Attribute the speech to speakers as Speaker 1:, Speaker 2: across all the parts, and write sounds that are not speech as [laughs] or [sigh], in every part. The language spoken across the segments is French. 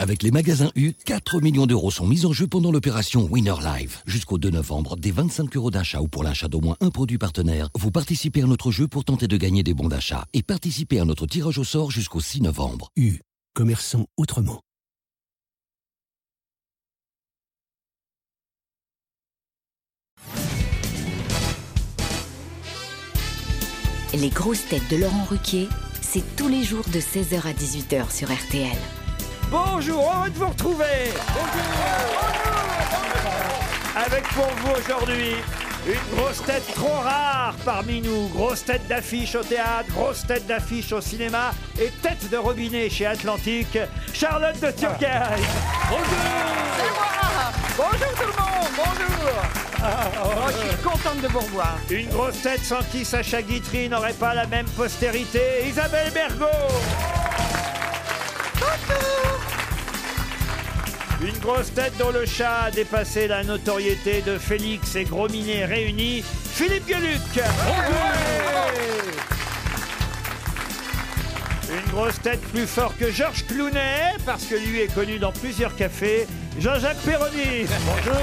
Speaker 1: Avec les magasins U, 4 millions d'euros sont mis en jeu pendant l'opération Winner Live. Jusqu'au 2 novembre, dès 25 euros d'achat ou pour l'achat d'au moins un produit partenaire, vous participez à notre jeu pour tenter de gagner des bons d'achat et participez à notre tirage au sort jusqu'au 6 novembre.
Speaker 2: U. Commerçons autrement.
Speaker 3: Les grosses têtes de Laurent Ruquier, c'est tous les jours de 16h à 18h sur RTL.
Speaker 4: Bonjour, heureux de vous retrouver Avec pour vous aujourd'hui une grosse tête trop rare parmi nous, grosse tête d'affiche au théâtre, grosse tête d'affiche au cinéma et tête de robinet chez Atlantique, Charlotte de Turckheim.
Speaker 5: C'est moi Bonjour tout le monde Bonjour Oh, Je suis contente de vous revoir.
Speaker 4: Une grosse tête sans qui Sacha Guitry n'aurait pas la même postérité, Isabelle Bergot. Une grosse tête dont le chat a dépassé la notoriété de Félix et Grominet réunis, Philippe Gueluc. Une grosse tête plus fort que Georges Clounet, parce que lui est connu dans plusieurs cafés, Jean-Jacques Perroni. Bonjour.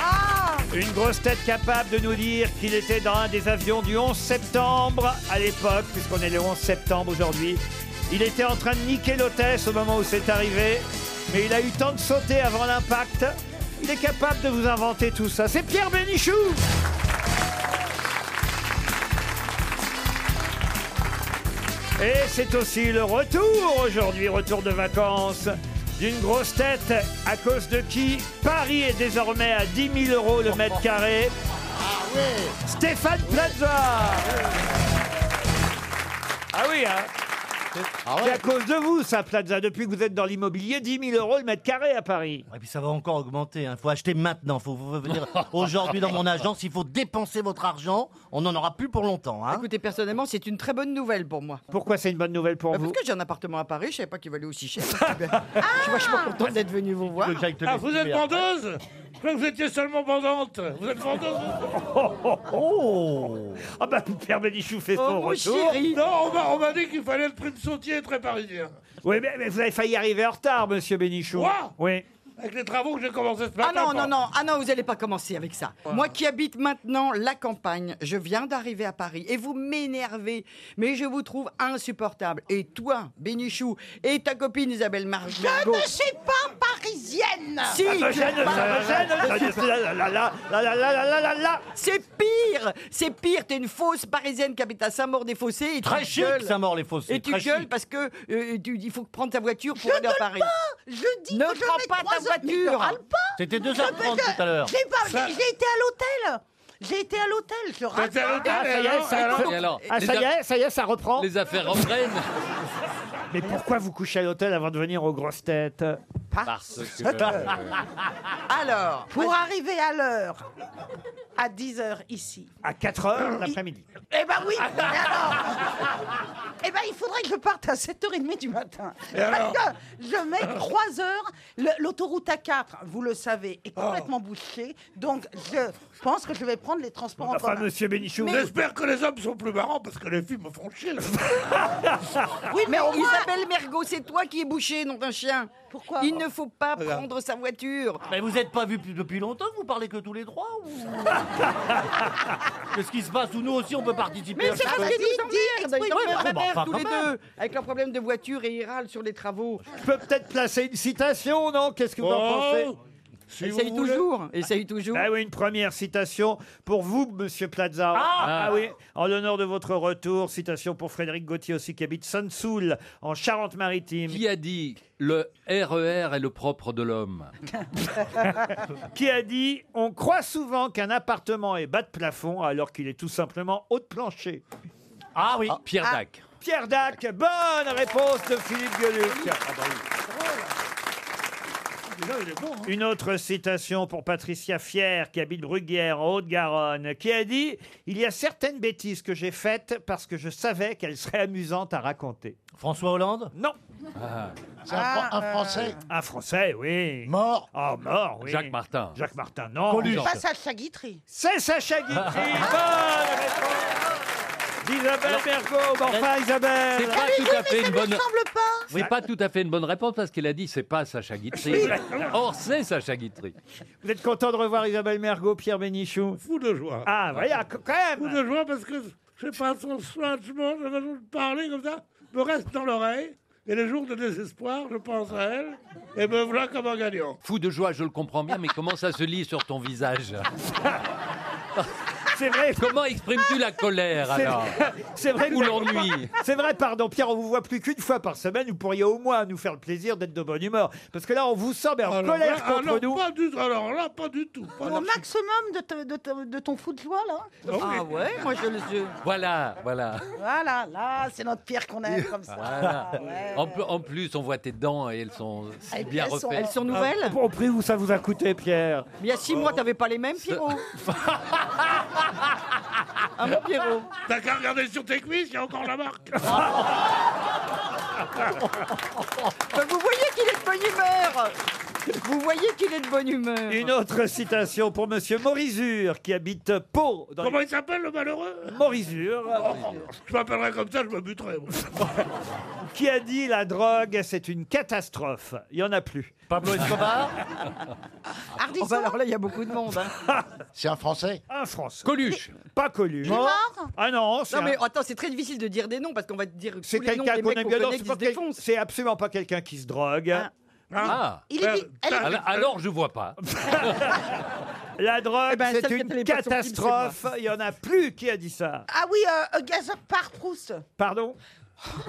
Speaker 6: Ah
Speaker 4: Une grosse tête capable de nous dire qu'il était dans un des avions du 11 septembre à l'époque, puisqu'on est le 11 septembre aujourd'hui. Il était en train de niquer l'hôtesse au moment où c'est arrivé, mais il a eu le temps de sauter avant l'impact. Il est capable de vous inventer tout ça. C'est Pierre Bénichou Et c'est aussi le retour aujourd'hui, retour de vacances d'une grosse tête à cause de qui Paris est désormais à 10 000 euros le mètre carré. Stéphane Plaza Ah oui, hein
Speaker 7: Ah
Speaker 4: C'est à cause de vous, ça, Plaza. Depuis que vous êtes dans l'immobilier, 10 000 euros le mètre carré à Paris.
Speaker 7: Et puis ça va encore augmenter. Il faut acheter maintenant. faut
Speaker 4: [laughs]
Speaker 7: vous venir aujourd'hui dans mon agence. Il faut dépenser votre argent. On n'en aura plus pour longtemps. hein.
Speaker 5: Écoutez, personnellement, c'est une très bonne nouvelle pour moi.
Speaker 4: Pourquoi c'est une bonne nouvelle pour
Speaker 5: Bah,
Speaker 4: vous
Speaker 5: Parce que j'ai un appartement à Paris, je savais pas qu'il valait aussi
Speaker 4: [laughs]
Speaker 5: cher. Je suis vachement contente d'être venue vous voir.
Speaker 7: Tu veux que j'aille te
Speaker 8: Ah,
Speaker 7: laisser
Speaker 8: vous êtes
Speaker 7: faire
Speaker 8: vendeuse Pourquoi vous étiez seulement vendante Vous êtes vendeuse
Speaker 7: Oh
Speaker 4: [laughs] Ah bah, Pierre Bénichou fait son
Speaker 5: Oh, mon
Speaker 4: retour.
Speaker 5: chéri
Speaker 8: Non, on m'a- on m'a dit qu'il fallait être prime sautier très parisien.
Speaker 4: Oui, mais, mais vous avez failli arriver en retard, monsieur Bénichou.
Speaker 8: Moi
Speaker 4: oui.
Speaker 8: Avec les travaux que j'ai commencé ce matin.
Speaker 5: Ah non,
Speaker 8: par-
Speaker 5: non, non, ah non, vous n'allez pas commencer avec ça. Moi qui habite maintenant la campagne, je viens d'arriver à Paris et vous m'énervez, mais je vous trouve insupportable. Et toi, Bénichou, et ta copine Isabelle Margot.
Speaker 6: suis pas parisienne
Speaker 5: Si,
Speaker 4: Ça me gêne, ça me gêne. Là, là, là, là, là, là, là, là, là.
Speaker 5: c'est pire, c'est pire, t'es une fausse parisienne qui habite à Saint-Maur-des-Fossés et tu
Speaker 7: Très chic,
Speaker 5: gueules.
Speaker 7: Saint-Maur-les-Fossés.
Speaker 5: Et tu
Speaker 7: très chic.
Speaker 5: gueules parce que euh, tu- il faut prendre ta voiture pour aller à Paris.
Speaker 6: Je dis
Speaker 5: Ne
Speaker 6: que je
Speaker 5: prends
Speaker 6: mets
Speaker 5: pas
Speaker 6: trois
Speaker 5: ta
Speaker 6: heures, mais je
Speaker 5: voiture.
Speaker 6: râle pas
Speaker 7: C'était
Speaker 6: Je peux
Speaker 7: 2h30
Speaker 6: te-
Speaker 7: tout à l'heure.
Speaker 6: J'ai pas-
Speaker 8: Ça-
Speaker 6: j'ai- j'ai été à l'hôtel J'ai été à l'hôtel, je râle
Speaker 8: T'étais à
Speaker 6: pas.
Speaker 8: l'hôtel,
Speaker 4: Ah, ça y
Speaker 8: et
Speaker 4: est,
Speaker 8: alors,
Speaker 4: ça
Speaker 8: et alors
Speaker 4: reprend.
Speaker 9: Et alors
Speaker 4: Ah,
Speaker 9: les,
Speaker 4: ça y
Speaker 9: aff-
Speaker 4: est, ça y est, ça reprend.
Speaker 9: les affaires reprennent
Speaker 4: Mais pourquoi vous couchez à l'hôtel avant de venir aux grosses têtes
Speaker 9: parce
Speaker 10: [laughs]
Speaker 9: que
Speaker 6: [laughs]
Speaker 9: euh,
Speaker 5: Alors,
Speaker 6: Pour arriver à l'heure, à 10h ici.
Speaker 4: À 4 heures l'après-midi.
Speaker 6: Eh ben oui mais alors [laughs] Eh ben il faudrait que je parte à 7h30 du matin. Parce que je mets 3 heures. Le- L'autoroute A4, vous le savez, est complètement bouchée. Donc je pense que je vais prendre les transports en
Speaker 4: Enfin,
Speaker 6: commun.
Speaker 4: monsieur Bénichou, vous êtes-
Speaker 8: J'espère que les hommes sont plus marrants parce que les filles me font chier.
Speaker 4: [laughs]
Speaker 8: là.
Speaker 5: Ah.
Speaker 6: Oui, mais au moins...
Speaker 5: Isabelle Mergot, c'est toi qui es bouché, non d'un chien.
Speaker 6: Pourquoi
Speaker 5: Il ne faut pas prendre sa voiture.
Speaker 7: Mais vous n'êtes pas vus depuis- depuis longtemps, vous parlez que tous les trois ou... Qu'est-ce qui se passe Où nous aussi on peut participer
Speaker 5: Mais
Speaker 7: à
Speaker 5: c'est
Speaker 7: ce
Speaker 5: parce
Speaker 7: jeu
Speaker 5: qu'ils
Speaker 6: dis,
Speaker 5: nous emmerdent. Ils emmerdent
Speaker 7: explique-moi. Ouais,
Speaker 5: ma
Speaker 7: bon,
Speaker 5: mère
Speaker 7: enfin,
Speaker 5: tous
Speaker 7: quand
Speaker 5: les
Speaker 7: même.
Speaker 5: deux avec leur problème de voiture et ils râlent sur les travaux.
Speaker 4: je peux peut-être placer une citation, non Qu'est-ce que vous en pensez
Speaker 8: Oh, si vous
Speaker 5: Essaye
Speaker 8: voulez.
Speaker 5: toujours, essaye toujours.
Speaker 4: Ah oui, une première citation pour vous, Monsieur Plaza.
Speaker 7: Ah
Speaker 4: oui, en l'honneur de votre retour, citation pour Frédéric Gauthier aussi qui habite Sansoul en Charente-Maritime.
Speaker 9: qui a dit le RER est le propre de l'homme
Speaker 4: qui a dit On croit souvent qu'un appartement est bas de plafond alors qu'il est tout simplement haut de plancher.
Speaker 7: Ah oui
Speaker 9: Pierre Dac.
Speaker 4: Pierre Dac, bonne réponse de Philippe Gueluc. Une autre citation pour Patricia Fier, qui habite Bruguière, en Haute-Garonne, qui a dit Il y a certaines bêtises que j'ai faites parce que je savais qu'elles seraient amusantes à raconter.
Speaker 7: François Hollande
Speaker 4: Non,
Speaker 11: Ah. C'est un, Fran- un Français
Speaker 4: un Français, oui.
Speaker 11: mort.
Speaker 4: Ah, mort, oui.
Speaker 9: Jacques Martin.
Speaker 4: Jacques Martin, Oh, non.
Speaker 7: Coluche
Speaker 6: Passage à Guitry.
Speaker 4: Ah. C'est Sacha Guitry. Bonne réponse Isabelle Mergo, mais enfin, Isabelle
Speaker 9: C'est pas tout à fait une bonne. C'est pas tout à fait une bonne réponse parce qu'il a dit c'est pas Sacha Guitry. Or c'est Sacha Guitry.
Speaker 4: Vous êtes content de revoir Isabelle Mergo, Pierre Bénichou
Speaker 8: Fou de joie.
Speaker 4: Ah, voilà, qu- quand même
Speaker 8: Fou de joie parce que je sais pas son soignement, la façon de parler comme ça me reste dans l'oreille. Et les jours de désespoir, je pense à elle et me voilà comme un gagnant.
Speaker 9: Fou de joie, je le comprends bien, mais comment ça se lit sur ton visage
Speaker 4: C'est vrai.
Speaker 9: Comment exprimes-tu la colère
Speaker 4: C'est-
Speaker 9: alors
Speaker 4: [laughs] C'est vrai que
Speaker 9: Ou
Speaker 4: vous-
Speaker 9: l'ennui.
Speaker 4: [laughs] C'est vrai, pardon, Pierre, on vous voit plus qu'une fois par semaine. Vous pourriez au moins nous faire le plaisir d'être de bonne humeur. Parce que là, on vous sent mais en
Speaker 8: Alors
Speaker 4: colère
Speaker 8: là,
Speaker 4: contre
Speaker 8: alors
Speaker 4: nous.
Speaker 8: Pas du tout, alors là, pas du tout. pas
Speaker 6: Au
Speaker 8: du-
Speaker 6: maximum de, te- de te- de ton fou de joie, là.
Speaker 8: Ah
Speaker 6: ouais, moi je le
Speaker 9: Voilà, voilà.
Speaker 6: Voilà, là, c'est notre pierre qu'on aime comme ça. Ah
Speaker 9: voilà.
Speaker 6: Ouais.
Speaker 9: En, pl- en plus, on voit tes dents et elles sont si
Speaker 6: Elles-
Speaker 9: bien
Speaker 6: elles sont-
Speaker 9: refaites.
Speaker 6: elles sont
Speaker 5: nouvelles
Speaker 4: Ah, Au prix où ça vous a coûté, Pierre
Speaker 5: Mais il y a six mois, t'avais pas les mêmes,
Speaker 4: [laughs]
Speaker 5: Pierrot Ah mon Pierrot
Speaker 8: T'as qu'à regarder sur tes cuisses, il y a encore la
Speaker 4: [laughs]
Speaker 8: marque.
Speaker 5: Ben, Vous voyez qu'il est de bonne humeur Vous voyez qu'il est de bonne humeur
Speaker 4: Une autre citation pour Monsieur Morizur, qui habite Pau. Dans
Speaker 8: Comment il s'appelle le malheureux Oh,
Speaker 4: Morizur,
Speaker 8: Je m'appellerais comme ça, je me buterais. moi.
Speaker 4: [laughs] qui a dit la drogue, c'est une catastrophe. Il y en a plus.
Speaker 9: Pablo Escobar,
Speaker 5: Oh, ben, Alors là, il y a beaucoup de monde. hein.
Speaker 11: C'est un Français
Speaker 4: Un Français.
Speaker 9: Coluche,
Speaker 4: Pas Coluche.
Speaker 6: Mort
Speaker 4: Ah non, c'est
Speaker 5: Non
Speaker 4: un-
Speaker 5: mais attends, c'est très difficile de dire des noms parce qu'on va te dire tous
Speaker 4: c'est
Speaker 5: les noms
Speaker 4: quelqu'un
Speaker 5: des
Speaker 4: qu'on
Speaker 5: mecs
Speaker 4: aime
Speaker 5: qu'on
Speaker 4: bien. Non,
Speaker 5: connaît
Speaker 4: c'est
Speaker 5: qui
Speaker 4: pas
Speaker 5: se
Speaker 4: quel-
Speaker 5: défoncent.
Speaker 4: C'est absolument pas quelqu'un qui se drogue.
Speaker 5: Ah.
Speaker 9: Ah,
Speaker 6: Il
Speaker 8: Euh,
Speaker 6: est, elle est-
Speaker 9: alors, alors, je vois pas.
Speaker 4: [laughs] La drogue,
Speaker 5: Eh ben,
Speaker 4: c'est
Speaker 5: celle qui a
Speaker 4: une
Speaker 5: télé pas sur Kim, c'est moi.
Speaker 4: catastrophe. Il y en a plus qui a dit ça.
Speaker 6: Ah oui, euh, euh, Gaspard Proust.
Speaker 4: Pardon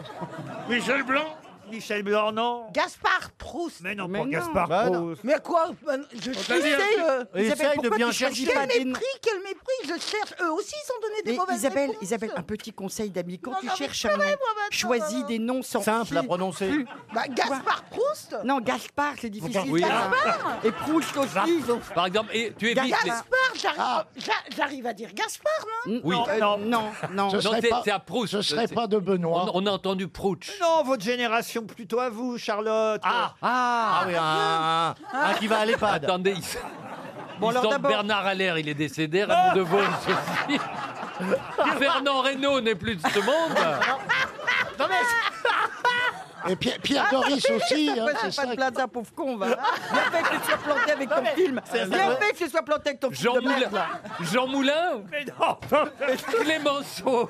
Speaker 8: [laughs] Michel Blanc
Speaker 4: Michel Blanc, non
Speaker 6: Gaspard Proust.
Speaker 4: Mais non,
Speaker 5: Mais
Speaker 4: pour
Speaker 5: non.
Speaker 4: Gaspard
Speaker 7: Bah non.
Speaker 4: Proust.
Speaker 6: Mais quoi ben, Je
Speaker 8: t'a dit un
Speaker 6: sais.
Speaker 8: truc.
Speaker 6: euh,
Speaker 5: Isabelle,
Speaker 7: Essaye de
Speaker 5: pourquoi
Speaker 7: bien
Speaker 5: tu cherches
Speaker 7: chercher.
Speaker 5: pas
Speaker 6: quel
Speaker 5: des noms
Speaker 6: mépris, quel mépris Je cherche. Eux aussi, ils ont donné des
Speaker 5: Mais
Speaker 6: mauvaises
Speaker 5: Isabelle,
Speaker 6: réponses.
Speaker 5: Isabelle, un petit conseil d'ami. Quand
Speaker 6: Non,
Speaker 5: tu
Speaker 6: non, mais
Speaker 5: cherches
Speaker 6: c'est
Speaker 5: un
Speaker 6: vrai,
Speaker 5: nom,
Speaker 6: moi, maintenant,
Speaker 5: choisis
Speaker 6: maintenant.
Speaker 5: des noms sans
Speaker 7: Simple
Speaker 5: fil.
Speaker 7: à prononcer.
Speaker 6: Bah, Gaspard Proust Ah.
Speaker 5: Non, Gaspard, c'est difficile.
Speaker 9: Oui.
Speaker 5: ça. Et Proust aussi. ils ont- Ah,
Speaker 9: Par exemple, et tu évites les.
Speaker 6: Gaspard, j'arrive Oh, j'a- j'arrive à dire Gaspard, non
Speaker 9: Oui.
Speaker 5: Non, euh,
Speaker 4: Non.
Speaker 5: non, non.
Speaker 11: Ce
Speaker 9: Non,
Speaker 11: serait
Speaker 9: c'est-
Speaker 11: pas,
Speaker 9: c'est à Proust, euh,
Speaker 11: Ce serait
Speaker 9: c'est-
Speaker 11: pas de Benoît.
Speaker 9: On, on a entendu Prouch.
Speaker 4: Non, votre génération, plutôt à vous, Charlotte.
Speaker 7: Ah, ah, oui,
Speaker 9: hein.
Speaker 7: un, un- un qui va à l'EHPAD.
Speaker 9: Attendez, il,
Speaker 5: Bon,
Speaker 9: il
Speaker 5: alors
Speaker 9: semble
Speaker 5: d'abord-
Speaker 9: Bernard Allaire, il est décédé, Raymond Devos aussi. Fernand Reynaud n'est plus de ce monde.
Speaker 11: Et Pierre,
Speaker 6: Ah,
Speaker 11: Pierre Doris aussi. hein,
Speaker 5: Ah, Pas
Speaker 11: c'est
Speaker 5: de- pas
Speaker 11: ça.
Speaker 5: de plaza, pauvre con, va. Bien fait que tu sois planté avec ton film. Bien fait que tu sois planté avec ton film
Speaker 9: Jean
Speaker 5: de merde,
Speaker 9: Moulin.
Speaker 5: là.
Speaker 9: Jean Moulin
Speaker 4: Mais non
Speaker 9: [laughs] Clémenceau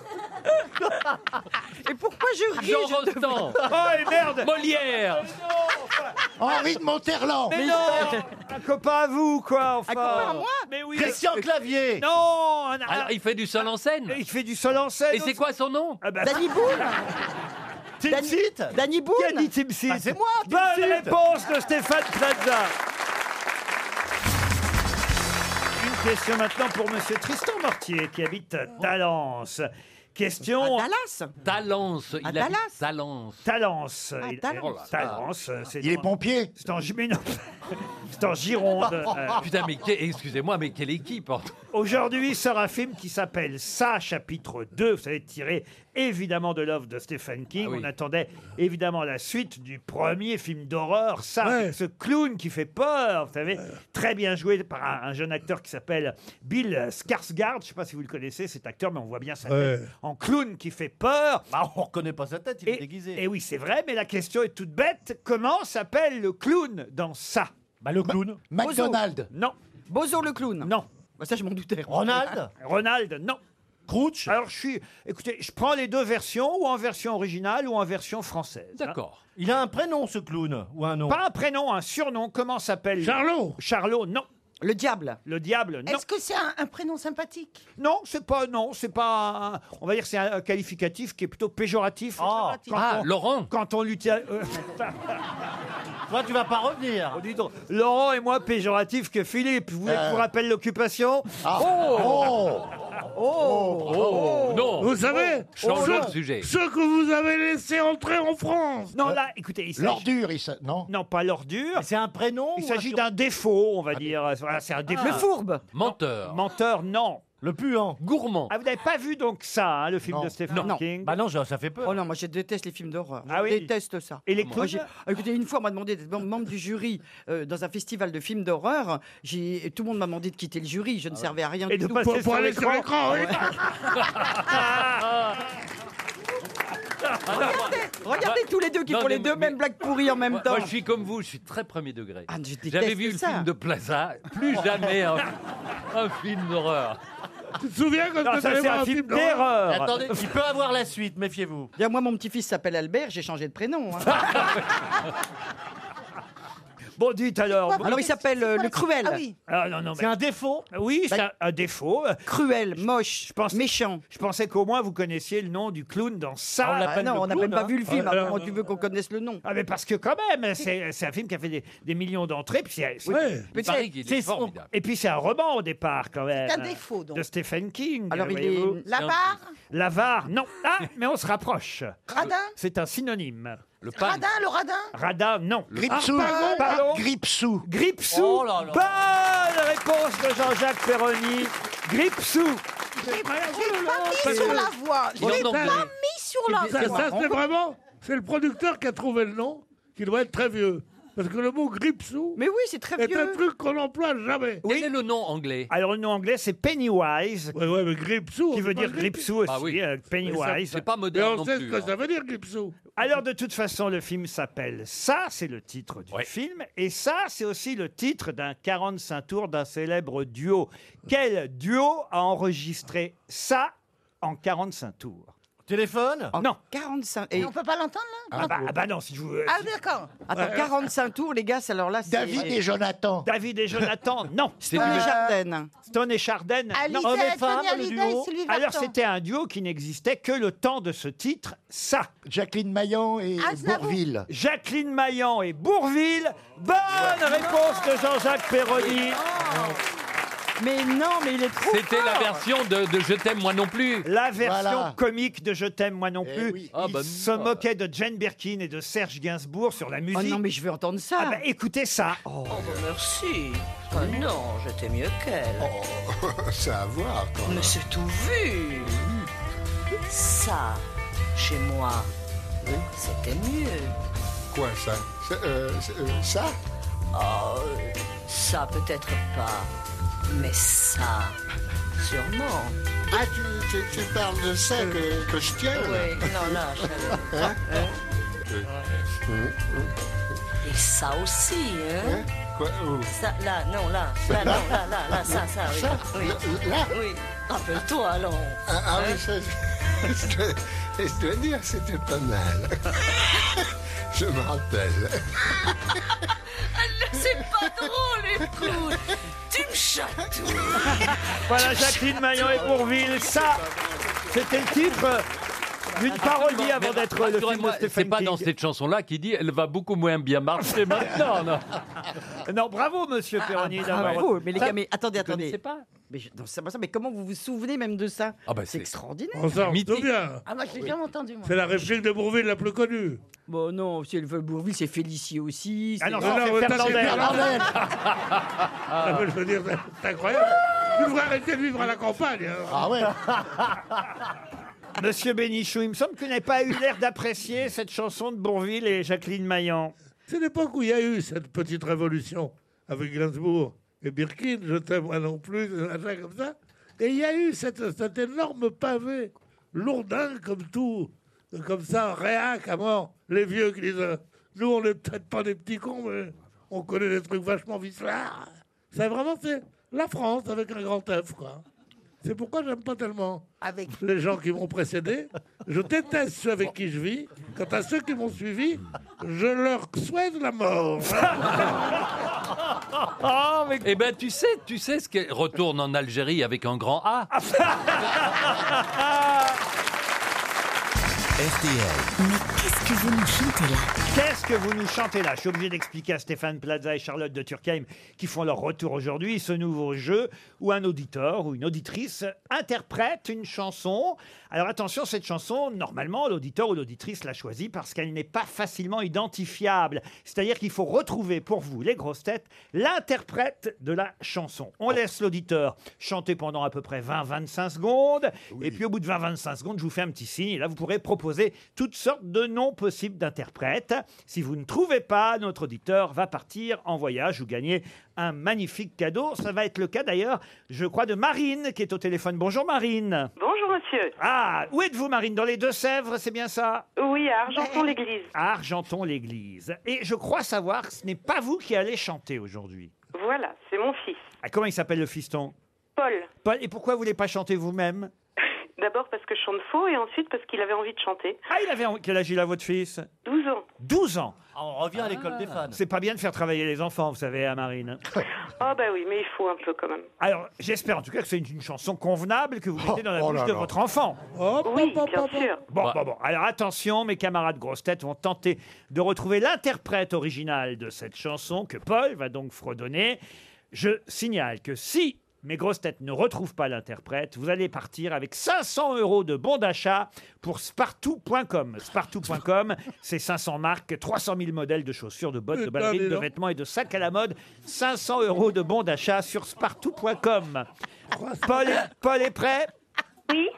Speaker 5: Et pourquoi je ris
Speaker 9: Jean
Speaker 5: je te-
Speaker 9: Rostand
Speaker 4: Oh, et merde
Speaker 9: Molière
Speaker 6: Ah,
Speaker 11: Henri de Monterland.
Speaker 4: Ah. Mais non Un copain à vous, quoi, enfin
Speaker 5: Un copain à moi
Speaker 4: Mais oui
Speaker 7: Christian Clavier.
Speaker 4: Non un-
Speaker 9: Alors, il fait du seul en scène.
Speaker 4: il fait du sol en scène.
Speaker 9: Et c'est quoi son nom
Speaker 4: ah bah,
Speaker 5: Danny Boone
Speaker 4: Tim
Speaker 5: Danny-
Speaker 4: Seat
Speaker 5: Danny
Speaker 4: Qui a
Speaker 5: Boone
Speaker 4: dit Tim Seat
Speaker 7: Ah, c'est moi, Tim
Speaker 4: Bonne
Speaker 7: Seat.
Speaker 4: réponse de Stéphane Plaza Une question maintenant pour Monsieur Tristan Mortier, qui habite Talence.
Speaker 5: À
Speaker 4: Question...
Speaker 5: Dallas
Speaker 9: Talence.
Speaker 5: À
Speaker 9: Il habite
Speaker 5: Dallas.
Speaker 9: Talence.
Speaker 4: Talence.
Speaker 5: Ah,
Speaker 4: Il-
Speaker 5: Talence.
Speaker 4: Talence, c'est
Speaker 11: Il est
Speaker 4: dans-
Speaker 11: pompier.
Speaker 4: C'est en, Gi- mais non. [laughs] C'est
Speaker 9: [laughs]
Speaker 4: en Gironde. Euh,
Speaker 9: Ah. Putain, mais que- excusez-moi, mais quelle équipe en-
Speaker 4: Aujourd'hui sort un film qui s'appelle Ça, chapitre 2. Vous savez, tiré évidemment de l'œuvre de Stephen King.
Speaker 9: Ah oui.
Speaker 4: On attendait évidemment la suite du premier film d'horreur. Ça,
Speaker 8: Ouais.
Speaker 4: avec ce clown qui fait peur, vous savez, très bien joué par un, un jeune acteur qui s'appelle Bill Skarsgård. Je ne sais pas si vous le connaissez, cet acteur, mais on voit bien sa tête
Speaker 8: Ouais.
Speaker 4: en clown qui fait peur.
Speaker 7: Bah, on reconnaît pas sa tête, il est déguisé.
Speaker 4: et oui, c'est vrai, mais la question est toute bête. Comment s'appelle le clown dans ça
Speaker 7: Bah, le clown.
Speaker 11: McDonald.
Speaker 4: Non,
Speaker 5: Bozo le clown.
Speaker 4: non.
Speaker 5: Bah, ça, je m'en doutais.
Speaker 7: Ronald.
Speaker 4: [laughs] Ronald, non.
Speaker 7: Crouch.
Speaker 4: Alors je suis, écoutez, je prends les deux versions, ou en version originale ou en version française. hein.
Speaker 9: D'accord.
Speaker 7: Il a un prénom, ce clown, ou un nom.
Speaker 4: Pas un prénom, un surnom. Comment s'appelle
Speaker 8: Charlot
Speaker 4: Charlot, non.
Speaker 5: Le diable.
Speaker 4: Le diable, non.
Speaker 6: Est-ce que c'est un, un prénom sympathique
Speaker 4: Non, c'est pas, non, c'est pas. un- on va dire que c'est un qualificatif qui est plutôt péjoratif.
Speaker 7: Ah,
Speaker 4: quand
Speaker 9: Ah,
Speaker 4: on,
Speaker 9: Laurent.
Speaker 4: quand on l'utilise. euh,
Speaker 7: [laughs]
Speaker 4: Oh,
Speaker 7: Toi, tu vas pas revenir. Euh.
Speaker 4: dis donc, Laurent est moins péjoratif que Philippe. Vous voulez que je vous rappelle l'occupation
Speaker 7: Ah.
Speaker 11: Oh
Speaker 9: Oh, non.
Speaker 8: Vous savez
Speaker 9: Changeons
Speaker 8: Oh. ceux-
Speaker 9: de sujet.
Speaker 8: Ceux que vous avez laissés entrer en France
Speaker 4: Non, là, écoutez, il s'agit.
Speaker 11: L'ordure, il s'a- non
Speaker 4: Non, pas l'ordure.
Speaker 7: C'est un prénom
Speaker 4: Il
Speaker 7: ou un Ah.
Speaker 4: s'agit
Speaker 7: surnom
Speaker 4: d'un défaut, on va dire. Voilà, c'est un défaut.
Speaker 5: Le fourbe.
Speaker 9: Menteur.
Speaker 4: Menteur, non.
Speaker 7: Le puant.
Speaker 9: Gourmand.
Speaker 4: Ah, vous n'avez pas vu donc ça, hein, le film de Stephen King
Speaker 7: Bah non, ça fait peur.
Speaker 5: Oh non, moi je déteste les films d'horreur.
Speaker 4: Ah
Speaker 5: je
Speaker 4: oui
Speaker 5: déteste ça.
Speaker 4: Et les
Speaker 5: Moi,
Speaker 4: clowns
Speaker 5: j'ai- Ah, Écoutez, une fois, on m'a demandé d'être mem- membre du jury euh, dans un festival de films d'horreur. J'ai- Tout le monde m'a demandé de quitter le jury. Je ne servais à rien
Speaker 4: Ah Et
Speaker 5: du
Speaker 4: de
Speaker 5: tout.
Speaker 4: passer Pour- pour sur aller sur l'écran. l'écran, oui.
Speaker 5: Ah.
Speaker 4: Ah
Speaker 9: [laughs]
Speaker 5: Regardez, regardez tous les deux qui
Speaker 9: Non,
Speaker 5: font les
Speaker 9: mais-
Speaker 5: deux mêmes blagues pourries en même
Speaker 9: Moi,
Speaker 5: temps. Ah,
Speaker 9: moi, je suis comme vous, je suis très premier degré.
Speaker 5: déteste
Speaker 9: J'avais vu
Speaker 5: ça.
Speaker 9: le film de Plaza, plus jamais un, un film d'horreur.
Speaker 8: Tu te souviens quand
Speaker 9: Non,
Speaker 8: t'es
Speaker 9: ça,
Speaker 8: allé
Speaker 9: c'est
Speaker 8: voir
Speaker 9: un
Speaker 8: un
Speaker 9: film
Speaker 8: film d'horreur
Speaker 9: d'erreur.
Speaker 7: Attendez, il peut avoir la suite, méfiez-vous.
Speaker 5: Bien, moi, mon petit-fils s'appelle Albert, j'ai changé de prénom. hein.
Speaker 4: Ah, Bon, dites alors.
Speaker 5: Alors, il s'appelle euh, le Cruel.
Speaker 4: Ah oui. Ah, non, non, mais- Ah
Speaker 7: C'est un défaut
Speaker 4: Oui, c'est un, un défaut.
Speaker 5: Bah, Cruel, moche, méchant.
Speaker 4: Je pensais qu'au moins vous connaissiez le nom du clown dans ça.
Speaker 5: Ah, non, on n'a même
Speaker 4: hein.
Speaker 5: pas vu le film. hein.
Speaker 4: Alors-
Speaker 5: Comment tu veux qu'on connaisse le nom
Speaker 4: Ah mais parce que quand même, c'est c'est un film qui a fait des, des millions d'entrées. Puis c'est- c'est-
Speaker 8: Ouais.
Speaker 9: Il paraît qu'il est
Speaker 4: c'est-
Speaker 9: formidable.
Speaker 4: Et puis c'est un roman au départ quand même. hein,
Speaker 6: un défaut, donc.
Speaker 4: De Stephen King.
Speaker 5: Alors, il est-
Speaker 4: voyez-vous.
Speaker 6: La
Speaker 9: Non.
Speaker 6: barre,
Speaker 4: L'avare, non. Ah, mais on se rapproche.
Speaker 6: radin,
Speaker 4: C'est un synonyme.
Speaker 9: Le pan.
Speaker 6: radin, le radin.
Speaker 4: Radin, non.
Speaker 11: Gripsou.
Speaker 4: Ah, pardon, pardon.
Speaker 11: Gripsou.
Speaker 4: Gripsou.
Speaker 9: Oh là là.
Speaker 4: Bonne réponse de Jean-Jacques Perroni. Gripsou.
Speaker 6: J'ai pas mis
Speaker 4: parce
Speaker 6: sur
Speaker 4: que-
Speaker 6: la voie. J'ai
Speaker 9: Il est
Speaker 6: pas
Speaker 9: en anglais.
Speaker 6: mis sur la
Speaker 8: Ça,
Speaker 6: voie.
Speaker 8: ça, c'est vraiment. C'est le producteur qui a trouvé le nom, qui doit être très vieux. Parce que le mot gripsou
Speaker 5: Mais oui, c'est très
Speaker 8: est un
Speaker 5: vieux.
Speaker 8: truc qu'on n'emploie jamais.
Speaker 9: Quel est le nom anglais
Speaker 4: Alors le nom anglais c'est Pennywise,
Speaker 8: Ouais, ouais, mais gripsou.
Speaker 4: qui
Speaker 8: on
Speaker 4: veut
Speaker 8: dit
Speaker 4: dire
Speaker 8: pas grip-
Speaker 4: Gripsou aussi.
Speaker 9: Ah oui.
Speaker 4: euh, Pennywise.
Speaker 9: C'est pas
Speaker 8: Mais
Speaker 9: moderne
Speaker 8: on
Speaker 9: non
Speaker 8: sait ce
Speaker 9: plus.
Speaker 8: que
Speaker 9: hein.
Speaker 8: ça veut dire gripsou.
Speaker 4: Alors de toute façon, le film s'appelle Ça, c'est le titre du
Speaker 9: Ouais.
Speaker 4: film, et ça, c'est aussi le titre d'un 45 tours d'un célèbre duo. Quel duo a enregistré ça en 45 tours
Speaker 7: Téléphone
Speaker 5: En
Speaker 4: Non.
Speaker 5: 45. Et,
Speaker 6: Et on peut pas l'entendre, là
Speaker 4: ah bah, ah bah non, si je vous...
Speaker 6: Ah, d'accord.
Speaker 5: attends, 45 tours, les gars, c'est- alors là, c'est.
Speaker 11: David et Jonathan.
Speaker 4: David
Speaker 11: [laughs]
Speaker 4: et Jonathan, non.
Speaker 9: C'est
Speaker 5: Tony
Speaker 9: du-
Speaker 5: Jardin.
Speaker 4: Stone et Chardin, non.
Speaker 6: Alice,
Speaker 7: Homme et femme,
Speaker 6: Tony
Speaker 7: le
Speaker 6: Hallyday,
Speaker 7: duo.
Speaker 6: Sylvie
Speaker 4: Alors
Speaker 6: Vartan.
Speaker 4: c'était un duo qui n'existait que le temps de ce titre, ça.
Speaker 11: Jacqueline Maillan et
Speaker 5: Ah,
Speaker 6: Aznavour.
Speaker 11: Bourville.
Speaker 4: Jacqueline Maillan et Bourville. Bonne réponse de Jean-Jacques Perroni.
Speaker 5: Oh. Mais non, mais il est trop.
Speaker 9: C'était la
Speaker 5: fort.
Speaker 9: version de, de Je t'aime moi non plus.
Speaker 4: La version
Speaker 11: Voilà.
Speaker 4: comique de Je t'aime moi non
Speaker 11: Eh
Speaker 4: plus.
Speaker 11: oui.
Speaker 9: Ah
Speaker 4: Il
Speaker 9: bah
Speaker 4: se
Speaker 9: non.
Speaker 4: moquait de Jane Birkin et de Serge Gainsbourg sur la musique.
Speaker 5: Oh non, mais je veux entendre ça.
Speaker 4: Ah bah, écoutez ça. Oh.
Speaker 12: Oh, Merci. Ah non, j'étais mieux
Speaker 11: [laughs]
Speaker 12: qu'elle.
Speaker 11: Ça Oh, à voir, quand
Speaker 12: Mais c'est tout vu. Ça, chez moi, c'était mieux.
Speaker 11: Quoi, ça euh, Ça
Speaker 12: Oh, ça peut-être pas, mais ça, sûrement.
Speaker 11: Ah, tu, parles de ça que, je tiens
Speaker 12: Oui, non, là,
Speaker 11: [laughs]
Speaker 12: je savais. Hein Et ça aussi, hein
Speaker 11: Quoi oh.
Speaker 12: Ça, là, non, là, là, non, là, là, là, ça, ça, oui. oui.
Speaker 11: Là
Speaker 12: Oui, rappelle-toi alors. Hein?
Speaker 11: Ah, ah oui, ça, je, je dois- je dois dire, c'était pas mal. [laughs] Je me rappelle.
Speaker 6: Ah,
Speaker 12: C'est pas drôle, écoute. Tu me chatouilles.
Speaker 4: [laughs] Voilà Jacqueline Maillan et Bourville. Ça, c'était le titre d'une parodie avant
Speaker 9: Mais
Speaker 4: d'être le film de
Speaker 9: rassurez-moi, C'est
Speaker 4: Stephen
Speaker 9: pas
Speaker 4: King.
Speaker 9: dans cette chanson-là qui dit elle va beaucoup moins bien marcher maintenant. non.
Speaker 4: Ah, Non, bravo Monsieur Perroni.
Speaker 5: Ah,
Speaker 4: d'avoir-
Speaker 5: bravo. Mais les
Speaker 4: Ça-
Speaker 5: gars, mais attendez,
Speaker 9: Je ne
Speaker 5: attendez.
Speaker 9: sais pas.
Speaker 5: Mais, je- non, c'est pas ça, mais comment vous vous souvenez même de ça
Speaker 9: Ah bah,
Speaker 5: C'est
Speaker 9: c'est-
Speaker 5: extraordinaire.
Speaker 8: On s'en
Speaker 9: Mythique.
Speaker 8: souvient.
Speaker 6: Ah, moi, je l'ai bien entendu, moi.
Speaker 8: C'est la réplique de Bourville la plus connue.
Speaker 5: Bon, non, si elle veut Bourville, c'est Félicie aussi.
Speaker 4: Ah non,
Speaker 5: c'est-
Speaker 4: ça,
Speaker 8: Non,
Speaker 4: c'est
Speaker 8: non, ça, c'est
Speaker 4: Fernandel.
Speaker 8: Fernandel. Ah, mais je veux dire, c'est- c'est incroyable. Tu devrais arrêter de vivre à la campagne. hein.
Speaker 11: Ah ouais
Speaker 4: [laughs] Monsieur Bénichou, il me semble que vous n'avez pas eu l'air d'apprécier cette chanson de Bourville et Jacqueline Maillan.
Speaker 8: C'est l'époque où il y a eu cette petite révolution avec Gainsbourg et Birkin, je t'aime moi non plus, des machins comme ça. Et il y a eu cette, cet énorme pavé, lourdin comme tout, comme ça, réac à mort. Les vieux qui disent euh, Nous, on n'est peut-être pas des petits cons, mais on connaît des trucs vachement vicelars. C'est vraiment c'est la France avec un grand F, quoi. C'est pourquoi j'aime pas tellement
Speaker 6: Avec
Speaker 8: [laughs] les gens qui m'ont précédé. Je déteste ceux avec qui je vis. Quant à ceux qui m'ont suivi, je leur souhaite la mort. [laughs]
Speaker 9: Eh ben tu sais, tu sais ce qu'elle retourne en Algérie avec un grand A.
Speaker 2: RTL.
Speaker 7: Ah,
Speaker 3: Mais qu'est-ce
Speaker 4: que vous nous chantez là Qu'est-ce que vous nous chantez là Je suis obligé d'expliquer à Stéphane Plaza et Charlotte de Turckheim qui font leur retour aujourd'hui ce nouveau jeu où un auditeur ou une auditrice interprète une chanson. Alors attention, cette chanson, normalement, l'auditeur ou l'auditrice l'a choisie parce qu'elle n'est pas facilement identifiable. C'est-à-dire qu'il faut retrouver pour vous, les grosses têtes, l'interprète de la chanson. On laisse l'auditeur chanter pendant à peu près 20-25 secondes. Et puis au bout de 20-25 secondes, je vous fais un petit signe. Et là, vous pourrez proposer toutes sortes de noms possibles d'interprètes. Si vous ne trouvez pas, notre auditeur va partir en voyage ou gagner un magnifique cadeau. Ça va être le cas d'ailleurs, je crois, de Marine qui est au téléphone. Bonjour Marine.
Speaker 13: Bonjour monsieur.
Speaker 4: Ah, où êtes-vous Marine Dans les Deux-Sèvres, c'est bien ça
Speaker 13: Oui, à Argenton-l'Église.
Speaker 4: À Argenton-l'Église. Et je crois savoir que ce n'est pas vous qui allez chanter aujourd'hui.
Speaker 13: Voilà, c'est mon fils,
Speaker 4: Ah, comment il s'appelle le fiston
Speaker 13: Paul.
Speaker 4: Paul, et pourquoi vous ne voulez pas chanter vous-même
Speaker 13: D'abord parce que je chante faux et ensuite parce qu'il avait envie de chanter.
Speaker 4: Ah, il avait en- quel âge il a votre fils
Speaker 13: 12 ans.
Speaker 4: 12 ans. Ah.
Speaker 7: On revient à l'école des fans.
Speaker 4: C'est pas bien de faire travailler les enfants, vous savez, à
Speaker 7: [laughs]
Speaker 4: Marine.
Speaker 13: Oh bah oui, mais il faut un peu quand même.
Speaker 4: Alors, j'espère en tout cas que c'est une, une chanson convenable que vous mettez dans la
Speaker 13: oh
Speaker 4: bouche
Speaker 13: là
Speaker 4: de
Speaker 13: là.
Speaker 4: votre enfant.
Speaker 7: Oh,
Speaker 4: Oh,
Speaker 13: oui, bien sûr.
Speaker 7: Bah,
Speaker 4: Bon, bon, bon. Alors attention, mes camarades grosses têtes vont tenter de retrouver l'interprète original de cette chanson que Paul va donc fredonner. Je signale que si mes grosses têtes ne retrouvent pas l'interprète, vous allez partir avec 500 euros de bons d'achat pour spartou.com. Spartou.com, c'est 500 marques, 300 000 modèles de chaussures, de bottes, de
Speaker 8: Putain,
Speaker 4: ballerines,
Speaker 8: dis
Speaker 4: de
Speaker 8: donc.
Speaker 4: vêtements et de sacs à la mode. 500 euros de bons d'achat sur spartou.com. Paul, est- Paul est prêt
Speaker 13: Oui.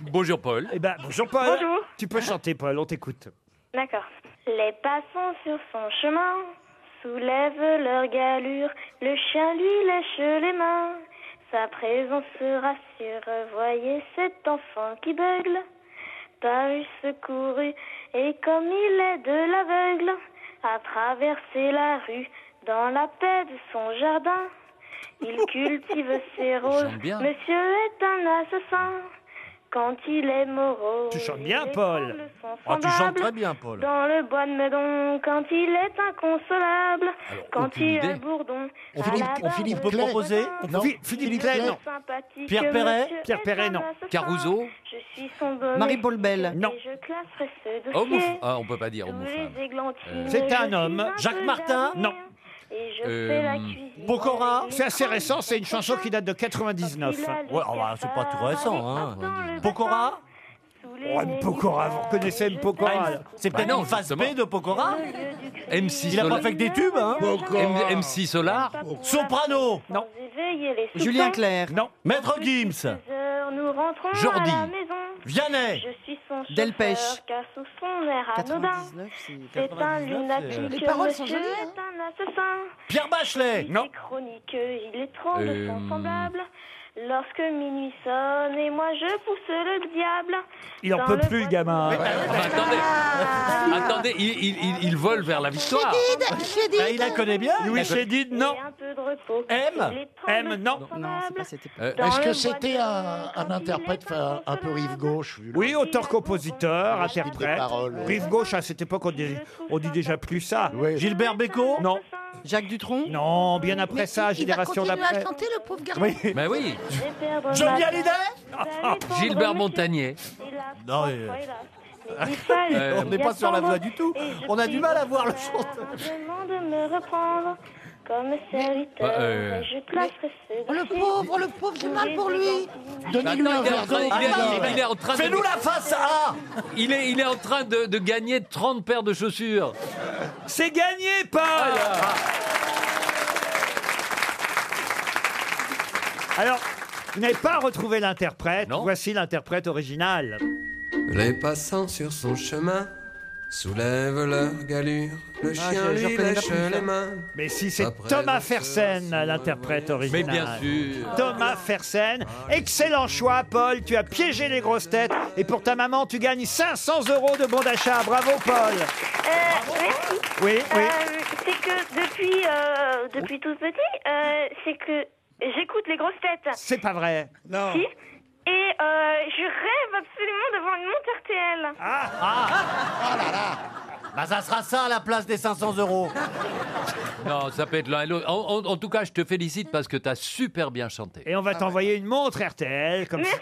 Speaker 9: Bonjour Paul.
Speaker 4: Eh ben, bonjour Paul.
Speaker 13: Bonjour.
Speaker 4: Tu peux chanter Paul, on t'écoute.
Speaker 14: D'accord. Les passants sur son chemin soulèvent leur galure. Le chien lui lèche les mains. Sa présence se rassure. Voyez cet enfant qui beugle. Paru secouru. Et comme il est de l'aveugle, à traverser la rue dans la paix de son jardin. Il cultive ses roses.
Speaker 4: bien.
Speaker 14: Monsieur est un assassin. Quand il est morose.
Speaker 4: Tu chantes bien,
Speaker 14: les
Speaker 4: Paul.
Speaker 14: trembles sont
Speaker 4: Ah, tu chantes
Speaker 14: semblables.
Speaker 4: très bien, Paul.
Speaker 14: Dans le bois de Meudon, quand il est inconsolable,
Speaker 4: Alors,
Speaker 14: quand
Speaker 4: aucune
Speaker 14: il
Speaker 4: idée.
Speaker 14: est bourdon.
Speaker 4: On
Speaker 14: à
Speaker 4: Philippe-
Speaker 14: la
Speaker 4: on
Speaker 14: barbe
Speaker 4: Philippe
Speaker 14: de
Speaker 4: Clay.
Speaker 14: Bourdon,
Speaker 4: On peut- Philippe- Philippe Clay, non.
Speaker 14: sympathique,
Speaker 4: Pierre Perret
Speaker 14: monsieur
Speaker 4: Pierre
Speaker 14: est
Speaker 4: Perret,
Speaker 14: un
Speaker 4: non.
Speaker 14: assassin.
Speaker 9: Caruso
Speaker 14: Je suis son bonnet.
Speaker 9: Marie Paul Bell.
Speaker 14: Et
Speaker 9: Non.
Speaker 14: Je classerai ce
Speaker 4: Oh,
Speaker 9: Homme ou
Speaker 14: dossier.
Speaker 9: f- ah, on peut pas dire
Speaker 14: Tous
Speaker 9: homme ou
Speaker 14: les
Speaker 9: femme.
Speaker 14: églantines,
Speaker 9: Euh,
Speaker 4: C'est
Speaker 14: je
Speaker 4: un
Speaker 14: suis
Speaker 4: homme.
Speaker 14: peu jalouse.
Speaker 4: Non.
Speaker 14: Et je fais
Speaker 4: Euh,
Speaker 14: la cuisine.
Speaker 4: Pokora C'est assez récent, c'est une chanson qui date de 99.
Speaker 14: Ouais,
Speaker 4: oh, bah, c'est pas tout récent. hein.
Speaker 7: Pokora
Speaker 4: Oh, Pokora,
Speaker 7: Ah,
Speaker 4: vous reconnaissez M. Pokora
Speaker 7: C'est peut-être une phase B de Pokora
Speaker 9: M6
Speaker 7: Il a pas
Speaker 9: Solar.
Speaker 7: fait que des tubes, hein
Speaker 9: M- M6 Solar
Speaker 7: Soprano
Speaker 4: Non.
Speaker 14: Éveiller les soupçons.
Speaker 7: Clerc
Speaker 4: Non.
Speaker 7: Maître Gims
Speaker 14: Heures, nous rentrons
Speaker 7: Jordi.
Speaker 14: à la maison.
Speaker 7: Vianney.
Speaker 14: Je suis son chauffeur,
Speaker 7: Delpech.
Speaker 14: car sous son air anodin,
Speaker 5: 99,
Speaker 14: c'est un
Speaker 5: 99, c'est-
Speaker 14: lunatique.
Speaker 5: Les paroles sont
Speaker 14: monsieur
Speaker 5: jolies, hein.
Speaker 14: est un assassin.
Speaker 7: Pierre Bachelet
Speaker 14: Non. chronique, il est trop de son
Speaker 9: Euh,
Speaker 14: semblable. Lorsque minuit sonne et moi je pousse le diable.
Speaker 4: Il en peut plus, le gamin.
Speaker 14: Ah,
Speaker 9: Attendez, il, il- il- il vole vers la victoire.
Speaker 14: Chédid.
Speaker 15: Ben,
Speaker 9: Bah, il la connaît bien.
Speaker 4: Louis
Speaker 9: Il la-
Speaker 4: Chédid, non.
Speaker 14: Un peu de repos.
Speaker 4: M M, non.
Speaker 14: Euh,
Speaker 4: Dans
Speaker 16: Est-ce
Speaker 4: le
Speaker 16: que
Speaker 4: bois
Speaker 16: c'était un, un interprète enfin, un peu rive gauche vu le-
Speaker 4: Oui, auteur-compositeur,
Speaker 16: des
Speaker 4: interprète.
Speaker 16: paroles.
Speaker 4: Rive gauche, à cette époque, on dit, on dit déjà plus ça. Gilbert Bécaud Non. Jacques Dutronc Non, bien après ça, génération d'après.
Speaker 14: le pauvre
Speaker 4: Oui. Ben oui.
Speaker 14: Johnny
Speaker 4: Hallyday
Speaker 9: Gilbert Montagnier.
Speaker 7: Non,
Speaker 9: Euh,
Speaker 7: on n'est pas sur la voie du tout. On a du mal à voir le
Speaker 14: chanteur. de me reprendre comme serviteur.
Speaker 9: Bah, euh.
Speaker 14: et Je classerai ce
Speaker 6: Oh, le
Speaker 14: dossier.
Speaker 6: pauvre, le pauvre, j'ai mal pour lui.
Speaker 9: Donnez-lui Attends, un il est en verre train- d'eau. il
Speaker 6: Ah,
Speaker 9: est- il est- il est en train de- Fais-nous la face,
Speaker 7: A
Speaker 9: Il est, il est en train de, de gagner 30 paires de chaussures. Ah,
Speaker 4: C'est gagné, Paul Alors, vous n'avez pas retrouvé l'interprète. Voici l'interprète original.
Speaker 17: Les passants sur son chemin soulèvent leur galure. Le
Speaker 4: Ah,
Speaker 17: chien
Speaker 4: je- je
Speaker 17: lui
Speaker 4: reconnais pas
Speaker 17: lèche
Speaker 4: plus, hein.
Speaker 17: les mains.
Speaker 4: Mais si c'est Thomas Fersen, l'interprète original.
Speaker 9: Mais bien sûr.
Speaker 4: Thomas Fersen. Excellent choix, Paul. Tu as piégé les grosses têtes. Et pour ta maman, tu gagnes 500 euros de bon d'achat. Bravo, Paul.
Speaker 14: Merci.
Speaker 4: Oui, oui.
Speaker 14: Euh, c'est que depuis, euh, depuis tout petit, euh, c'est que j'écoute les grosses têtes.
Speaker 4: C'est pas vrai. Non.
Speaker 14: Si. Et euh, je rêve absolument d'avoir une montre RTL.
Speaker 7: Bah ça sera ça à la place des 500 euros.
Speaker 9: Non, ça peut être l'un et l'autre. En, en- en tout cas, je te félicite parce que tu as super bien chanté.
Speaker 4: Et on va t'envoyer une montre RTL. Comme Merci.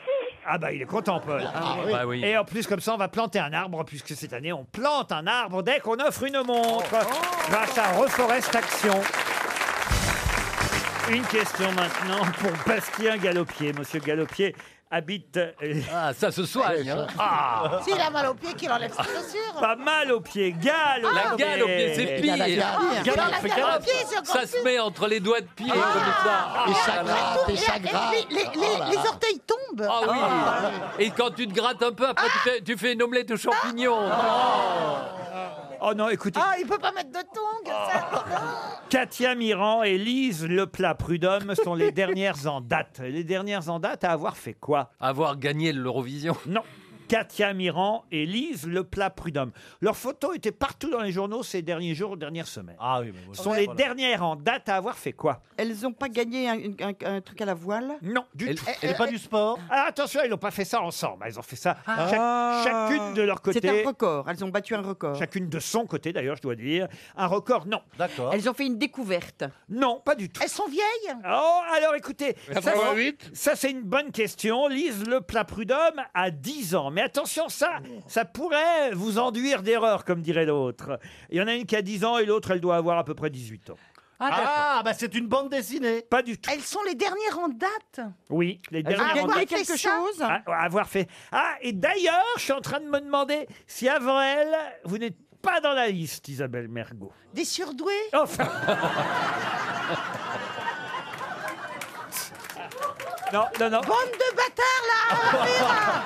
Speaker 4: Ah bah il est content Paul.
Speaker 9: Ah, oui. Bah oui.
Speaker 4: Et en plus comme ça on va planter un arbre puisque cette année on plante un arbre dès qu'on offre une montre
Speaker 9: Oh,
Speaker 4: grâce à Reforest Action. Une question maintenant pour Bastien Galopier. Monsieur Galopier habite... Ah ça se soigne.
Speaker 9: hein.
Speaker 4: Ah
Speaker 6: S'il bah. a mal au pied, qu'il enlève sa chaussure.
Speaker 4: pas mal au pied, gale au
Speaker 9: La
Speaker 4: pied.
Speaker 9: gale au pied, c'est pire.
Speaker 4: Gale,
Speaker 9: Ah,
Speaker 4: gale,
Speaker 9: gale,
Speaker 4: fais
Speaker 9: gale,
Speaker 4: gaffe.
Speaker 9: Ça se met entre les doigts de pied
Speaker 16: Ah. Et
Speaker 6: Ah.
Speaker 9: comme ça. Ah,
Speaker 16: ça gratte, et ça gratte.
Speaker 6: Les, les- les-
Speaker 9: Oh là
Speaker 6: les
Speaker 9: là.
Speaker 6: orteils tombent.
Speaker 9: Ah oui. Et quand tu te grattes un peu, après
Speaker 16: Ah.
Speaker 9: tu, fais, tu fais une omelette aux champignons.
Speaker 4: Oh non, écoutez. Oh.
Speaker 6: Ah, il peut pas mettre de tongs. ça.
Speaker 4: Katia Miran et Lise Leplat Prudhomme sont les dernières en date. Les dernières en date à avoir fait quoi
Speaker 9: Avoir gagné l'Eurovision.
Speaker 4: Non. Katia Miran et Lise Leplat Prudhomme. Leurs photos étaient partout dans les journaux ces derniers jours, dernières semaines.
Speaker 7: Ah oui,
Speaker 4: sont les dernières en date à avoir fait quoi
Speaker 5: Elles n'ont pas gagné un, un- un truc à la voile
Speaker 4: Non, du tout.
Speaker 5: elle est pas du
Speaker 7: sport
Speaker 4: ah, Attention, ils n'ont pas fait ça ensemble. Elles ont fait ça
Speaker 5: Ah.
Speaker 4: chac- chacune de leur côté.
Speaker 5: C'est un record. Elles ont battu un record.
Speaker 4: Chacune de son côté, d'ailleurs, je dois dire. Un record, non.
Speaker 7: D'accord.
Speaker 5: Elles ont fait une découverte.
Speaker 4: Non, pas du tout.
Speaker 6: Elles sont vieilles
Speaker 4: Oh, alors écoutez,
Speaker 5: La
Speaker 4: ça,
Speaker 5: Brava
Speaker 4: c'est- ça, c'est une bonne question. Lise Le Plat Prud'homme à 10 ans. Mais attention, ça, ça pourrait vous enduire d'erreur, comme dirait l'autre. Il y en a une qui a 10 ans et l'autre, elle doit avoir à peu près 18 ans.
Speaker 6: Ah, d'accord.
Speaker 7: Ah, bah c'est une bande dessinée.
Speaker 4: Pas du tout.
Speaker 6: Elles sont les dernières en date.
Speaker 4: Oui, les
Speaker 6: Elles ont
Speaker 4: dernières
Speaker 6: gagné
Speaker 4: en date.
Speaker 6: quelque chose
Speaker 4: Ah, ouais, Avoir fait. Ah, et d'ailleurs, je suis en train de me demander si avant elle, vous n'êtes pas dans la liste, Isabelle Mergot.
Speaker 6: Des surdoués
Speaker 4: Enfin. [laughs] Non, non, non.
Speaker 6: Bande de bâtards, là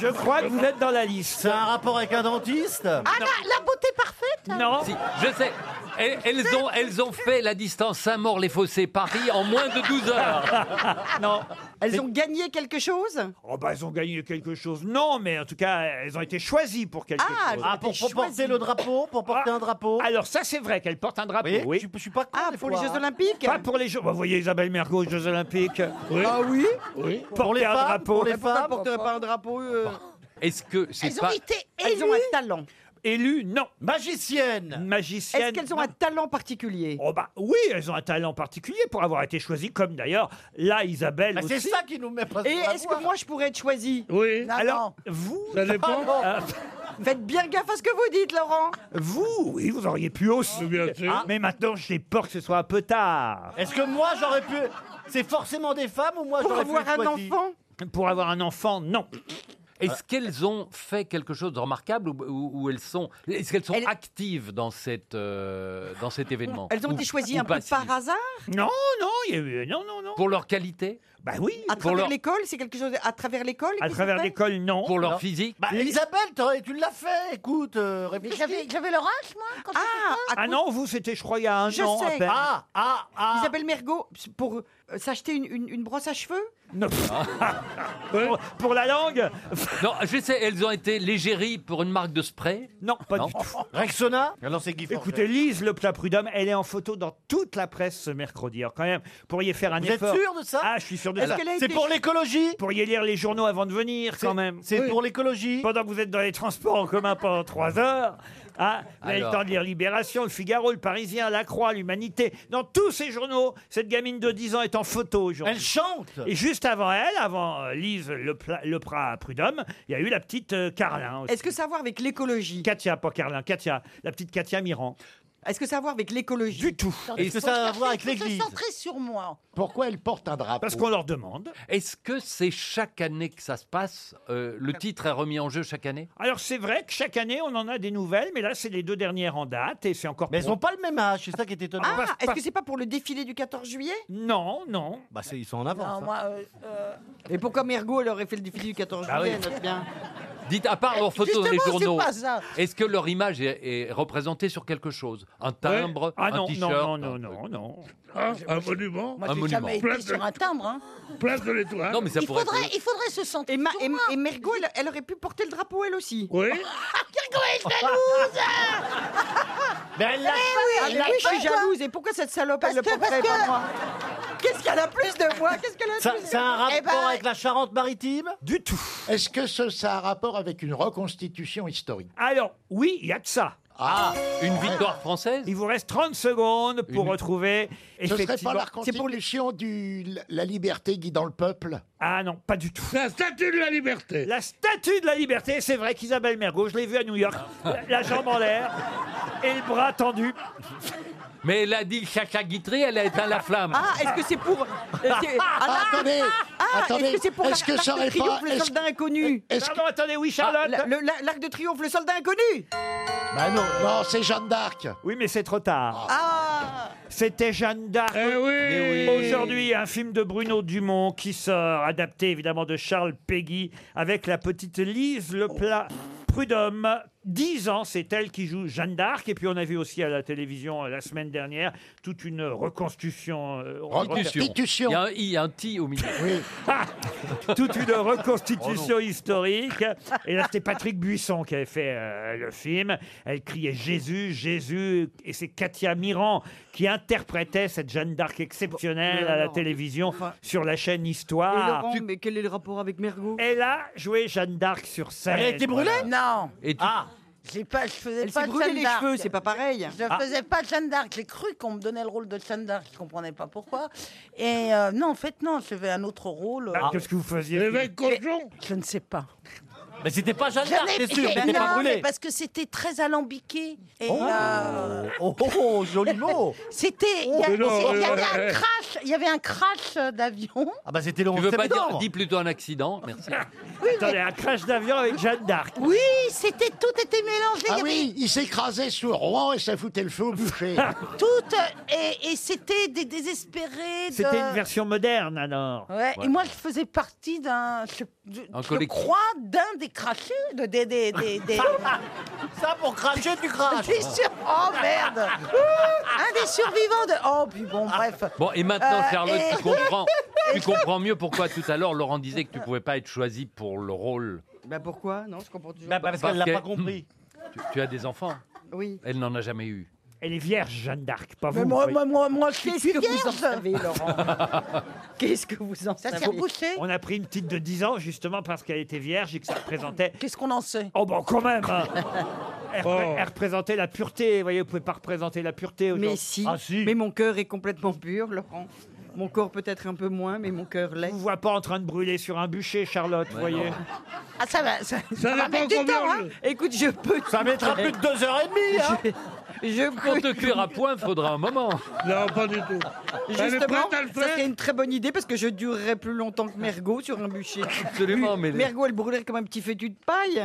Speaker 4: Je crois que vous êtes dans la liste.
Speaker 7: C'est un rapport avec un dentiste
Speaker 6: Ah, la, la beauté parfaite
Speaker 5: hein.
Speaker 6: là.
Speaker 9: Si, je sais. Elles, elles ont, elles ont fait la distance Saint-Maur-les-Fossés-Paris en moins de 12 heures.
Speaker 4: [laughs]
Speaker 5: [laughs]
Speaker 4: Non.
Speaker 5: Elles ont gagné quelque chose
Speaker 4: Oh bah elles ont gagné quelque chose. Non, mais en tout cas, elles ont été choisies pour quelque
Speaker 5: Ah,
Speaker 4: chose.
Speaker 5: elles ont Ah, pour- été pour porter choisies. le
Speaker 7: drapeau, pour porter un drapeau.
Speaker 4: Alors ça c'est vrai qu'elles portent un drapeau.
Speaker 7: Vous voyez,
Speaker 4: oui.
Speaker 7: je suis- je suis pas con, Ah, des pour fois, les Jeux hein.
Speaker 5: Olympiques
Speaker 4: Pas pour les Jeux. Bah, vous voyez Isabelle Mergo, Jeux Olympiques.
Speaker 5: Ah oui
Speaker 4: Oui.
Speaker 5: Pour
Speaker 4: Porter
Speaker 5: les
Speaker 4: un
Speaker 5: femmes,
Speaker 4: drapeau.
Speaker 5: pour les Pourquoi femmes, Bah, porteraient pas un euh. drapeau
Speaker 9: Est-ce que c'est pas.
Speaker 5: Elles ont un talent.
Speaker 4: Élues, non.
Speaker 7: Magicienne.
Speaker 4: Magicienne.
Speaker 5: Est-ce qu'elles ont un talent particulier
Speaker 4: Oh bah oui, elles ont un talent particulier pour avoir été choisies, comme d'ailleurs là Isabelle
Speaker 5: Bah, c'est
Speaker 4: aussi.
Speaker 5: ça
Speaker 7: qui nous met pas
Speaker 5: Et est-ce que moi je pourrais être choisie
Speaker 8: Oui.
Speaker 4: Alors vous,
Speaker 8: Ça dépend.
Speaker 5: euh,
Speaker 4: Ah,
Speaker 5: Faites bien gaffe à ce que vous dites, Laurent.
Speaker 4: [laughs] vous, oui, vous auriez pu aussi. Ah, mais maintenant j'ai peur que ce soit un peu tard.
Speaker 7: Est-ce que moi j'aurais pu. C'est forcément des femmes ou moi
Speaker 4: Pour
Speaker 7: j'aurais pu.
Speaker 4: avoir
Speaker 7: être
Speaker 4: un
Speaker 7: choisi
Speaker 4: enfant Pour avoir un enfant, non.
Speaker 9: Est-ce qu'elles ont fait quelque chose de remarquable ou, ou- ou elles sont est-ce qu'elles sont actives dans cette euh, dans cet événement
Speaker 5: Elles ont
Speaker 9: Ou-
Speaker 5: été choisies
Speaker 9: ou
Speaker 5: un peu
Speaker 9: passives
Speaker 5: par hasard
Speaker 4: Non, non, il y a eu- non, non, non.
Speaker 9: pour leur qualité
Speaker 4: Bah oui,
Speaker 5: À travers l'école, c'est quelque chose. À travers l'école qu'est-ce qu'on fait
Speaker 4: non.
Speaker 9: Pour leur
Speaker 7: Non.
Speaker 9: physique
Speaker 7: Bah, Elisabeth, t'aurais- tu l'as fait, écoute, euh,
Speaker 6: Mais
Speaker 7: réfléchis.
Speaker 6: j'avais j'avais leur âge, moi, quand ah,
Speaker 4: Ah non, vous, c'était, je crois, il y a un
Speaker 5: Je
Speaker 4: an à
Speaker 5: sais.
Speaker 4: peine.
Speaker 7: Ah, ah, ah.
Speaker 5: Isabelle Mergot, pour euh, s'acheter une, une- une brosse à cheveux
Speaker 4: Non.
Speaker 9: Ah.
Speaker 4: pour, pour la langue
Speaker 9: Non, je sais, elles ont été légéries pour une marque de spray
Speaker 4: Non, pas
Speaker 9: [laughs]
Speaker 4: du tout.
Speaker 7: Rexona Alors c'est Guy Forget.
Speaker 4: Écoutez, Lise Le Plat Prud'homme, elle est en photo dans toute la presse ce mercredi. Alors quand même, pourriez faire un
Speaker 7: Vous êtes
Speaker 4: effort.
Speaker 7: sûr de ça
Speaker 4: Ah, je suis sûr de
Speaker 7: Est-ce
Speaker 4: ça.
Speaker 7: qu'elle a C'est été- pour l'écologie
Speaker 4: Pourriez lire les journaux avant de venir quand même.
Speaker 7: c'est pour l'écologie.
Speaker 4: Pendant que vous êtes dans les transports en commun pendant trois heures, ah, vous avez le
Speaker 9: Alors.
Speaker 4: temps de lire Libération, Le Figaro, Le Parisien, La Croix, L'Humanité. Dans tous ces journaux, cette gamine de 10 ans est en photo aujourd'hui.
Speaker 7: Elle chante
Speaker 4: Et juste avant elle, avant euh, Lise Lepla- Lepra Prud'homme, il y a eu la petite euh, Carlin aussi.
Speaker 5: Est-ce que ça a à voir avec l'écologie
Speaker 4: Katia, pas Carlin, Katia, la petite Katia Miran.
Speaker 5: Est-ce que ça a à voir avec l'écologie
Speaker 4: Du tout.
Speaker 7: Est-ce que ça a à voir avec l'église
Speaker 6: Centré sur moi.
Speaker 7: Pourquoi elle porte un drapeau
Speaker 4: Parce qu'on leur demande.
Speaker 9: Est-ce que c'est chaque année que ça se passe Euh, Le titre est remis en jeu chaque année
Speaker 4: Alors c'est vrai que chaque année, on en a des nouvelles, mais là, c'est les deux dernières en date et c'est encore
Speaker 7: Mais elles
Speaker 4: pour-
Speaker 7: n'ont pas le même âge, c'est ça qui est étonnant.
Speaker 5: Ah,
Speaker 4: Parce-
Speaker 5: est-ce
Speaker 4: parce-
Speaker 5: que c'est pas pour le défilé du 14 juillet
Speaker 4: Non, non.
Speaker 7: Bah, c'est- ils sont en avance.
Speaker 6: Non,
Speaker 7: hein.
Speaker 6: moi, euh, euh,
Speaker 5: Et pourquoi Mergot, elle aurait fait le défilé du 14
Speaker 9: Ah
Speaker 5: juillet,
Speaker 9: oui.
Speaker 5: notre bien
Speaker 9: Dites, à part leurs photos dans les
Speaker 6: Justement, c'est
Speaker 9: journaux,
Speaker 6: pas ça.
Speaker 9: est-ce que leur image est, est représentée sur quelque chose Un timbre
Speaker 4: Ah
Speaker 9: Un
Speaker 4: non, non,
Speaker 9: t-shirt
Speaker 4: non,
Speaker 9: un
Speaker 4: non,
Speaker 9: truc
Speaker 4: non, non.
Speaker 8: Hein, un monument.
Speaker 6: moi, j'ai
Speaker 9: Un Ah, monument.
Speaker 6: jamais été
Speaker 8: Place de-
Speaker 6: sur un timbre. hein.
Speaker 8: Place de l'étoile.
Speaker 9: Non, mais ça
Speaker 6: Il,
Speaker 9: pourrait
Speaker 6: faudrait,
Speaker 9: être-
Speaker 6: il faudrait se sentir.
Speaker 5: Et, ma- et-
Speaker 6: sur moi.
Speaker 5: et Mergot, elle, elle aurait pu porter le drapeau, elle aussi. [laughs]
Speaker 8: Oui.
Speaker 7: Mais elle l'a
Speaker 5: Ah,
Speaker 6: Eh oui,
Speaker 5: mais oui, je suis
Speaker 6: pourquoi
Speaker 5: jalouse. Et pourquoi cette salope, elle
Speaker 6: Parce
Speaker 5: le
Speaker 6: que-
Speaker 5: porterait
Speaker 6: parce
Speaker 5: pas
Speaker 6: que-
Speaker 5: moi Qu'est-ce qu'elle a plus de moi Qu'est-ce qu'elle a
Speaker 7: Ça-
Speaker 5: plus de
Speaker 7: C'est un rapport
Speaker 6: Eh ben-
Speaker 7: avec la Charente-Maritime
Speaker 4: Du tout.
Speaker 16: Est-ce que ce- ça a un rapport avec une reconstitution historique
Speaker 4: Alors, oui, il y a que ça.
Speaker 9: Ah, une victoire française
Speaker 4: Il vous reste 30 secondes pour
Speaker 16: Une-
Speaker 4: retrouver.
Speaker 16: Ce serait
Speaker 4: effectivement-
Speaker 16: pas l'arc-en-ciel pour les chiens du la liberté guidant le peuple.
Speaker 4: Ah non, pas du tout.
Speaker 8: La statue de la liberté.
Speaker 4: La statue de la liberté, c'est vrai qu'Isabelle Mergo, je l'ai vue à New York,
Speaker 9: Ah.
Speaker 4: la, [laughs] la jambe en l'air et le bras tendu.
Speaker 9: Mais elle a dit Chacha Guitry, elle a éteint la flamme.
Speaker 4: Ah,
Speaker 5: est-ce que c'est pour.
Speaker 6: Ah,
Speaker 16: attendez, attendez,
Speaker 5: Est-ce que c'est pour
Speaker 16: est-ce que
Speaker 5: l'arc
Speaker 16: ça
Speaker 5: de
Speaker 16: aurait
Speaker 5: triomphe,
Speaker 16: pas-
Speaker 5: le
Speaker 16: est-ce-
Speaker 5: soldat inconnu
Speaker 16: est-ce
Speaker 4: Pardon, attendez, oui,
Speaker 5: Ah,
Speaker 4: Charlotte
Speaker 5: la- le- la- L'arc de triomphe, le soldat inconnu
Speaker 16: Bah non, non, c'est Jeanne d'Arc.
Speaker 4: Oui, mais c'est trop tard. C'était Jeanne d'Arc. Eh Aujourd'hui, un film de Bruno Dumont qui sort, adapté évidemment de Charles Peggy, avec la petite Lise Leplat. Prud'homme, 10 ans, c'est elle qui joue Jeanne d'Arc. Et puis on a vu aussi à la télévision euh, la semaine dernière toute une reconstitution. euh,
Speaker 9: Il y a un i, un ti au milieu.
Speaker 4: [laughs] toute une reconstitution historique. Et là, c'était Patrick Buisson qui avait fait euh, le film. Elle criait Jésus, Jésus. Et c'est Katia Miran qui interprétait cette Jeanne d'Arc exceptionnelle à la
Speaker 5: alors,
Speaker 4: télévision sur la chaîne
Speaker 5: Et
Speaker 4: Histoire.
Speaker 5: Laurent, mais quel est le rapport avec Mergo
Speaker 4: Ah. Elle a joué Jeanne d'Arc sur scène.
Speaker 5: Elle a été brûlée
Speaker 6: Non.
Speaker 9: Et tu-
Speaker 4: Ah
Speaker 6: J'ai pas, je faisais
Speaker 5: Elle
Speaker 6: pas
Speaker 5: s'est brûlé
Speaker 6: Jeanne
Speaker 5: les
Speaker 6: d'Arc.
Speaker 5: cheveux, c'est pas pareil.
Speaker 6: Je
Speaker 5: Ah.
Speaker 6: faisais pas Jeanne d'Arc. J'ai cru qu'on me donnait le rôle de Jeanne d'Arc. Je comprenais pas pourquoi. Et euh, non, en fait, non, je fais un autre rôle.
Speaker 4: Ah, Qu'est-ce que vous faisiez L'évêque
Speaker 8: cochon
Speaker 6: Je ne sais pas.
Speaker 7: Mais c'était pas Jeanne
Speaker 6: Je
Speaker 7: d'Arc,
Speaker 6: n'ai-
Speaker 7: c'est sûr,
Speaker 6: j'ai-
Speaker 7: mais t'es
Speaker 6: non,
Speaker 7: pas
Speaker 6: mais
Speaker 7: brûlé.
Speaker 6: parce que c'était très alambiqué. Et
Speaker 7: Oh.
Speaker 6: euh,
Speaker 7: Oh, oh, oh, joli mot.
Speaker 6: c'était. Il y, a-
Speaker 7: Oh, Mais non,
Speaker 6: il y avait
Speaker 7: euh,
Speaker 6: un
Speaker 7: euh.
Speaker 6: crash. Il y avait un crash euh, d'avion.
Speaker 9: Ah bah c'était le Tu
Speaker 7: 11
Speaker 9: veux pas dire,
Speaker 7: septembre.
Speaker 9: dis plutôt un accident, merci.
Speaker 4: Attendez, un crash d'avion avec Jeanne
Speaker 7: Ah.
Speaker 4: d'Arc.
Speaker 6: Oui, c'était tout était mélangé.
Speaker 16: Ah
Speaker 6: Il y avait-
Speaker 16: oui, il s'écrasait sur Rouen et ça foutait le feu au bûcher.
Speaker 6: Tout euh, et, et c'était des désespérés. de-
Speaker 4: [laughs] C'était une version moderne alors.
Speaker 6: Ouais, Et moi, je faisais partie d'un. Je, je-
Speaker 4: Un
Speaker 6: je
Speaker 4: collectif.
Speaker 6: crois d'un des cracheux. De, des, des, des, des-
Speaker 7: Ça, pour cracher, tu craches.
Speaker 6: Des sur- Oh merde Un des survivants de. Oh, puis bon,
Speaker 7: Ah.
Speaker 6: bref.
Speaker 9: Bon, et maintenant,
Speaker 6: Euh,
Speaker 9: Charlotte,
Speaker 6: et- [laughs]
Speaker 9: tu comprends, tu comprends mieux pourquoi tout à l'heure Laurent disait que tu pouvais pas être choisi pour le rôle.
Speaker 5: Bah pourquoi Non, je comprends
Speaker 4: Bah,
Speaker 5: toujours. pas.
Speaker 9: Tu, tu as des enfants
Speaker 5: [laughs] Oui.
Speaker 9: Elle n'en a jamais eu.
Speaker 4: Elle est vierge, Jeanne d'Arc, pas
Speaker 6: Mais
Speaker 4: vous.
Speaker 6: moi,
Speaker 4: oui.
Speaker 6: moi, moi, moi, je suis
Speaker 5: Qu'est-ce que vous en
Speaker 6: vierge.
Speaker 5: savez, Laurent Qu'est-ce que vous en
Speaker 6: Ça s'est
Speaker 5: savez
Speaker 6: repoussé.
Speaker 4: On a pris une petite de 10 ans justement parce qu'elle était vierge et que ça représentait.
Speaker 6: Qu'est-ce qu'on en sait
Speaker 4: Oh bon, quand même hein.
Speaker 6: [laughs]
Speaker 4: elle,
Speaker 5: Oh.
Speaker 4: repré- elle représentait la pureté, vous voyez, vous pouvez pas représenter la pureté aujourd'hui. Ah,
Speaker 5: Mais si. Mais mon cœur est complètement pur, Laurent. Mon corps peut-être un peu moins, mais mon cœur l'est.
Speaker 4: Je vous vois pas en train de brûler sur un bûcher, Charlotte, vous voyez.
Speaker 6: Ah, ça va. Ça,
Speaker 8: Ça dépend
Speaker 6: va mettre du
Speaker 8: combien
Speaker 6: temps, hein.
Speaker 8: le-
Speaker 5: Écoute, je peux.
Speaker 7: Ça mettra plus de deux heures et demie, hein.
Speaker 5: Je, je
Speaker 9: [laughs] Pour
Speaker 5: peux.
Speaker 9: te cuire à point, il faudra un moment.
Speaker 8: Non, pas du tout.
Speaker 9: Ben,
Speaker 8: Elle est
Speaker 5: Justement,
Speaker 8: prête à le
Speaker 5: ça serait
Speaker 8: faire
Speaker 5: une très bonne idée parce que je durerais plus longtemps que Mergot sur un bûcher.
Speaker 9: Absolument, mais-
Speaker 5: Mergot, elle brûlerait comme un petit fétu de paille.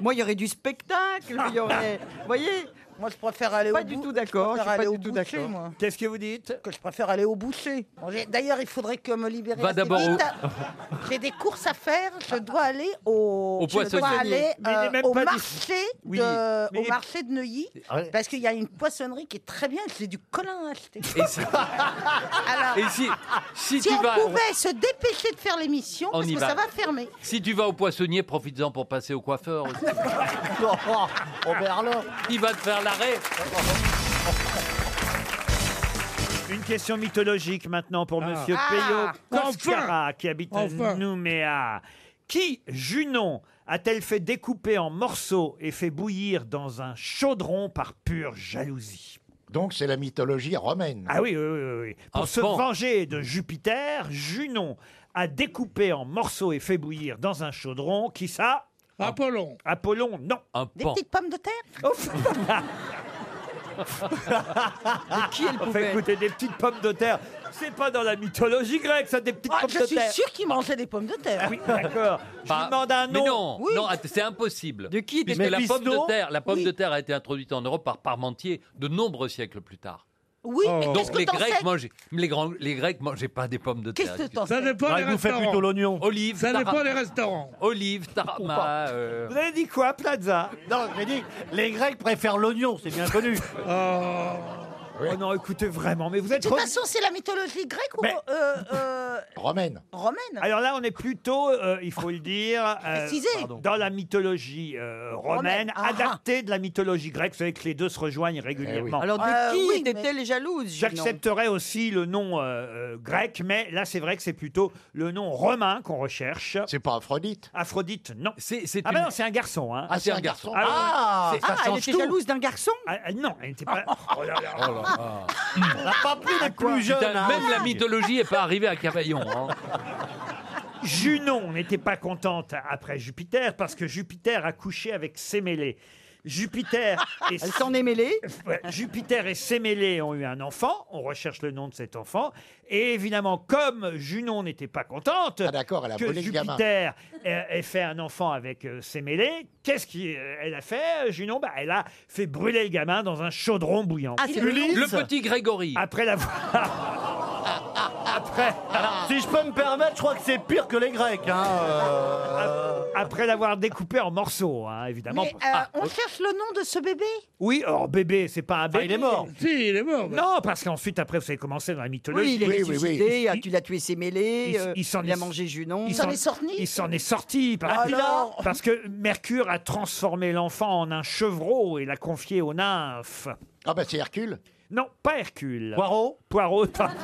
Speaker 5: Moi, il y aurait du spectacle. Il y aurait. Vous voyez
Speaker 6: Moi, je préfère aller
Speaker 5: Pas
Speaker 6: au
Speaker 5: du
Speaker 6: bout-
Speaker 5: tout d'accord,
Speaker 6: Je
Speaker 5: je suis
Speaker 6: préfère
Speaker 5: pas
Speaker 6: aller
Speaker 5: du
Speaker 6: au
Speaker 5: tout
Speaker 6: boucher,
Speaker 5: d'accord.
Speaker 6: moi.
Speaker 4: Qu'est-ce que vous dites
Speaker 6: Que je préfère aller au boucher. Bon, j'ai- D'ailleurs, il faudrait que me libérer.
Speaker 9: Va
Speaker 6: assez
Speaker 9: d'abord au-
Speaker 6: Ah. vite. J'ai des courses à faire. Je dois aller au.
Speaker 9: Au
Speaker 6: je dois
Speaker 9: poissonnier.
Speaker 6: aller
Speaker 4: Mais il est
Speaker 6: euh,
Speaker 4: même
Speaker 6: au
Speaker 4: pas dit-
Speaker 6: marché
Speaker 4: Oui,
Speaker 6: de
Speaker 4: mais- Ah
Speaker 6: au marché de Neuilly
Speaker 9: Ouais.
Speaker 6: parce qu'il y a une poissonnerie qui est très bien. J'ai du colin à acheter.
Speaker 9: Et si,
Speaker 6: [laughs] Alors,
Speaker 9: et si, si
Speaker 6: si
Speaker 9: tu
Speaker 6: on
Speaker 9: vas,
Speaker 6: pouvait se dépêcher de faire l'émission
Speaker 9: On
Speaker 6: parce
Speaker 9: y
Speaker 6: que
Speaker 9: va.
Speaker 6: ça va
Speaker 4: [laughs]
Speaker 6: fermer.
Speaker 9: si tu vas au poissonnier, profites-en pour passer au coiffeur. aussi.
Speaker 7: Oh, Robert Law.
Speaker 9: Il va te faire l'arrêt.
Speaker 4: Une question mythologique maintenant pour Monsieur
Speaker 6: Ah.
Speaker 4: Peyo
Speaker 8: Enfin.
Speaker 4: Koskara qui habite
Speaker 8: Enfin.
Speaker 4: Nouméa. Qui, Junon, a-t-elle fait découper en morceaux et fait bouillir dans un chaudron par pure jalousie
Speaker 16: Donc c'est la mythologie romaine.
Speaker 4: Ah oui, oui, oui, oui, oui. Pour
Speaker 9: Ah
Speaker 4: se
Speaker 9: bon.
Speaker 4: venger de Jupiter, Junon a découpé en morceaux et fait bouillir dans un chaudron. Qui ça
Speaker 8: Apollon.
Speaker 4: Apollon, non.
Speaker 9: Un
Speaker 6: Des
Speaker 9: pan.
Speaker 6: petites pommes de terre.
Speaker 4: Oh.
Speaker 6: [laughs] Ah,
Speaker 4: Qui elle pouvait fait écouter des petites pommes de terre. C'est pas dans la mythologie grecque, ça, des petites
Speaker 6: Ah,
Speaker 4: pommes
Speaker 6: je
Speaker 4: de
Speaker 6: suis
Speaker 4: terre.
Speaker 6: sûr qu'il mangeait des pommes de terre.
Speaker 4: Oui, d'accord. Je
Speaker 9: Pas-
Speaker 4: vous demande un
Speaker 9: Mais
Speaker 4: nom.
Speaker 9: non,
Speaker 6: Oui.
Speaker 9: non, att- c'est impossible.
Speaker 5: De qui
Speaker 9: Puisque
Speaker 5: des-
Speaker 9: la pomme de
Speaker 7: Mephisto
Speaker 9: terre, la pomme
Speaker 6: Oui.
Speaker 9: de terre a été introduite en Europe par Parmentier de nombreux siècles plus tard. Oh.
Speaker 6: Oui, mais qu'est-ce
Speaker 9: Donc
Speaker 6: que
Speaker 9: les
Speaker 6: t'en
Speaker 9: Grecs
Speaker 6: sais
Speaker 9: mangeaient, les grands, les Grecs mangeaient pas des pommes de terre.
Speaker 6: Qu'est-ce que t'en
Speaker 8: Ça
Speaker 6: sais
Speaker 8: dépend des
Speaker 7: il vous fait
Speaker 8: restaurants.
Speaker 7: plutôt l'oignon.
Speaker 9: Olive,
Speaker 8: Ça
Speaker 9: tara-
Speaker 8: dépend des restaurants.
Speaker 9: olive, tarama. euh,
Speaker 4: Vous avez dit quoi, Plaza
Speaker 7: Non, j'ai dit, les Grecs préfèrent l'oignon, c'est
Speaker 4: [laughs]
Speaker 7: bien connu.
Speaker 8: Oh.
Speaker 4: Oh non, écoutez vraiment, mais vous êtes
Speaker 6: De toute
Speaker 4: revenus-
Speaker 6: façon, c'est la mythologie grecque ou
Speaker 4: Mais-
Speaker 6: euh, euh,
Speaker 4: Romaine.
Speaker 6: Romaine.
Speaker 4: Alors là, on est plutôt, euh, il faut le dire,
Speaker 6: Précisé.
Speaker 4: pardon, dans la mythologie euh, romaine,
Speaker 6: Romaine, ah,
Speaker 4: adaptée de la mythologie grecque. Vous savez que les deux se
Speaker 7: Eh
Speaker 4: rejoignent régulièrement. Euh,
Speaker 5: Alors de qui était-elle jalouse
Speaker 4: J'accepterais aussi le nom euh, euh, grec, mais là, c'est vrai que c'est plutôt le nom romain qu'on recherche. C'est pas Aphrodite Aphrodite, non. ah ben
Speaker 9: une-
Speaker 4: non, c'est un garçon. hein.
Speaker 9: Ah, c'est un garçon.
Speaker 4: Ah,
Speaker 9: Ah,
Speaker 4: c'est- Oh,
Speaker 9: ah, elle était jalouse
Speaker 5: d'un garçon
Speaker 4: Non, Ah, elle n'était pas... Oh là là.
Speaker 9: On n'a pas pris les
Speaker 4: plus jeunes, hein.
Speaker 9: même la mythologie n'est pas arrivée à Cavaillon. hein.
Speaker 4: Junon n'était pas contente après Jupiter parce que Jupiter a couché avec Sémélé.
Speaker 16: [laughs]
Speaker 4: Jupiter et
Speaker 5: Elle s'en est mêlée
Speaker 4: Ouais, Jupiter et Sémélé ont eu un enfant. On recherche le nom de cet enfant. Et évidemment, comme Junon n'était pas contente
Speaker 16: Ah, elle a
Speaker 4: que
Speaker 16: volé le gamin.
Speaker 4: Jupiter ait, ait fait un enfant avec euh, Sémélé, qu'est-ce qu'elle a fait, euh, Junon Bah, Elle a fait brûler le gamin dans un chaudron bouillant.
Speaker 9: Ah, c'est le nom. Le petit Grégory.
Speaker 4: Après
Speaker 7: [laughs]
Speaker 4: l'avoir... Après,
Speaker 7: si je peux me permettre, je crois que c'est pire que les Grecs. Hein,
Speaker 4: Euh, Après l'avoir découpé en morceaux, hein, évidemment.
Speaker 6: Mais, euh,
Speaker 4: Ah,
Speaker 6: on
Speaker 4: oh.
Speaker 6: cherche le nom de ce bébé
Speaker 4: Oui, or bébé, c'est pas un bébé.
Speaker 5: il est mort.
Speaker 4: Si, il est mort. Non, parce qu'ensuite, après, vous avez commencé dans la mythologie.
Speaker 5: Oui, il est ressuscité, ah, tu l'as tué ses mêlées,
Speaker 4: il-
Speaker 5: euh,
Speaker 4: il s'en
Speaker 5: il a
Speaker 4: est-
Speaker 5: mangé Junon.
Speaker 4: s'en- Il s'en est sorti. Parce,
Speaker 5: Ah, Alors
Speaker 4: parce que Mercure a transformé l'enfant en un chevreau et l'a confié aux nymphes. Ah bah c'est Hercule Non, pas Hercule.
Speaker 7: Poirot
Speaker 4: Poirot, [laughs] pardon.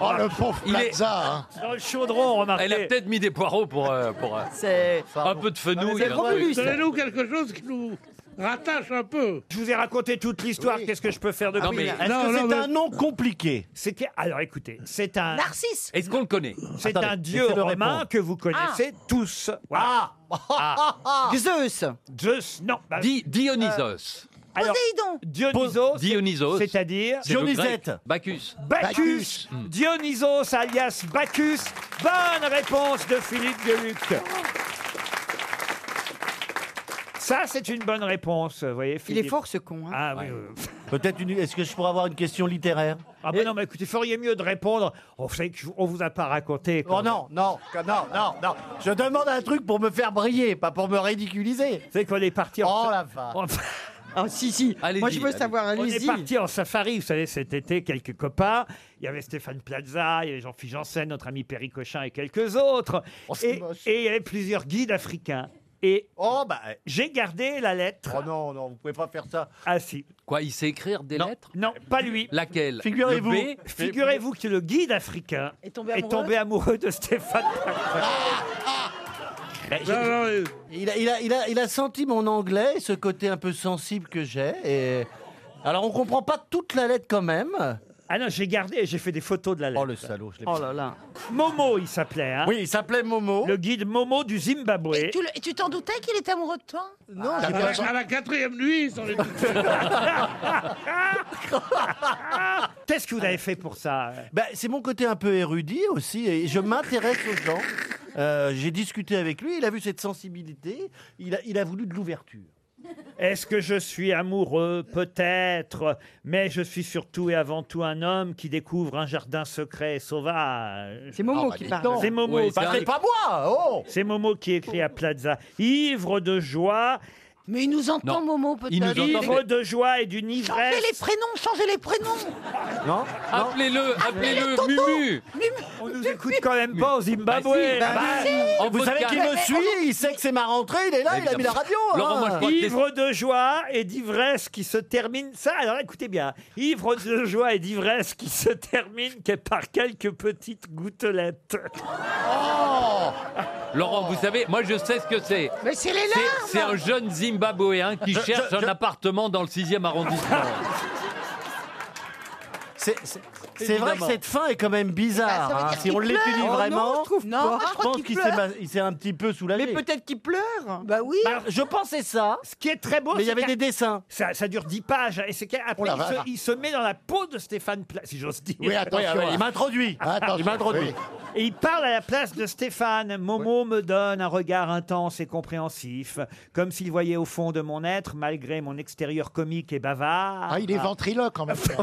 Speaker 16: Oh, le pauvre
Speaker 9: Il est-
Speaker 16: Plaza, hein.
Speaker 4: Dans le chaudron, remarquez.
Speaker 9: Elle a peut-être mis des poireaux pour, euh, pour euh,
Speaker 5: C'est-
Speaker 9: un peu de
Speaker 4: Ah,
Speaker 9: fenouil. hein. un truc.
Speaker 8: Donnez-nous quelque chose qui nous rattache un peu.
Speaker 4: Je vous ai raconté toute l'histoire. Qu'est-ce que je peux faire de
Speaker 9: Non,
Speaker 4: plus
Speaker 9: mais-
Speaker 4: Ah là
Speaker 9: Est-ce que c'est un
Speaker 7: nom compliqué
Speaker 4: C'était alors écoutez, c'est un
Speaker 6: Narcisse.
Speaker 9: Est-ce qu'on le connaît
Speaker 4: C'est
Speaker 9: Attendez,
Speaker 4: un dieu
Speaker 9: laissez-le
Speaker 4: romain
Speaker 9: répondre.
Speaker 4: que vous connaissez tous.
Speaker 9: Ah.
Speaker 5: Zeus.
Speaker 4: Zeus, non. bah-
Speaker 9: Di- Dionysos.
Speaker 4: Alors, Dionysos.
Speaker 9: Dionysos.
Speaker 4: C'est-à-dire
Speaker 9: C'est le grec. Bacchus.
Speaker 4: Bacchus.
Speaker 7: Hmm.
Speaker 4: Dionysos alias Bacchus. Bonne réponse de Philippe Deluc. Ça, c'est une bonne réponse, vous voyez, Philippe.
Speaker 5: fort, ce con, hein.
Speaker 4: Ah, oui,
Speaker 7: Ouais.
Speaker 4: oui.
Speaker 7: Peut-être une. Est-ce que je pourrais avoir une question littéraire
Speaker 4: Ah, ben non, mais écoutez, feriez mieux de répondre. On sait qu'on vous a pas raconté.
Speaker 7: Oh non, non, que- non, non, non. Je demande un truc pour me faire briller, pas pour me ridiculiser.
Speaker 4: C'est qu'on est parti
Speaker 7: en. Oh la vache.
Speaker 5: Ah si, si. Moi, je veux savoir,
Speaker 4: On est
Speaker 5: allez-y.
Speaker 4: parti en safari, vous savez, cet été, quelques copains. Il y avait Stéphane Plaza, il y avait Jean-Philippe Janssen, notre ami Perry Cochin et quelques autres.
Speaker 7: Oh, c'est
Speaker 4: et, et il y avait plusieurs guides africains. Et
Speaker 7: oh, bah,
Speaker 4: j'ai gardé la lettre.
Speaker 7: Oh non, non, vous pouvez pas faire ça.
Speaker 4: Ah si.
Speaker 9: Quoi, il sait écrire des lettres
Speaker 4: Non, pas lui.
Speaker 9: Eh, Laquelle
Speaker 4: Figurez-vous
Speaker 9: Le B
Speaker 4: figurez-vous que le guide africain
Speaker 6: est tombé amoureux,
Speaker 4: amoureux de Stéphane
Speaker 7: Ah,
Speaker 4: Plaza.
Speaker 7: Eh, Il a, il, a, il, a, il a senti mon anglais, ce côté un peu sensible que j'ai. Et... Alors, on comprend pas toute la lettre quand même.
Speaker 4: Ah non, j'ai gardé, j'ai fait des photos de la lettre.
Speaker 7: Oh le salaud, je l'ai
Speaker 4: Oh là là. Momo, il s'appelait. Hein.
Speaker 7: Oui, il s'appelait Momo.
Speaker 4: Le guide Momo du Zimbabwe.
Speaker 6: Et Ah, bah, tu le- et tu t'en doutais qu'il était amoureux de toi
Speaker 7: Non,
Speaker 8: À la, à la quatrième nuit, ils sont les
Speaker 4: Qu'est-ce que vous avez fait pour ça
Speaker 7: Bah, Ah. c'est mon côté un peu érudit aussi, et je m'intéresse aux gens. Euh, J'ai discuté avec lui, il a vu cette sensibilité, il a, il a voulu de l'ouverture.
Speaker 4: Est-ce que je suis amoureux Peut-être, mais je suis surtout et avant tout un homme qui découvre un jardin secret et sauvage.
Speaker 5: C'est Momo Ah, bah, qui dis parle. donc.
Speaker 4: C'est Momo.
Speaker 5: Oui, c'est Bah, un- c'est pas moi, oh
Speaker 4: C'est Momo qui écrit à Plaza. Ivre de joie.
Speaker 6: Mais il nous entend, Momo, peut-être. Il nous entend,
Speaker 4: Ivre
Speaker 6: mais-
Speaker 4: de joie et d'une
Speaker 6: Changez
Speaker 4: ivresse.
Speaker 6: les prénoms, changez les prénoms
Speaker 7: Non
Speaker 9: Appelez-le, appelez-le
Speaker 6: Tonton
Speaker 9: Mumu.
Speaker 4: On nous écoute quand même pas au Zimbabwe.
Speaker 7: Bah, si.
Speaker 9: en
Speaker 7: Vous savez
Speaker 9: podcast.
Speaker 7: qu'il me
Speaker 4: Eh,
Speaker 7: suit, il sait que c'est ma rentrée, il est là, il a mis la radio. hein.
Speaker 4: Ivre de joie et d'ivresse qui se termine. Ça, alors écoutez bien. Ivre de joie et d'ivresse qui se termine que par quelques petites gouttelettes.
Speaker 9: Oh Laurent, vous savez, moi je sais ce que c'est.
Speaker 6: Mais c'est les
Speaker 9: C'est-
Speaker 6: larmes
Speaker 9: C'est un jeune Zimbabwéen qui
Speaker 7: Je-
Speaker 9: cherche
Speaker 7: je-
Speaker 9: un
Speaker 7: je-
Speaker 9: appartement dans le 6e
Speaker 4: [laughs]
Speaker 9: arrondissement.
Speaker 7: C'est- c'est- C'est vrai que
Speaker 9: Évidemment.
Speaker 7: cette fin est quand même
Speaker 5: Bah,
Speaker 7: bizarre.
Speaker 5: ça veut
Speaker 7: hein.
Speaker 5: dire
Speaker 7: Si on
Speaker 5: qu'il pleure.
Speaker 7: l'étudie
Speaker 5: Oh non,
Speaker 7: vraiment,
Speaker 5: je trouve Non, pas. moi, je crois
Speaker 7: pense
Speaker 5: qu'il
Speaker 7: qu'il s'est
Speaker 5: pleure.
Speaker 7: ma- il s'est un petit peu soulagé.
Speaker 5: Mais peut-être qu'il pleure.
Speaker 6: Bah oui.
Speaker 7: Bah, je pensais ça.
Speaker 4: Ce qui est très beau,
Speaker 7: Mais il y
Speaker 4: Oh, c'est
Speaker 7: avait
Speaker 4: qu'à-
Speaker 7: des dessins.
Speaker 4: Ça, ça dure 10 pages. Et c'est
Speaker 7: Oh
Speaker 4: qu'après,
Speaker 7: la
Speaker 4: il, se-
Speaker 7: vache.
Speaker 4: il se met dans la peau de Stéphane Plaza, si j'ose dire.
Speaker 7: Oui, attention, Oui, oui, il hein. m'introduit.
Speaker 4: Ah,
Speaker 7: Attention, Il m'introduit. oui.
Speaker 4: Et il parle à la place de Stéphane. Momo me donne un regard intense et compréhensif, comme s'il voyait au fond de mon être, malgré mon extérieur comique et bavard.
Speaker 16: Ah, il est ventriloque en même
Speaker 4: [laughs]
Speaker 16: temps.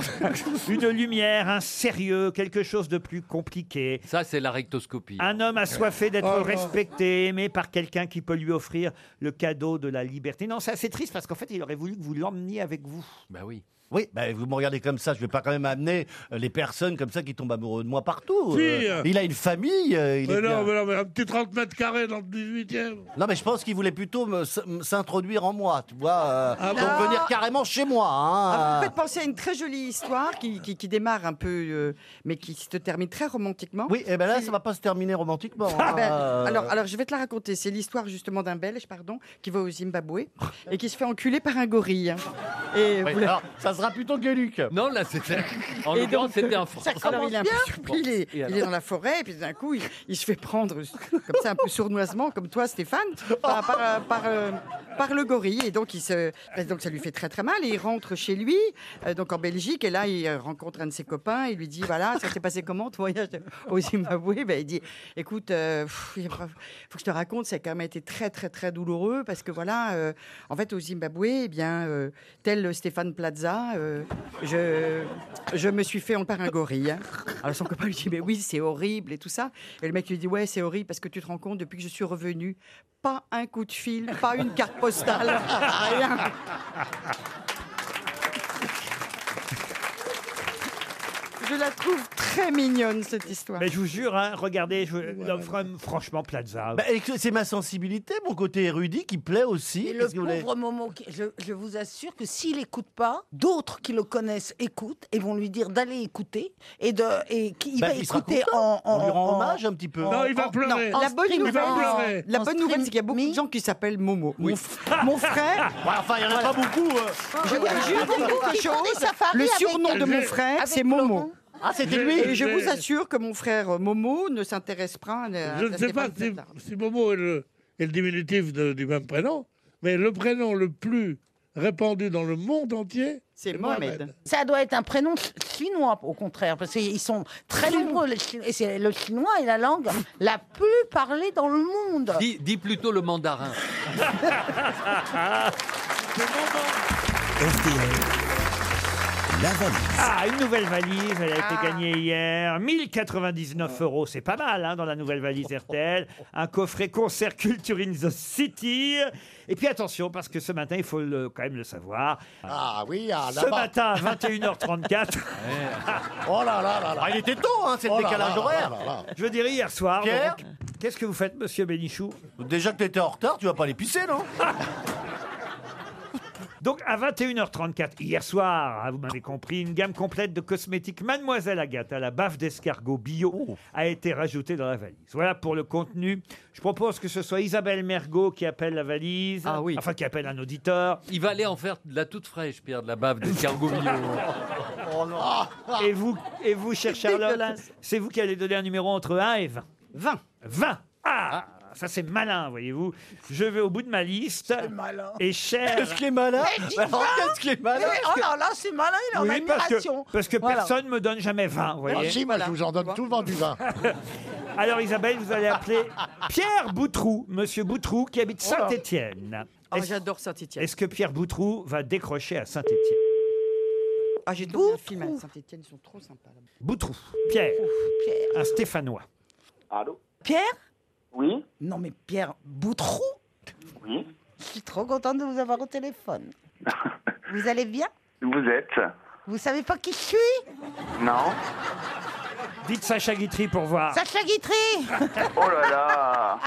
Speaker 4: Une lumière, un sérieux, quelque chose de plus compliqué.
Speaker 9: Ça, c'est la rectoscopie.
Speaker 4: Un homme assoiffé d'être
Speaker 9: Oh non.
Speaker 4: respecté, aimé par quelqu'un qui peut lui offrir le cadeau de la liberté. Non, c'est assez triste parce qu'en fait, il aurait voulu que vous l'emmeniez avec vous.
Speaker 9: Bah oui.
Speaker 7: Oui, bah, vous me regardez comme ça, je vais pas quand même amener euh, les personnes comme ça qui tombent amoureux de moi partout.
Speaker 8: Si,
Speaker 7: euh,
Speaker 8: euh.
Speaker 7: il a une famille. euh, il
Speaker 8: Mais
Speaker 7: est bien.
Speaker 8: non, mais non, mais un petit 30 mètres carrés dans le 18e.
Speaker 7: Non, mais je pense qu'il voulait plutôt me s- me s'introduire en moi, tu vois. euh,
Speaker 5: Ah
Speaker 7: donc
Speaker 5: bon
Speaker 7: venir carrément chez moi. hein.
Speaker 5: Ah, vous me faites penser à une très jolie histoire qui, qui- qui démarre un peu, euh, mais qui se termine très romantiquement.
Speaker 7: Oui, et ben là, ça va pas se terminer romantiquement.
Speaker 5: Ah ben,
Speaker 7: hein.
Speaker 5: alors, alors, je vais te la raconter. C'est l'histoire justement d'un Belge, pardon, qui va au Zimbabwe et qui se fait enculer par un gorille. Et
Speaker 7: Oui,
Speaker 5: voilà.
Speaker 7: alors, ça sera plutôt que Luc.
Speaker 9: Non, là,
Speaker 7: [laughs]
Speaker 9: c'était. En
Speaker 5: Et
Speaker 9: l'occurrence,
Speaker 5: donc,
Speaker 9: c'était un
Speaker 5: euh,
Speaker 9: Français.
Speaker 5: ça commence bien, puis [laughs] il est,
Speaker 9: Et alors
Speaker 5: il est dans la forêt, et puis d'un coup, il, il se fait prendre comme ça, un peu sournoisement, comme toi, Stéphane, par, par, euh, par, euh, par le gorille. Et donc, il se, et donc, ça lui fait très très mal. Et il rentre chez lui, euh, donc en Belgique, et là, il euh, rencontre un de ses copains, il lui dit Voilà, ça s'est passé comment ton voyage au Zimbabwe Ben, Il dit Écoute, euh, pff, il faut que je te raconte, ça a quand même été très très très douloureux, parce que voilà, euh, en fait, au Zimbabwe, eh bien, euh, tel Stéphane Plaza, euh, je, je me suis fait en par un gorille. hein. Alors son copain lui dit, mais oui, c'est horrible et tout ça. Et le mec lui dit, ouais, c'est horrible parce que tu te rends compte, depuis que je suis revenu, pas un coup de fil, pas une carte postale, [laughs] rien. Je la trouve très mignonne, cette histoire.
Speaker 4: Mais je vous jure, hein, regardez, je, non, fran- franchement, Plaza.
Speaker 7: Bah, et que c'est ma sensibilité, mon côté érudit qui plaît aussi.
Speaker 6: Et le
Speaker 7: qu'est-ce que vous voulez
Speaker 6: pauvre Momo, qui- je, je vous assure que s'il écoute pas, d'autres qui le connaissent écoutent et vont lui dire d'aller écouter et de et qu'il
Speaker 7: Bah,
Speaker 6: va
Speaker 7: il sera
Speaker 6: écouter en,
Speaker 7: content.
Speaker 6: en-
Speaker 7: On lui rend
Speaker 6: en-
Speaker 7: hommage un petit peu.
Speaker 6: en-
Speaker 7: Non, il va
Speaker 6: en-
Speaker 7: pleurer.
Speaker 6: en
Speaker 5: La bonne
Speaker 6: stream-
Speaker 5: nouvelle,
Speaker 6: en-
Speaker 5: la
Speaker 6: en
Speaker 5: bonne nouvelle, c'est qu'il y a beaucoup de gens qui s'appellent Momo. Mon, f- mon frère.
Speaker 7: [laughs] Ouais, enfin, il y en a pas beaucoup. euh.
Speaker 5: Je vous jure quelque chose.
Speaker 6: safaris
Speaker 5: Le
Speaker 6: avec-
Speaker 5: surnom de mon
Speaker 6: avec-
Speaker 5: frère,
Speaker 6: avec
Speaker 5: c'est Momo.
Speaker 7: Ah, c'était
Speaker 8: lui.
Speaker 5: Et je
Speaker 8: J'ai-
Speaker 5: vous assure que mon frère euh, Momo ne s'intéresse pas à. à
Speaker 8: Je ne sais pas
Speaker 5: Stéphane
Speaker 6: hein.
Speaker 8: si,
Speaker 5: Plaza.
Speaker 8: si Momo est le, est le diminutif de- du même prénom, mais le prénom le plus répandu dans le monde entier,
Speaker 5: c'est
Speaker 6: Ça doit être un prénom ch- chinois, au contraire, parce qu'ils sont très nombreux. Les Chinois, et c'est le chinois est la langue la plus parlée dans le monde.
Speaker 9: Dis, dis plutôt le
Speaker 4: [laughs]
Speaker 9: mandarin.
Speaker 4: La valise. Ah, une nouvelle valise, elle a
Speaker 5: Ah.
Speaker 4: été gagnée hier. 1099 euros, c'est pas mal hein, dans la nouvelle valise RTL. Un coffret concert Culture in the City. Et puis attention, parce que ce matin, il faut le- quand même le savoir.
Speaker 16: Ah oui, ah,
Speaker 4: ce
Speaker 16: là-bas.
Speaker 4: matin à 21h34.
Speaker 16: Oh là là là là.
Speaker 7: Ah, il était tôt, hein, c'est le
Speaker 16: Oh là
Speaker 7: décalage
Speaker 16: là là
Speaker 7: horaire.
Speaker 16: là là.
Speaker 4: Je veux dire, hier soir,
Speaker 7: Pierre
Speaker 4: donc, qu'est-ce que vous faites, monsieur Bénichou
Speaker 7: Déjà que t'étais en retard, tu vas pas les pisser, non
Speaker 4: [laughs] Donc à 21h34, hier soir, hein, vous m'avez compris, une gamme complète de cosmétiques Mademoiselle Agathe à la baffe d'escargot bio
Speaker 16: Oh.
Speaker 4: a été rajoutée dans la valise. Voilà pour le contenu. Je propose que ce soit Isabelle Mergot qui appelle la valise. Enfin, qui appelle un auditeur.
Speaker 9: Il va aller en faire de la toute fraîche, Pierre, de la bave d'escargot mignon.
Speaker 6: Oh,
Speaker 4: Ah. Et vous, et vous, chère Charlotte,
Speaker 9: dégueulasse.
Speaker 4: c'est vous qui allez donner un numéro entre 1 et 20.
Speaker 5: 20.
Speaker 4: 20. Ah, ça c'est malin, voyez-vous. Je vais au bout de ma liste.
Speaker 6: malin.
Speaker 4: Et cher.
Speaker 7: Qu'est-ce qui est malin
Speaker 6: Mais dis pas
Speaker 7: Qu'est-ce qui est
Speaker 6: Mais
Speaker 7: malin
Speaker 6: oh là là, c'est malin, il est en
Speaker 4: Oui, parce que,
Speaker 6: admiration.
Speaker 4: parce que
Speaker 6: Voilà.
Speaker 4: personne ne me donne jamais 20, vous voyez.
Speaker 16: Ah, si, moi, je vous en donne tout le vent du vin.
Speaker 4: [laughs] Alors Isabelle, vous allez appeler Pierre Boutrou, monsieur Boutrou, qui habite
Speaker 5: Oh là.
Speaker 4: Saint-Étienne.
Speaker 5: Oh,
Speaker 4: Est-ce-
Speaker 5: j'adore Saint-Etienne.
Speaker 4: Est-ce que Pierre Boutrou va décrocher à Saint-Étienne
Speaker 5: Ah, j'ai tourné un film à Saint-Etienne, ils sont trop sympas. là-bas.
Speaker 4: Boutrou, Pierre, un Stéphanois.
Speaker 18: Allô
Speaker 6: Pierre
Speaker 18: Oui
Speaker 6: Non mais Pierre Boutrou
Speaker 18: Oui
Speaker 6: Je suis trop contente de vous avoir
Speaker 18: [laughs]
Speaker 6: au téléphone. vous allez bien
Speaker 18: Vous êtes
Speaker 6: Vous savez pas qui je suis
Speaker 18: Non
Speaker 4: Dites Sacha Guitry pour
Speaker 9: Ah.
Speaker 4: voir.
Speaker 6: Sacha Guitry
Speaker 18: [laughs] Oh là là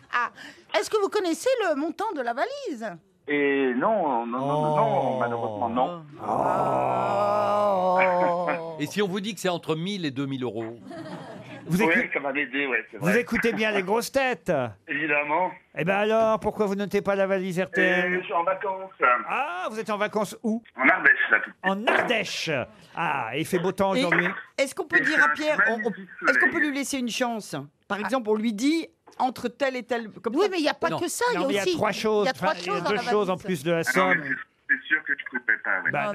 Speaker 6: [laughs] Est-ce que vous connaissez le montant de la valise
Speaker 18: Et non, non, non, non,
Speaker 9: Oh.
Speaker 18: non, malheureusement non.
Speaker 6: Oh.
Speaker 9: Et si on vous dit que c'est entre 1000 et 2000 euros
Speaker 4: Vous
Speaker 18: [laughs] Oui, ça va m'aider, ouais, c'est
Speaker 4: Vous
Speaker 18: vrai.
Speaker 4: écoutez bien les grosses têtes
Speaker 18: Évidemment.
Speaker 4: Eh ben alors, pourquoi vous notez pas la valise
Speaker 18: Et je
Speaker 4: RTL
Speaker 18: suis en vacances.
Speaker 4: Ah, vous êtes en vacances où
Speaker 18: En Ardèche, là. tout de suite.
Speaker 4: En Ardèche. Ah, il fait beau temps
Speaker 5: Et
Speaker 4: aujourd'hui.
Speaker 5: Est-ce qu'on peut dire à Pierre, on- on- est-ce qu'on peut lui laisser une chance Par exemple, on lui dit entre tel et tel. Comme oui,
Speaker 6: mais il n'y a pas
Speaker 4: Non.
Speaker 6: que ça,
Speaker 4: Non, mais
Speaker 6: il y a aussi.
Speaker 4: trois choses. Enfin, il y a deux choses en plus de la somme.
Speaker 18: C'est sûr que je ne pouvais pas, ouais.
Speaker 6: Oh
Speaker 4: Bah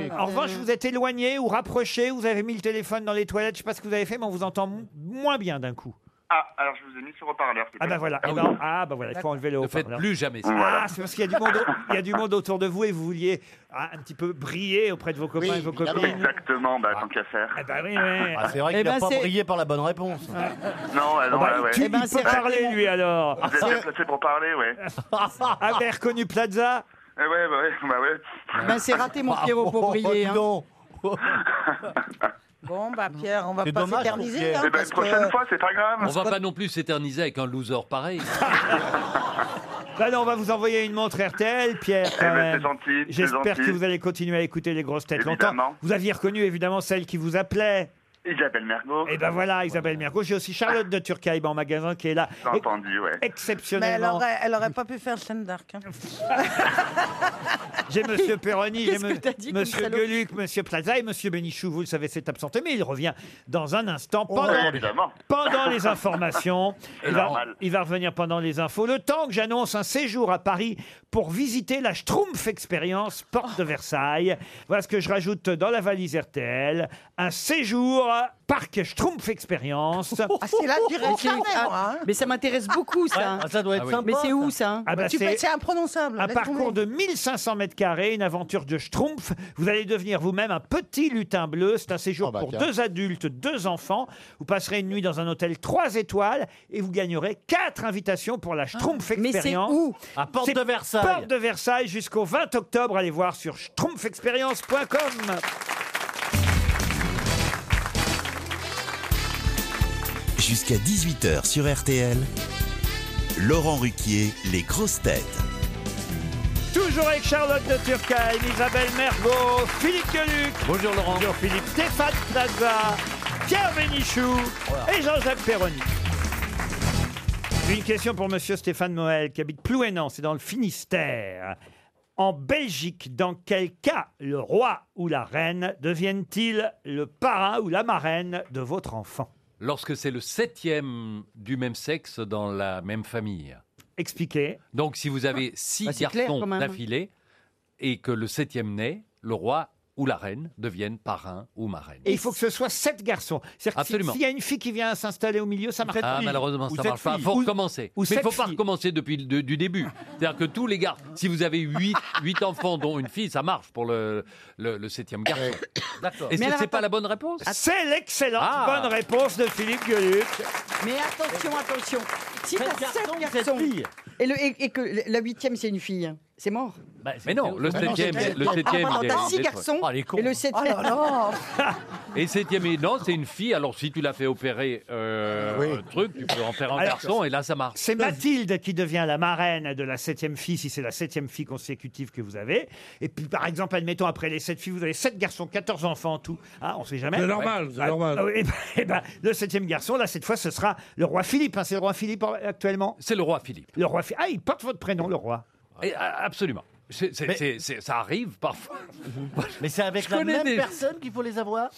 Speaker 4: non, non. En revanche, vous êtes éloigné ou rapproché, vous avez mis le téléphone dans les toilettes, je sais pas ce que vous avez fait, mais on vous entend m- moins bien d'un coup.
Speaker 18: Ah, alors je vous ai mis sur haut-parleur. c'est
Speaker 4: Ah
Speaker 18: bien.
Speaker 4: bah voilà, Eh ben, ah bah voilà, il faut enlever le
Speaker 9: Ne faites
Speaker 4: haut-parleur.
Speaker 9: plus jamais ça.
Speaker 4: Ah, c'est parce qu'il y, a du monde au- il y a du monde autour de vous et vous vouliez ah, un petit peu briller auprès de vos copains et vos copines.
Speaker 18: Exactement, bah tant qu'à faire.
Speaker 4: Ah bah oui, oui.
Speaker 7: Ah, c'est vrai
Speaker 4: Eh
Speaker 7: qu'il n'a
Speaker 4: ben,
Speaker 7: pas
Speaker 4: c'est-
Speaker 7: brillé par la bonne réponse.
Speaker 18: Non, ah, non,
Speaker 4: Bah,
Speaker 18: là, ouais.
Speaker 6: Eh
Speaker 4: il,
Speaker 6: ben,
Speaker 4: peut parler lui alors. [laughs]
Speaker 18: Vous êtes bien placé pour parler, ouais.
Speaker 4: Ah, Avez reconnu Plaza
Speaker 18: Eh ouais, bah ouais, bah ouais.
Speaker 5: Ben, c'est raté, mon Pierrot,
Speaker 18: Oh,
Speaker 5: pour briller. hein.
Speaker 6: Bon, bah Pierre, on va
Speaker 9: C'est
Speaker 6: pas
Speaker 4: Ah,
Speaker 9: dommage pour
Speaker 6: s'éterniser.
Speaker 9: Pierre.
Speaker 6: hein,
Speaker 9: Eh ben,
Speaker 6: parce
Speaker 18: prochaine
Speaker 6: que-
Speaker 18: fois, c'est pas grave.
Speaker 9: On va pas non plus s'éterniser avec un loser pareil.
Speaker 4: Bah non, on va vous envoyer une montre RTL, Pierre.
Speaker 18: Eh
Speaker 4: quand
Speaker 18: ben,
Speaker 4: même.
Speaker 18: c'est gentil, c'est
Speaker 4: J'espère
Speaker 18: gentil.
Speaker 4: que vous allez continuer à écouter les grosses têtes longtemps.
Speaker 18: Évidemment.
Speaker 4: Vous aviez reconnu évidemment celle qui vous appelait.
Speaker 18: Isabelle Mergo.
Speaker 4: Et ben voilà, Isabelle Mergo. J'ai aussi Charlotte de Turckheim en magasin qui est là.
Speaker 18: J'ai entendu, ouais.
Speaker 6: Mais elle
Speaker 4: Exceptionnellement.
Speaker 6: aurait, elle aurait pas pu faire Jeanne d'Arc. hein.
Speaker 4: J'ai Monsieur Perroni, j'ai
Speaker 6: Qu'est-ce que t'as dit
Speaker 4: me-
Speaker 6: comme
Speaker 4: Monsieur
Speaker 6: salaud
Speaker 4: Gueluc, Monsieur Plaza et Monsieur Bénichou. Vous le savez, c'est absenté, mais il revient dans un instant
Speaker 18: Oh,
Speaker 4: pendant,
Speaker 18: oui, évidemment.
Speaker 4: pendant
Speaker 18: [laughs]
Speaker 4: les informations.
Speaker 18: C'est
Speaker 4: il, va,
Speaker 18: normal.
Speaker 4: il va revenir pendant les infos. Le temps que j'annonce un séjour à Paris pour visiter la Schtroumpf Expérience, porte de Versailles. Voilà ce que je rajoute dans la valise RTL. Un séjour parc Schtroumpf Expérience.
Speaker 5: Ah, c'est là, tu
Speaker 6: Mais c'est- ah,
Speaker 5: Mais ça m'intéresse beaucoup, ça.
Speaker 4: Ouais, ça doit être Ah oui. sympa,
Speaker 5: Mais c'est où,
Speaker 4: ça.
Speaker 5: ça
Speaker 4: Ah bah,
Speaker 6: Tu
Speaker 4: c'est-
Speaker 6: peux- c'est imprononçable.
Speaker 4: Un
Speaker 6: laisse
Speaker 4: parcours
Speaker 6: tomber.
Speaker 4: de 1500 mètres carrés, une aventure de schtroumpf. Vous allez devenir vous-même un petit lutin bleu. C'est un séjour
Speaker 16: bah,
Speaker 4: pour
Speaker 16: tiens.
Speaker 4: deux adultes, deux enfants. Vous passerez une nuit dans un hôtel 3 étoiles et vous gagnerez quatre invitations pour la
Speaker 5: Ah,
Speaker 4: schtroumpf
Speaker 16: Mais c'est
Speaker 4: expérience.
Speaker 16: où À Porte
Speaker 4: C'est
Speaker 16: de Versailles.
Speaker 4: Porte de Versailles jusqu'au 20 octobre. Allez voir sur schtroumpfexpérience.com.
Speaker 19: Jusqu'à 18h sur RTL, Laurent Ruquier, les grosses têtes.
Speaker 4: Toujours avec Charlotte de Turckheim, Isabelle Mergot, Philippe Gueluc. Bonjour Laurent. Bonjour Philippe. Stéphane Plaza, Pierre Bénichou et Jean-Jacques Perroni. Une question pour monsieur Stéphane Moël qui habite Plouénan, c'est dans le Finistère. En Belgique, dans quel cas le roi ou la reine deviennent-ils le parrain ou la marraine de votre enfant
Speaker 9: Lorsque c'est le septième du même sexe dans la même famille.
Speaker 4: Expliquez.
Speaker 9: Donc si vous avez six
Speaker 4: Bah, c'est clair,
Speaker 9: garçons
Speaker 4: quand même.
Speaker 9: d'affilée et que le septième naît, le roi ou la reine deviennent parrain ou marraine.
Speaker 4: Et il faut que ce soit sept garçons. C'est-à-dire que si-
Speaker 9: Absolument.
Speaker 4: s'il y a une fille qui vient s'installer au milieu, ça marche
Speaker 9: Ah,
Speaker 4: pas.
Speaker 9: malheureusement,
Speaker 4: Ou
Speaker 9: ça
Speaker 4: sept
Speaker 9: marche pas.
Speaker 4: filles.
Speaker 9: faut
Speaker 4: Ou-
Speaker 9: recommencer.
Speaker 4: ou
Speaker 9: Mais il
Speaker 4: sept
Speaker 9: faut pas
Speaker 4: filles.
Speaker 9: recommencer depuis le de- du début. C'est-à-dire que tous les gars, si vous avez
Speaker 4: [laughs]
Speaker 9: huit, huit enfants, dont une fille, ça marche pour le, le, le septième
Speaker 4: [coughs]
Speaker 9: garçon.
Speaker 5: D'accord. Mais
Speaker 9: Et c'est
Speaker 5: alors,
Speaker 9: c'est pas la bonne réponse
Speaker 4: C'est l'excellente
Speaker 9: Ah.
Speaker 4: bonne réponse de Philippe Gueluc.
Speaker 5: Mais attention, attention. Si
Speaker 4: Sept
Speaker 5: t'as
Speaker 4: garçons,
Speaker 5: sept
Speaker 4: sept
Speaker 5: garçons
Speaker 4: filles.
Speaker 5: et, le- et- et que la huitième c'est une fille, c'est mort.
Speaker 9: Mais non, le
Speaker 5: Bah non,
Speaker 9: septième,
Speaker 5: c'est-
Speaker 9: le
Speaker 5: Ah,
Speaker 9: septième,
Speaker 5: pardon,
Speaker 9: il est-
Speaker 5: t'as
Speaker 9: il
Speaker 5: six
Speaker 9: est-
Speaker 5: garçons
Speaker 7: Ah,
Speaker 9: Oh, elle est con.
Speaker 5: et le septième.
Speaker 6: Oh là là.
Speaker 9: Et septième, et non, c'est une fille. Alors si tu l'as fait opérer euh, un truc, tu peux en faire un
Speaker 4: Alors,
Speaker 9: garçon, et là ça marche.
Speaker 4: C'est Mathilde qui devient la marraine de la septième fille, si c'est la septième fille consécutive que vous avez. Et puis, par exemple, admettons, après les sept filles, vous avez sept garçons, 14 enfants en tout. Ah, on sait jamais.
Speaker 8: C'est normal, c'est normal.
Speaker 4: et ben, [laughs] eh ben, le septième garçon, là, cette fois, ce sera le roi Philippe. hein. c'est le roi Philippe en- actuellement
Speaker 9: C'est le roi Philippe.
Speaker 4: Le roi Phi- Ah, il porte votre prénom, le roi.
Speaker 9: Et, a- absolument. C'est- c'est- c'est- c'est- ça arrive parfois.
Speaker 7: Mais c'est avec
Speaker 9: Je
Speaker 7: la
Speaker 9: connais
Speaker 7: même
Speaker 9: des-
Speaker 7: personne qu'il faut les avoir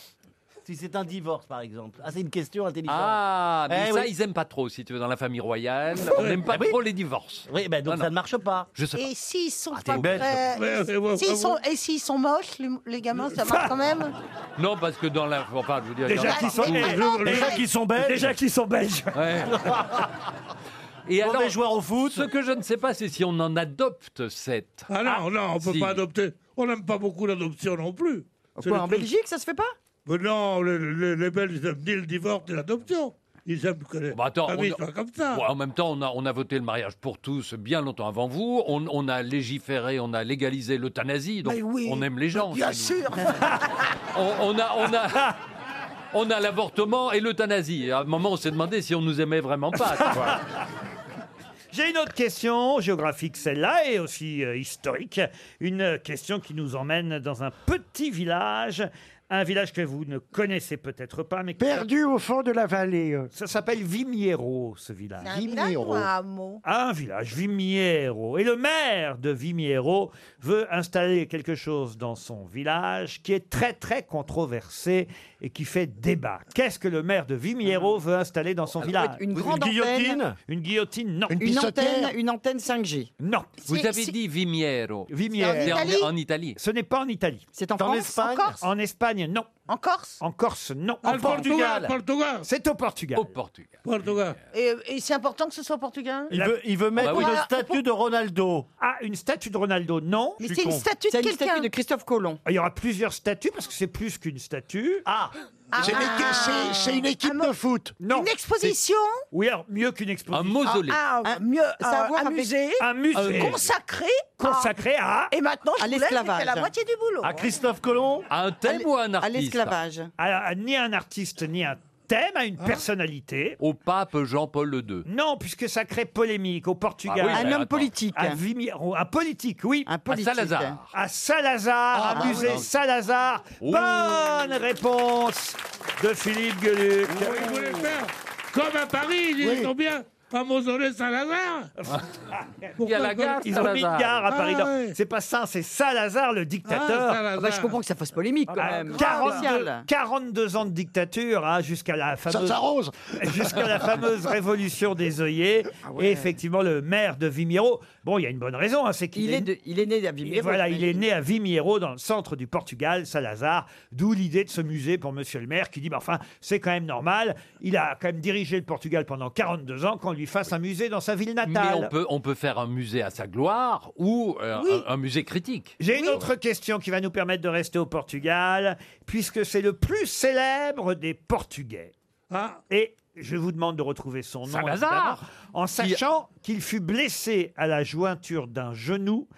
Speaker 7: Si c'est un divorce, par exemple. Ah, c'est une question intelligente.
Speaker 9: Ah, mais
Speaker 7: Eh
Speaker 9: ça,
Speaker 7: oui. Eh
Speaker 9: ils aiment pas trop, si tu veux, dans la famille royale. On n'aime pas trop les divorces. Ah,
Speaker 7: Oui, ben donc ça ne marche pas.
Speaker 9: Je sais pas.
Speaker 6: Et s'ils sont
Speaker 4: Ah,
Speaker 9: t'es
Speaker 6: pas
Speaker 9: belle,
Speaker 6: prêts-
Speaker 9: ça. Ouais, ouais, ouais,
Speaker 6: s'ils
Speaker 9: ouais,
Speaker 6: sont-
Speaker 9: ouais.
Speaker 6: et s'ils sont moches, les, les gamins, ça marche quand même.
Speaker 9: Non, parce que dans la. Enfin, je veux dire.
Speaker 4: Déjà
Speaker 9: dans la
Speaker 4: qu'ils sont-
Speaker 9: partout.
Speaker 4: eh, je- Déjà qu'ils sont belges. Déjà qu'ils sont belges. [laughs]
Speaker 9: Ouais. Et alors, joueur au foot. Ce que je ne sais pas, c'est si on en adopte sept.
Speaker 8: Ah non, non, on peut
Speaker 9: si.
Speaker 8: pas adopter. On n'aime pas beaucoup l'adoption non plus. C'est
Speaker 5: Quoi,
Speaker 8: le
Speaker 5: en
Speaker 8: truc-
Speaker 5: Belgique, ça se fait pas
Speaker 8: Mais non, le- le- les Belges ils aiment ni le divorce ni l'adoption. Ils aiment que les
Speaker 9: Bah, attends,
Speaker 8: familles
Speaker 9: on-
Speaker 8: soient comme ça.
Speaker 9: Ouais, en même temps, on a, on a voté le mariage pour tous bien longtemps avant vous. On, on a légiféré, on a légalisé l'euthanasie. Donc,
Speaker 6: Mais oui.
Speaker 9: on aime les gens.
Speaker 6: Bien
Speaker 9: chez nous.
Speaker 6: sûr.
Speaker 4: [laughs]
Speaker 9: On, on a, on a, on a l'avortement et l'euthanasie. À un moment, on s'est demandé si on nous aimait vraiment pas. tu vois.
Speaker 4: J'ai une autre question, géographique celle-là, et aussi euh, historique. Une euh, question qui nous emmène dans un petit village, un village que vous ne connaissez peut-être pas, mais...
Speaker 16: Perdu au fond de la vallée.
Speaker 4: Ça s'appelle Vimiero, ce village.
Speaker 6: C'est un village ou un hameau
Speaker 4: Un village, Vimiero. Et le maire de Vimiero veut installer quelque chose dans son village qui est très, très controversé et qui fait débat. Qu'est-ce que le maire de Vimiero
Speaker 5: Ah.
Speaker 4: veut installer dans son village
Speaker 5: Une grande antenne.
Speaker 4: Une guillotine, non.
Speaker 5: Une, antenne, une antenne 5G.
Speaker 4: Non.
Speaker 9: Vous avez dit Vimiero.
Speaker 4: Vimiero.
Speaker 9: C'est
Speaker 5: Italie
Speaker 9: en, en Italie.
Speaker 4: Ce n'est pas en Italie.
Speaker 5: C'est en France En Corse
Speaker 4: En Espagne, non.
Speaker 6: En Corse
Speaker 4: En Corse, non.
Speaker 8: Au Portugal, Portugal.
Speaker 4: C'est au Portugal.
Speaker 9: Au Portugal.
Speaker 8: Portugal.
Speaker 6: Et, et c'est important que ce soit portugais
Speaker 7: Il veut, il veut mettre
Speaker 4: bah oui.
Speaker 6: Ah,
Speaker 7: une statue de Ronaldo.
Speaker 4: Ah, une statue de Ronaldo, non.
Speaker 6: Mais Je suis c'est une con. statue de
Speaker 5: C'est une
Speaker 6: quelqu'un.
Speaker 5: statue de Christophe Colomb.
Speaker 4: Il y aura plusieurs statues parce que c'est plus qu'une statue.
Speaker 7: Ah
Speaker 16: C'est des- c'est- c'est une équipe de foot.
Speaker 4: Non. Une
Speaker 6: exposition
Speaker 4: Oui, alors mieux qu'une exposition. Un
Speaker 6: Ah, ah, mieux, euh, un musée,
Speaker 4: Un musée.
Speaker 6: consacré, à-
Speaker 4: Consacré à-
Speaker 6: Ah, Et maintenant, je
Speaker 4: À
Speaker 6: vous laisse, j'ai fait
Speaker 4: l'esclavage.
Speaker 6: la moitié du boulot.
Speaker 4: Christophe Colomb À un
Speaker 6: thème À l- ou à un à artiste l'esclavage. Hein
Speaker 4: À- à- Ni un artiste, ni un thème, à une personnalité.
Speaker 9: Au pape Jean-Paul II.
Speaker 4: Non, puisque ça crée polémique au Portugal.
Speaker 9: Ah oui, Un mais homme attends.
Speaker 4: politique. Un, politique, oui. Un
Speaker 9: politique. À Salazar. Oh.
Speaker 4: À Salazar,
Speaker 9: Ah,
Speaker 4: un musée
Speaker 9: oui.
Speaker 4: Salazar. Bonne réponse de Philippe Gueluc.
Speaker 8: Il voulait faire comme à Paris, ils
Speaker 4: Oui.
Speaker 8: ils ont bien un mausolée
Speaker 4: [laughs]
Speaker 8: Saint-Lazare.
Speaker 4: Il y a la gare, Ils ont mis une gare
Speaker 8: Ah
Speaker 4: à Paris. Non, C'est pas ça, c'est Salazar, le dictateur. Ah,
Speaker 5: Ah, Salazar. Ah bah, je comprends que ça fasse polémique, quand même.
Speaker 4: 42,
Speaker 5: Spécial.
Speaker 4: 42 ans de dictature, hein, jusqu'à la fameuse...
Speaker 16: s'arrose.
Speaker 4: [laughs] Jusqu'à la fameuse révolution des œillets.
Speaker 5: Ah
Speaker 4: Et effectivement, le maire de Vimiro... Bon, il y a une bonne raison, hein, c'est qu'il
Speaker 5: Il est, de- il est né à
Speaker 4: et
Speaker 5: Vimero.
Speaker 4: voilà, il est né à Vimiero, dans le centre du Portugal, Salazar, d'où l'idée de ce musée pour Monsieur le maire qui dit, bah, enfin, c'est quand même normal, il a quand même dirigé le Portugal pendant 42 ans, qu'on lui fasse un musée dans sa ville natale.
Speaker 9: Mais on peut, on peut faire un musée à sa gloire ou euh,
Speaker 4: Oui.
Speaker 9: un, un musée critique.
Speaker 4: J'ai une autre question qui va nous permettre de rester au Portugal, puisque c'est le plus célèbre des Portugais. Et je vous demande de retrouver son nom,
Speaker 9: Salazar.
Speaker 4: évidemment, en sachant qu'il fut blessé à la jointure d'un genou,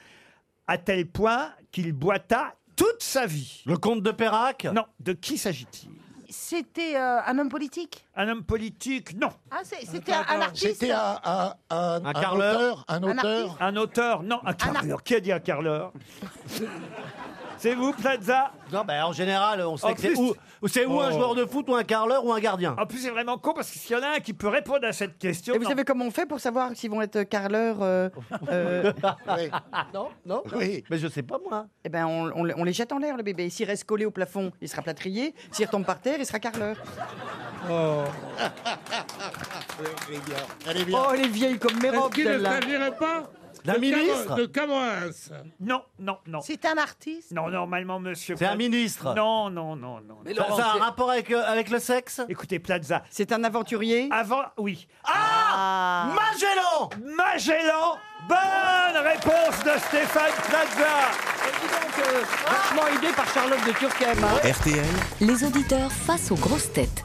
Speaker 4: à tel point qu'il boita toute sa vie. Le comte de Perrac Non. De qui s'agit-il
Speaker 6: C'était euh, un homme politique
Speaker 4: Un homme politique Non.
Speaker 6: Ah, c'est- c'était un, un artiste
Speaker 16: C'était un, un, un, un auteur, un auteur.
Speaker 4: Un auteur, non, un carleur. Qui a dit un carleur C'est vous, Plaza
Speaker 7: Non, ben, en général, on sait
Speaker 4: En
Speaker 7: que c'est
Speaker 4: plus-
Speaker 7: où, ou c'est où un
Speaker 4: Oh.
Speaker 7: joueur de foot ou un carleur ou
Speaker 16: [laughs]
Speaker 7: un gardien.
Speaker 4: En plus, c'est vraiment con parce qu'il y en a un qui peut répondre à cette question.
Speaker 5: Et vous
Speaker 4: Non.
Speaker 5: savez comment on fait pour savoir s'ils vont être carleurs euh, euh,
Speaker 7: Non, non. Mais je sais [laughs] pas moi.
Speaker 5: Eh ben, on, on le- on les jette en l'air, le bébé. S'il reste collé au plafond, il sera plâtrier. S'il retombe par terre, il sera carleur.
Speaker 7: Oh.
Speaker 16: Elle est
Speaker 5: Oh, elle est vieille comme mes robes,
Speaker 8: Est-ce qu'il ne
Speaker 5: celle-là.
Speaker 8: s'agirait pas
Speaker 4: D'un
Speaker 8: de
Speaker 4: ministre
Speaker 8: Camo- De Camoens.
Speaker 4: Non, non, non.
Speaker 6: C'est un artiste
Speaker 4: Non, normalement, monsieur.
Speaker 7: C'est un ministre.
Speaker 4: Non, Oh, non, non, non.
Speaker 7: Mais Laurent, Ça a un c'est- rapport avec, euh, avec le sexe
Speaker 4: Écoutez, Plaza.
Speaker 5: C'est un aventurier
Speaker 4: Avant, oui.
Speaker 5: Ah,
Speaker 7: Magellan
Speaker 4: Magellan Bonne réponse de Stéphane Plaza
Speaker 5: euh, Vachement aidé par Charlotte de Turquem. hein.
Speaker 19: RTL,
Speaker 3: Les auditeurs face aux grosses têtes.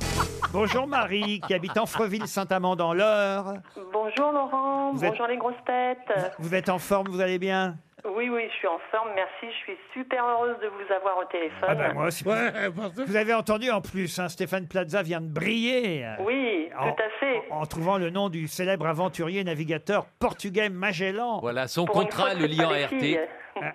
Speaker 4: Bonjour Marie, qui habite en Freville-Saint-Amand dans l'Eure.
Speaker 13: Bonjour Laurent,
Speaker 4: Vous êtes-
Speaker 13: bonjour les grosses têtes. Euh,
Speaker 4: Vous êtes en forme, vous allez bien
Speaker 13: Oui, oui, je suis en forme, merci. Je suis super heureuse de vous avoir au téléphone.
Speaker 4: Ah bah moi aussi.
Speaker 8: Ouais,
Speaker 4: Vous avez entendu en plus, hein, Stéphane Plaza vient de briller. euh,
Speaker 13: Oui,
Speaker 4: en-
Speaker 13: tout à fait.
Speaker 4: En trouvant le nom du célèbre aventurier navigateur portugais Magellan.
Speaker 9: Voilà, son Pour une contrat fois que le c'est lie pas en des RT. filles.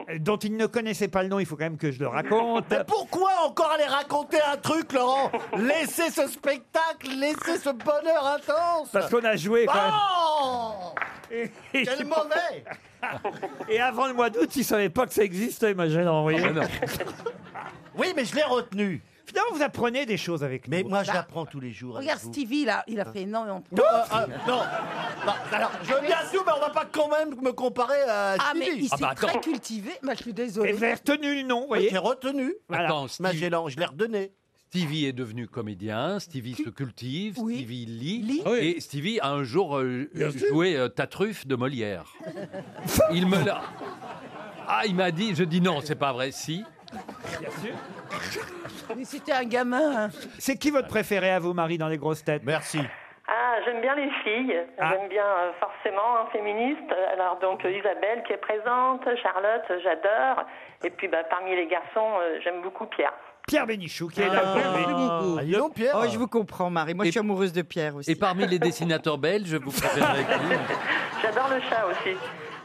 Speaker 4: Euh, Dont il ne connaissait pas le nom, il faut quand même que je le raconte.
Speaker 7: Mais pourquoi encore aller raconter un truc, Laurent Laissez ce spectacle, laissez ce bonheur intense.
Speaker 4: Parce qu'on a joué quand même.
Speaker 7: Oh Quel mauvais
Speaker 4: [laughs] Et avant le mois d'août, il ne savait pas que ça existait, Magellan. vous voyez.
Speaker 7: Ah,
Speaker 4: [laughs]
Speaker 7: Oui, mais je l'ai retenu.
Speaker 4: Finalement, vous apprenez des choses avec
Speaker 7: Mais
Speaker 4: nous.
Speaker 9: Bah,
Speaker 7: moi, je l'apprends tous les jours. avec
Speaker 6: Regarde
Speaker 7: vous.
Speaker 6: Stevie, là, il a fait énormément.
Speaker 7: Non, euh, euh, non. Bah, alors, je veux bien tout, mais on va pas quand même me comparer à
Speaker 6: Ah, mais
Speaker 7: Stevie. bah,
Speaker 6: il s'est très cultivé. Bah, je suis désolée.
Speaker 4: Et vous avez retenu le nom, vous
Speaker 7: Oui,
Speaker 4: voyez
Speaker 7: J'ai retenu.
Speaker 9: Attends, Stevie-
Speaker 7: Magellan, je l'ai redonné.
Speaker 9: Stevie est devenu comédien, Stevie se cultive, Stevie lit, et Stevie a un jour euh,
Speaker 8: sûr.
Speaker 9: joué euh, Ta truffe de
Speaker 7: [laughs]
Speaker 9: Molière. Il me l'a. Ah, il m'a dit, je dis non, c'est pas vrai, si.
Speaker 6: Mais c'était un
Speaker 4: Ah,
Speaker 6: gamin. hein.
Speaker 4: C'est qui votre préféré à vous, Marie, dans les grosses têtes
Speaker 7: Merci.
Speaker 13: Ah, j'aime bien les filles.
Speaker 4: Ah.
Speaker 13: J'aime bien euh, forcément un féministe. Alors donc euh, Isabelle qui est présente, Charlotte, euh, j'adore. Et puis bah, parmi les garçons, euh, j'aime beaucoup Pierre.
Speaker 4: Pierre Bénichou, qui est là.
Speaker 7: Ah, dis donc, Pierre.
Speaker 5: Oh, je vous comprends, Marie. Moi, je suis amoureuse de Pierre aussi.
Speaker 9: Et parmi les dessinateurs belges, vous
Speaker 7: [laughs]
Speaker 9: préférez qui
Speaker 13: J'adore le chat aussi.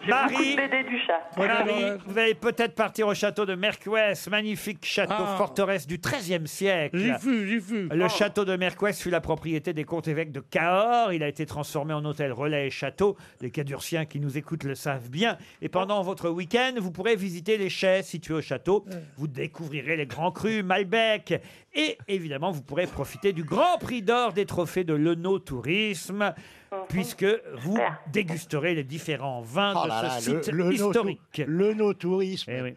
Speaker 13: J'ai
Speaker 4: Marie.
Speaker 13: beaucoup de BD du chat.
Speaker 16: Ah
Speaker 4: Marie, vous allez peut-être partir au château de Merquès, magnifique château
Speaker 8: Ah.
Speaker 4: forteresse du XIIIe siècle.
Speaker 8: J'y fus, j'y fus.
Speaker 7: Oh.
Speaker 16: Oh.
Speaker 4: Le château de Merquès fut la propriété des comtes-évêques de Cahors. Il a été transformé en hôtel relais et château. Les Cadurciens qui nous écoutent le savent bien. Et pendant votre week-end, vous pourrez visiter les chais situés au château. Vous découvrirez les grands crus, Malbec. Et évidemment, vous pourrez profiter du grand prix d'or des trophées de Leno Tourisme, puisque vous dégusterez les différents vins
Speaker 16: Oh
Speaker 4: de
Speaker 16: là là,
Speaker 4: ce site
Speaker 16: le,
Speaker 4: historique.
Speaker 16: Le no-tourisme.
Speaker 4: Eh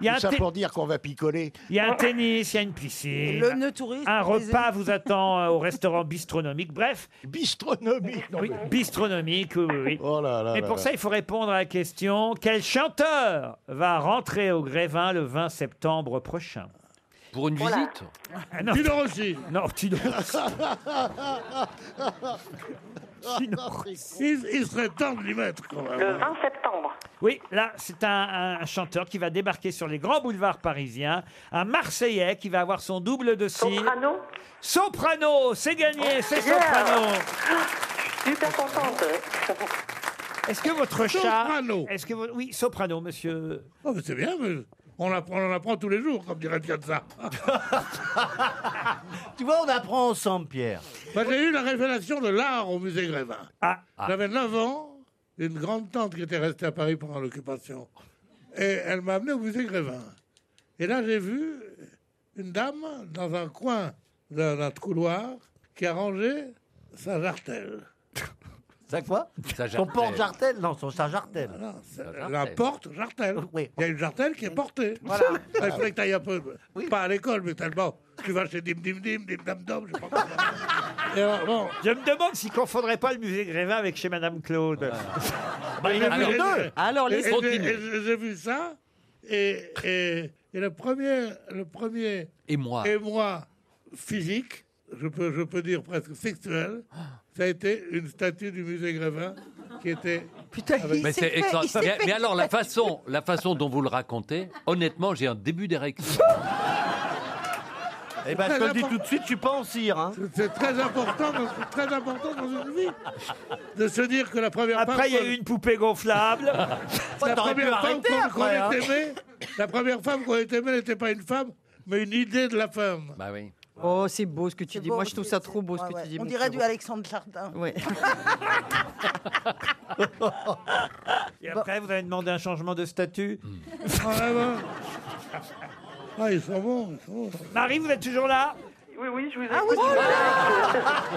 Speaker 4: Il y a
Speaker 16: Tout
Speaker 4: un
Speaker 16: ça
Speaker 4: thé-
Speaker 16: pour dire qu'on va picoler. Ah.
Speaker 4: Il y a un tennis, il y a une piscine.
Speaker 6: Le nœud touriste.
Speaker 4: Un
Speaker 6: les-
Speaker 4: repas vous attend euh, au restaurant bistronomique. Bref,
Speaker 16: Bistronomique. non,
Speaker 4: oui,
Speaker 16: mais-
Speaker 4: bistronomique, oui, oui, oui.
Speaker 16: Oh là là.
Speaker 4: Mais
Speaker 16: là
Speaker 4: pour
Speaker 16: là.
Speaker 4: ça, il faut répondre à la question quel chanteur va rentrer au Grévin le 20 septembre prochain Ah
Speaker 9: Pour
Speaker 6: Oh
Speaker 9: une
Speaker 8: Voilà.
Speaker 9: visite
Speaker 8: Tino Rossi.
Speaker 4: Non, Tino
Speaker 16: [laughs]
Speaker 4: Ah,
Speaker 8: il, il serait temps de l'y mettre quand même.
Speaker 13: Le 20 septembre.
Speaker 4: Oui, là, c'est un, un chanteur qui va débarquer sur les grands boulevards parisiens, un Marseillais qui va avoir son double de cire. Soprano Soprano, c'est gagné, c'est
Speaker 13: Oh, Yeah.
Speaker 4: Soprano
Speaker 13: Super contente.
Speaker 4: [laughs] Est-ce que votre chat...
Speaker 8: Soprano.
Speaker 4: Est-ce que vo- Oui, Soprano, monsieur.
Speaker 8: Oh, mais c'est bien, mais on, apprend, on en apprend tous les jours, comme dirait
Speaker 4: [laughs]
Speaker 8: Piazza.
Speaker 7: Tu vois, on apprend ensemble, Pierre.
Speaker 8: Moi, j'ai eu la révélation de l'art au musée Grévin.
Speaker 4: Ah.
Speaker 8: J'avais 9 ans, une grande tante qui était restée à Paris pendant l'occupation. Et elle m'a amené au musée Grévin. Et là, j'ai vu une dame dans un coin d'un d'un couloir qui a rangé sa jartelle.
Speaker 7: Ça quoi Son porte jartel Non, son chat jartel.
Speaker 8: Ah, La porte jartelle. Il y a une jartelle qui est portée. [laughs]
Speaker 7: Voilà.
Speaker 8: Il faudrait que tu ailles un peu. Pas à l'école, mais tellement. Tu vas chez Dim Dim Dim, Dim Dam Dom, je sais pas quoi. Et alors, bon,
Speaker 4: Je me demande s'il ne confondrait pas le musée Grévin avec chez Madame Claude. [laughs]
Speaker 7: Bah,
Speaker 8: Et j'ai vu- et- et- et- et-
Speaker 4: continuez.
Speaker 8: et- J'ai vu ça et, et, et le premier, le premier
Speaker 9: Et moi.
Speaker 8: émoi physique, je peux, je peux dire presque sexuel, ça a été une statue du musée Grévin qui était. Putain,
Speaker 9: Mais c'est extraordinaire. Mais, mais alors, la façon, la façon dont vous le racontez, honnêtement, j'ai un début d'érection.
Speaker 7: [laughs] Eh ben, je te le dis tout de suite, je suis pas en cire. Hein.
Speaker 8: C'est très important, dans- c'est très important dans une vie de se dire que la première
Speaker 4: Après, il y a eu une poupée
Speaker 8: [laughs]
Speaker 4: gonflable.
Speaker 8: la première femme qu'on qu'on ait
Speaker 4: hein.
Speaker 8: aimée, la première femme qu'on ait aimée n'était pas une femme, mais une idée de la femme.
Speaker 9: Bah oui.
Speaker 5: Oh, c'est beau ce que tu dis.
Speaker 6: beau,
Speaker 5: Moi, je trouve ça trop beau ce
Speaker 6: Ouais,
Speaker 5: que
Speaker 6: ouais.
Speaker 5: tu dis.
Speaker 6: On
Speaker 5: mon
Speaker 6: dirait
Speaker 5: Pierrot.
Speaker 6: du Alexandre Jardin.
Speaker 5: Ouais.
Speaker 4: Et après, vous avez demandé un changement de statut.
Speaker 9: Hmm.
Speaker 4: [laughs]
Speaker 8: Ah, ouais. Ah, ils sont bons, ils sont bons.
Speaker 4: Marie, vous êtes toujours là
Speaker 13: Oui, oui, je vous ai
Speaker 5: Ah oui, c'est vrai.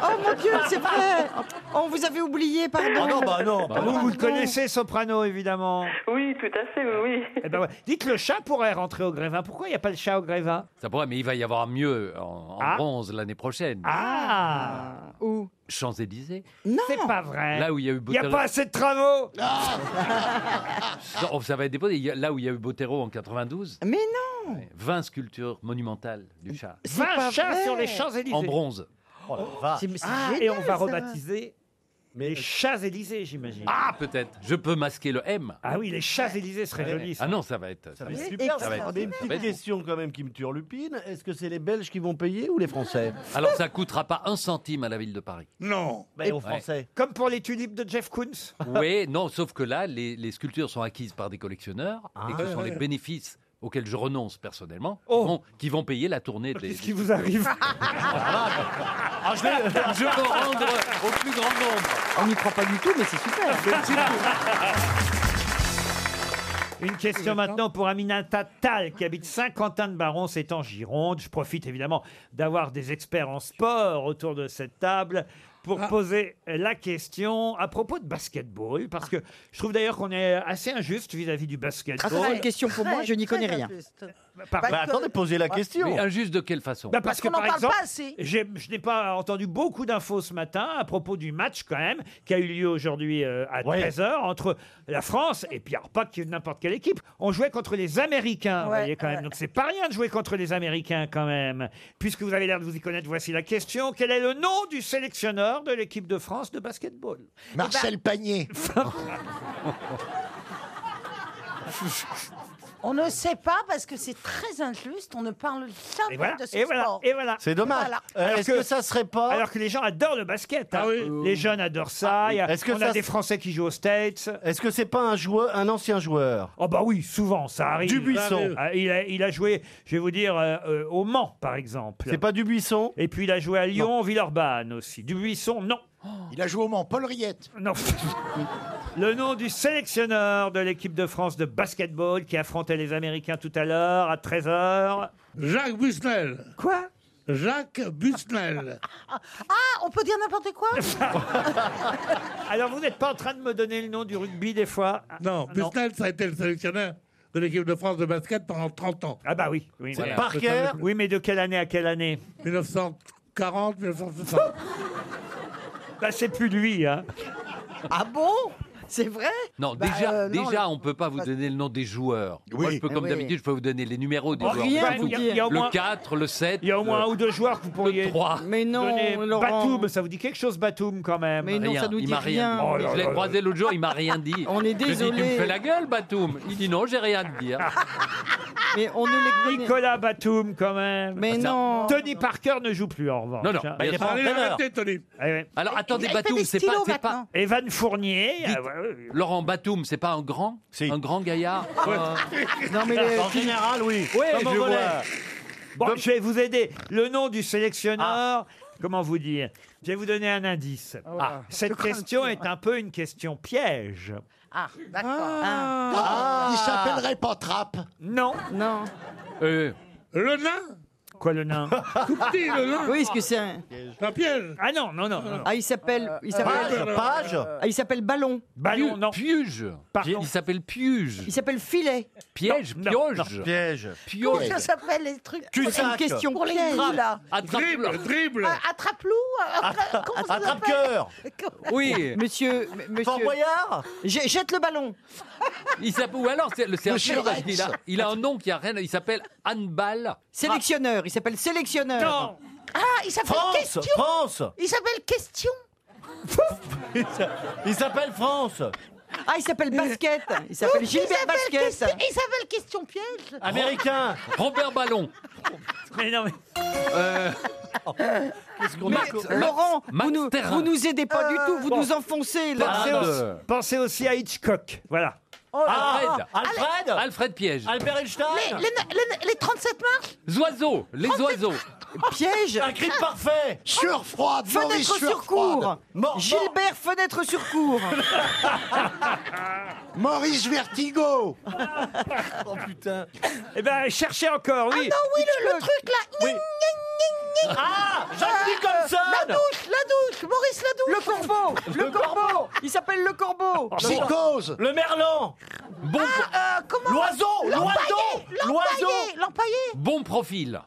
Speaker 5: Oh mon Dieu, c'est vrai. On vous avait oublié,
Speaker 4: Ah
Speaker 5: pardon.
Speaker 4: bah
Speaker 5: Bah,
Speaker 4: Vous, vous le
Speaker 5: Pardon.
Speaker 4: connaissez, Soprano, évidemment.
Speaker 13: Oui, tout à fait, oui.
Speaker 4: Eh ben, ouais. Dites, le chat pourrait rentrer au Grévin. Pourquoi il n'y a pas le chat au Grévin
Speaker 9: Ça pourrait, mais il va y avoir mieux en, en
Speaker 7: Ah.
Speaker 9: bronze l'année prochaine.
Speaker 4: Ah
Speaker 5: Où
Speaker 9: Champs-Élysées.
Speaker 5: Non
Speaker 4: C'est pas vrai.
Speaker 9: Là où il y a eu
Speaker 4: Eh, Il n'y a
Speaker 9: Botero.
Speaker 4: pas assez de
Speaker 5: [laughs]
Speaker 4: travaux
Speaker 9: [laughs] Non, ça va être déposé. Il y a- Là où il y a eu Botero en 92,
Speaker 5: Mais non
Speaker 9: 20 sculptures monumentales du chat.
Speaker 5: C'est 20 pas chats vrai. sur les Champs-Élysées.
Speaker 9: En bronze.
Speaker 5: C'est- c'est
Speaker 4: Oh Ah,
Speaker 5: génial,
Speaker 4: Et on
Speaker 5: ça.
Speaker 4: va rebaptiser les Chats-Élysées, j'imagine.
Speaker 9: Ah, peut-être. Je peux masquer le M.
Speaker 4: Ah oui, les Champs-Élysées seraient
Speaker 9: Ouais.
Speaker 4: jolis, ça.
Speaker 9: Ah non, ça va être.
Speaker 7: Ça
Speaker 9: va
Speaker 7: va être
Speaker 9: être-
Speaker 7: super.
Speaker 9: ça va être-
Speaker 7: Ah, Mais une
Speaker 9: ça va
Speaker 7: petite
Speaker 9: être-
Speaker 7: question quand même qui me turlupine. Est-ce que c'est les Belges qui vont payer ou les Français
Speaker 9: Alors, ça coûtera pas un centime à la ville de Paris.
Speaker 8: Non.
Speaker 7: Et Ben, aux
Speaker 9: Ouais.
Speaker 7: Français.
Speaker 4: Comme pour les tulipes de Jeff Koons
Speaker 9: [laughs] Oui, non, sauf que là, les, les sculptures sont acquises par des collectionneurs
Speaker 4: Ah,
Speaker 9: et que ce
Speaker 4: ouais,
Speaker 9: sont
Speaker 4: ouais. Oh.
Speaker 9: les bénéfices auxquels je renonce personnellement qui, vont, qui vont payer la tournée des. Ah,
Speaker 4: Qu'est-ce qui
Speaker 9: [laughs]
Speaker 4: vous arrive
Speaker 9: je vais je veux rendre au plus grand nombre.
Speaker 5: On n'y croit pas du tout, mais c'est
Speaker 9: [laughs]
Speaker 5: super.
Speaker 4: Une question maintenant pour Aminata Tal, qui habite Saint-Quentin-de-Baron, c'est en Gironde. Je profite évidemment d'avoir des experts en sport autour de cette table pour poser la question à propos de basketball, parce que je trouve d'ailleurs qu'on est assez injuste vis-à-vis du basketball.
Speaker 5: Ah, c'est une question pour moi, je n'y connais
Speaker 6: Très
Speaker 5: rien.
Speaker 6: injuste.
Speaker 9: Bah,
Speaker 4: Pardon.
Speaker 6: Parce que- Ouais.
Speaker 9: Mais injuste de quelle façon
Speaker 4: Bah,
Speaker 6: Parce qu'on en parle pas assez.
Speaker 4: j'ai- je n'ai pas entendu beaucoup d'infos ce matin à propos du match quand même qui a eu lieu aujourd'hui euh, à 13h entre la France et puis alors, pas que n'importe quelle équipe. On jouait contre les Américains, vous
Speaker 6: Ouais,
Speaker 4: voyez quand même.
Speaker 6: ouais.
Speaker 4: Donc c'est pas rien de jouer contre les Américains quand même. Puisque vous avez l'air de vous y connaître, voici la question. Quel est le nom du sélectionneur de l'équipe de France de basketball Eh ben
Speaker 16: Marcel
Speaker 4: [laughs]
Speaker 6: [laughs]
Speaker 16: Panier.
Speaker 6: [laughs] On ne sait pas parce que c'est très injuste. On ne parle jamais
Speaker 4: Et voilà,
Speaker 6: de ce
Speaker 4: et voilà,
Speaker 6: sport.
Speaker 4: et voilà.
Speaker 7: C'est dommage.
Speaker 6: Voilà.
Speaker 7: Euh,
Speaker 4: Alors
Speaker 7: Est-ce que... ça serait pas
Speaker 4: Alors que les gens adorent le basket. hein.
Speaker 7: Ah oui.
Speaker 4: Les jeunes adorent ça. Il y a-
Speaker 7: Est-ce que
Speaker 4: on
Speaker 7: ça
Speaker 4: a des
Speaker 7: se-
Speaker 4: Français qui jouent aux States.
Speaker 7: Est-ce que c'est pas un joueur, un ancien joueur
Speaker 4: Oh bah oui, souvent ça arrive.
Speaker 7: Dubuisson.
Speaker 4: Ah, il, a, il a joué, je vais vous dire, euh, euh, au Mans par exemple.
Speaker 7: C'est pas Dubuisson
Speaker 4: Et puis il a joué à Lyon, Villeurbanne aussi. Dubuisson, non.
Speaker 16: Oh. Il a joué au Mans, Paul Riette.
Speaker 4: Non. [laughs] Le nom du sélectionneur de l'équipe de France de basketball qui affrontait les Américains tout à l'heure à 13h.
Speaker 8: Jacques Busnel.
Speaker 4: Quoi
Speaker 8: Jacques Busnel.
Speaker 6: Ah, on peut dire n'importe
Speaker 4: [laughs]
Speaker 6: quoi
Speaker 4: Alors vous n'êtes pas en train de me donner le nom du rugby des fois
Speaker 8: Non, Busnel, ça a été le sélectionneur de l'équipe de France de basket pendant 30 ans.
Speaker 4: Ah bah oui. oui
Speaker 8: C'est
Speaker 4: voilà.
Speaker 8: Parker.
Speaker 4: Oui, mais de quelle année à quelle année
Speaker 8: 1940, 1960.
Speaker 4: Bah c'est plus lui. Hein.
Speaker 6: Ah bon
Speaker 5: C'est vrai
Speaker 9: Non,
Speaker 5: Bah,
Speaker 9: déjà,
Speaker 5: euh, non,
Speaker 9: déjà
Speaker 5: le-
Speaker 9: on ne peut pas vous donner le nom des joueurs. Moi, je peux,
Speaker 4: Eh
Speaker 9: comme
Speaker 4: oui.
Speaker 9: d'habitude, je peux vous donner les numéros des
Speaker 4: Oh,
Speaker 9: joueurs.
Speaker 4: rien
Speaker 9: Pas tout.
Speaker 4: vous dire. Il y a au moins-
Speaker 9: Le 4, le 7. Il y
Speaker 4: a au moins un ou deux joueurs que vous pourriez.
Speaker 9: Le 3.
Speaker 4: Mais
Speaker 5: non, Laurent.
Speaker 4: Batoum, ça vous dit quelque chose, Batoum, quand même
Speaker 5: Mais non, Rien. ça nous Il dit m'a rien. rien.
Speaker 4: Oh là
Speaker 9: je l'ai
Speaker 4: là là.
Speaker 9: croisé l'autre jour, il m'a rien dit.
Speaker 5: [laughs] On est
Speaker 9: Je lui ai dit,
Speaker 5: désolé.
Speaker 9: tu me fais la gueule, Batoum. Il dit non, j'ai rien à te
Speaker 4: [laughs]
Speaker 9: dire.
Speaker 5: Ah, Mais on ne les
Speaker 4: Nicolas Batum, quand même.
Speaker 5: Mais
Speaker 9: Ah, ça-
Speaker 5: non.
Speaker 4: Tony Parker ne joue plus, en revanche. hein.
Speaker 9: Non, non, bah, il est pas Allez, entraîneur. arrêtez,
Speaker 4: Tony. Eh,
Speaker 9: Alors attendez, Batoum, c'est pas, c'est pas.
Speaker 4: Evan Fournier. ah
Speaker 9: Dites, Laurent Batoum, c'est pas un grand Un grand gaillard
Speaker 4: [laughs]
Speaker 9: euh,
Speaker 5: [laughs]
Speaker 4: Non, mais les- En général,
Speaker 7: oui.
Speaker 4: Oui, je vois. Bon, je vais vous aider. Le nom du sélectionneur, comment vous dire Je vais vous donner un indice.
Speaker 6: Ah. Je
Speaker 4: Cette
Speaker 6: crains le
Speaker 4: question
Speaker 6: pire.
Speaker 4: est un peu une question piège.
Speaker 6: Ah, d'accord.
Speaker 16: Ah, il s'appellerait pas Trappe.
Speaker 4: Non.
Speaker 5: Non.
Speaker 8: Le nain
Speaker 4: Quoi, le nain
Speaker 8: [laughs] Tout petit, le nain
Speaker 5: Oui, est-ce que c'est un...
Speaker 8: Un piège Euh,
Speaker 4: Ah non, non, non.
Speaker 5: Ah, il s'appelle... Il
Speaker 8: Page,
Speaker 5: s'appelle...
Speaker 8: Page.
Speaker 5: Ah, il s'appelle Ballon.
Speaker 4: Ballon, non.
Speaker 9: Piège. Il s'appelle Piège.
Speaker 5: Il s'appelle Filet.
Speaker 9: Piège,
Speaker 5: Non,
Speaker 9: pioge.
Speaker 5: non, non.
Speaker 9: Piège.
Speaker 6: Comment ça s'appelle les trucs
Speaker 9: Cul-de-sac.
Speaker 6: C'est pour les
Speaker 9: Piège.
Speaker 6: loups, là.
Speaker 9: Attrape-loup. Dribble, dribble.
Speaker 6: Ah, Attrape-loup euh, comment ça s'appelle
Speaker 9: Attrape-cœur. Oui.
Speaker 5: Monsieur... m- monsieur...
Speaker 9: Fort Boyard
Speaker 5: J'ai- Jette le ballon.
Speaker 9: Il s'appelle, ou alors, c'est le c'est un
Speaker 5: Monsieur
Speaker 9: piège,
Speaker 5: Rex.
Speaker 9: il a, il a un nom qui a rien, il s'appelle Handball.
Speaker 5: Sélectionneur. Il s'appelle sélectionneur.
Speaker 9: Non.
Speaker 6: Ah, il s'appelle
Speaker 9: France,
Speaker 6: Question.
Speaker 9: France.
Speaker 6: Il s'appelle Question.
Speaker 7: Il s'appelle France.
Speaker 5: Ah, il s'appelle Basket. Il s'appelle
Speaker 6: Il
Speaker 5: Gilbert
Speaker 6: s'appelle
Speaker 5: Basket.
Speaker 6: Question- Il s'appelle Question Piège.
Speaker 7: Américain.
Speaker 9: Robert Ballon. Euh,
Speaker 4: Mais non, mais.
Speaker 5: [laughs]
Speaker 7: Qu'est-ce
Speaker 5: Mais, Laurent,
Speaker 4: Max
Speaker 5: vous nous,
Speaker 4: Terrain.
Speaker 5: vous nous aidez pas du tout, vous
Speaker 4: Bon.
Speaker 5: nous enfoncez là.
Speaker 4: Euh, Pensez, aussi, pensez aussi à Hitchcock. Voilà.
Speaker 5: Oh là
Speaker 9: Alfred.
Speaker 5: là. Alfred
Speaker 9: Alfred Piège. Albert Einstein.
Speaker 6: Les, les, les- les 37 marches
Speaker 9: Les
Speaker 4: Oh,
Speaker 9: oiseaux.
Speaker 5: Oh,
Speaker 9: Les oiseaux.
Speaker 5: Piège
Speaker 9: Un cri de parfait.
Speaker 16: Sueur froide, Maurice,
Speaker 5: Fenêtre
Speaker 16: sueur
Speaker 5: sur cour
Speaker 16: froide.
Speaker 5: Gilbert, fenêtre sur cour
Speaker 16: Maurice Vertigo
Speaker 7: Oh putain.
Speaker 4: Eh ben, cherchez encore, oui.
Speaker 6: Ah non, oui, le, le truc là.
Speaker 4: Oui.
Speaker 6: Ah,
Speaker 7: Jacques Nicholson.
Speaker 6: La douche, la douche, Maurice la douche.
Speaker 5: Le corbeau Le corbeau Il s'appelle le corbeau
Speaker 16: Psychose
Speaker 7: Le merlan.
Speaker 9: Bon,
Speaker 6: Ah, euh, comment
Speaker 7: L'oiseau, l'oiseau,
Speaker 6: L'empaillé, l'empaillé.
Speaker 9: bon profil.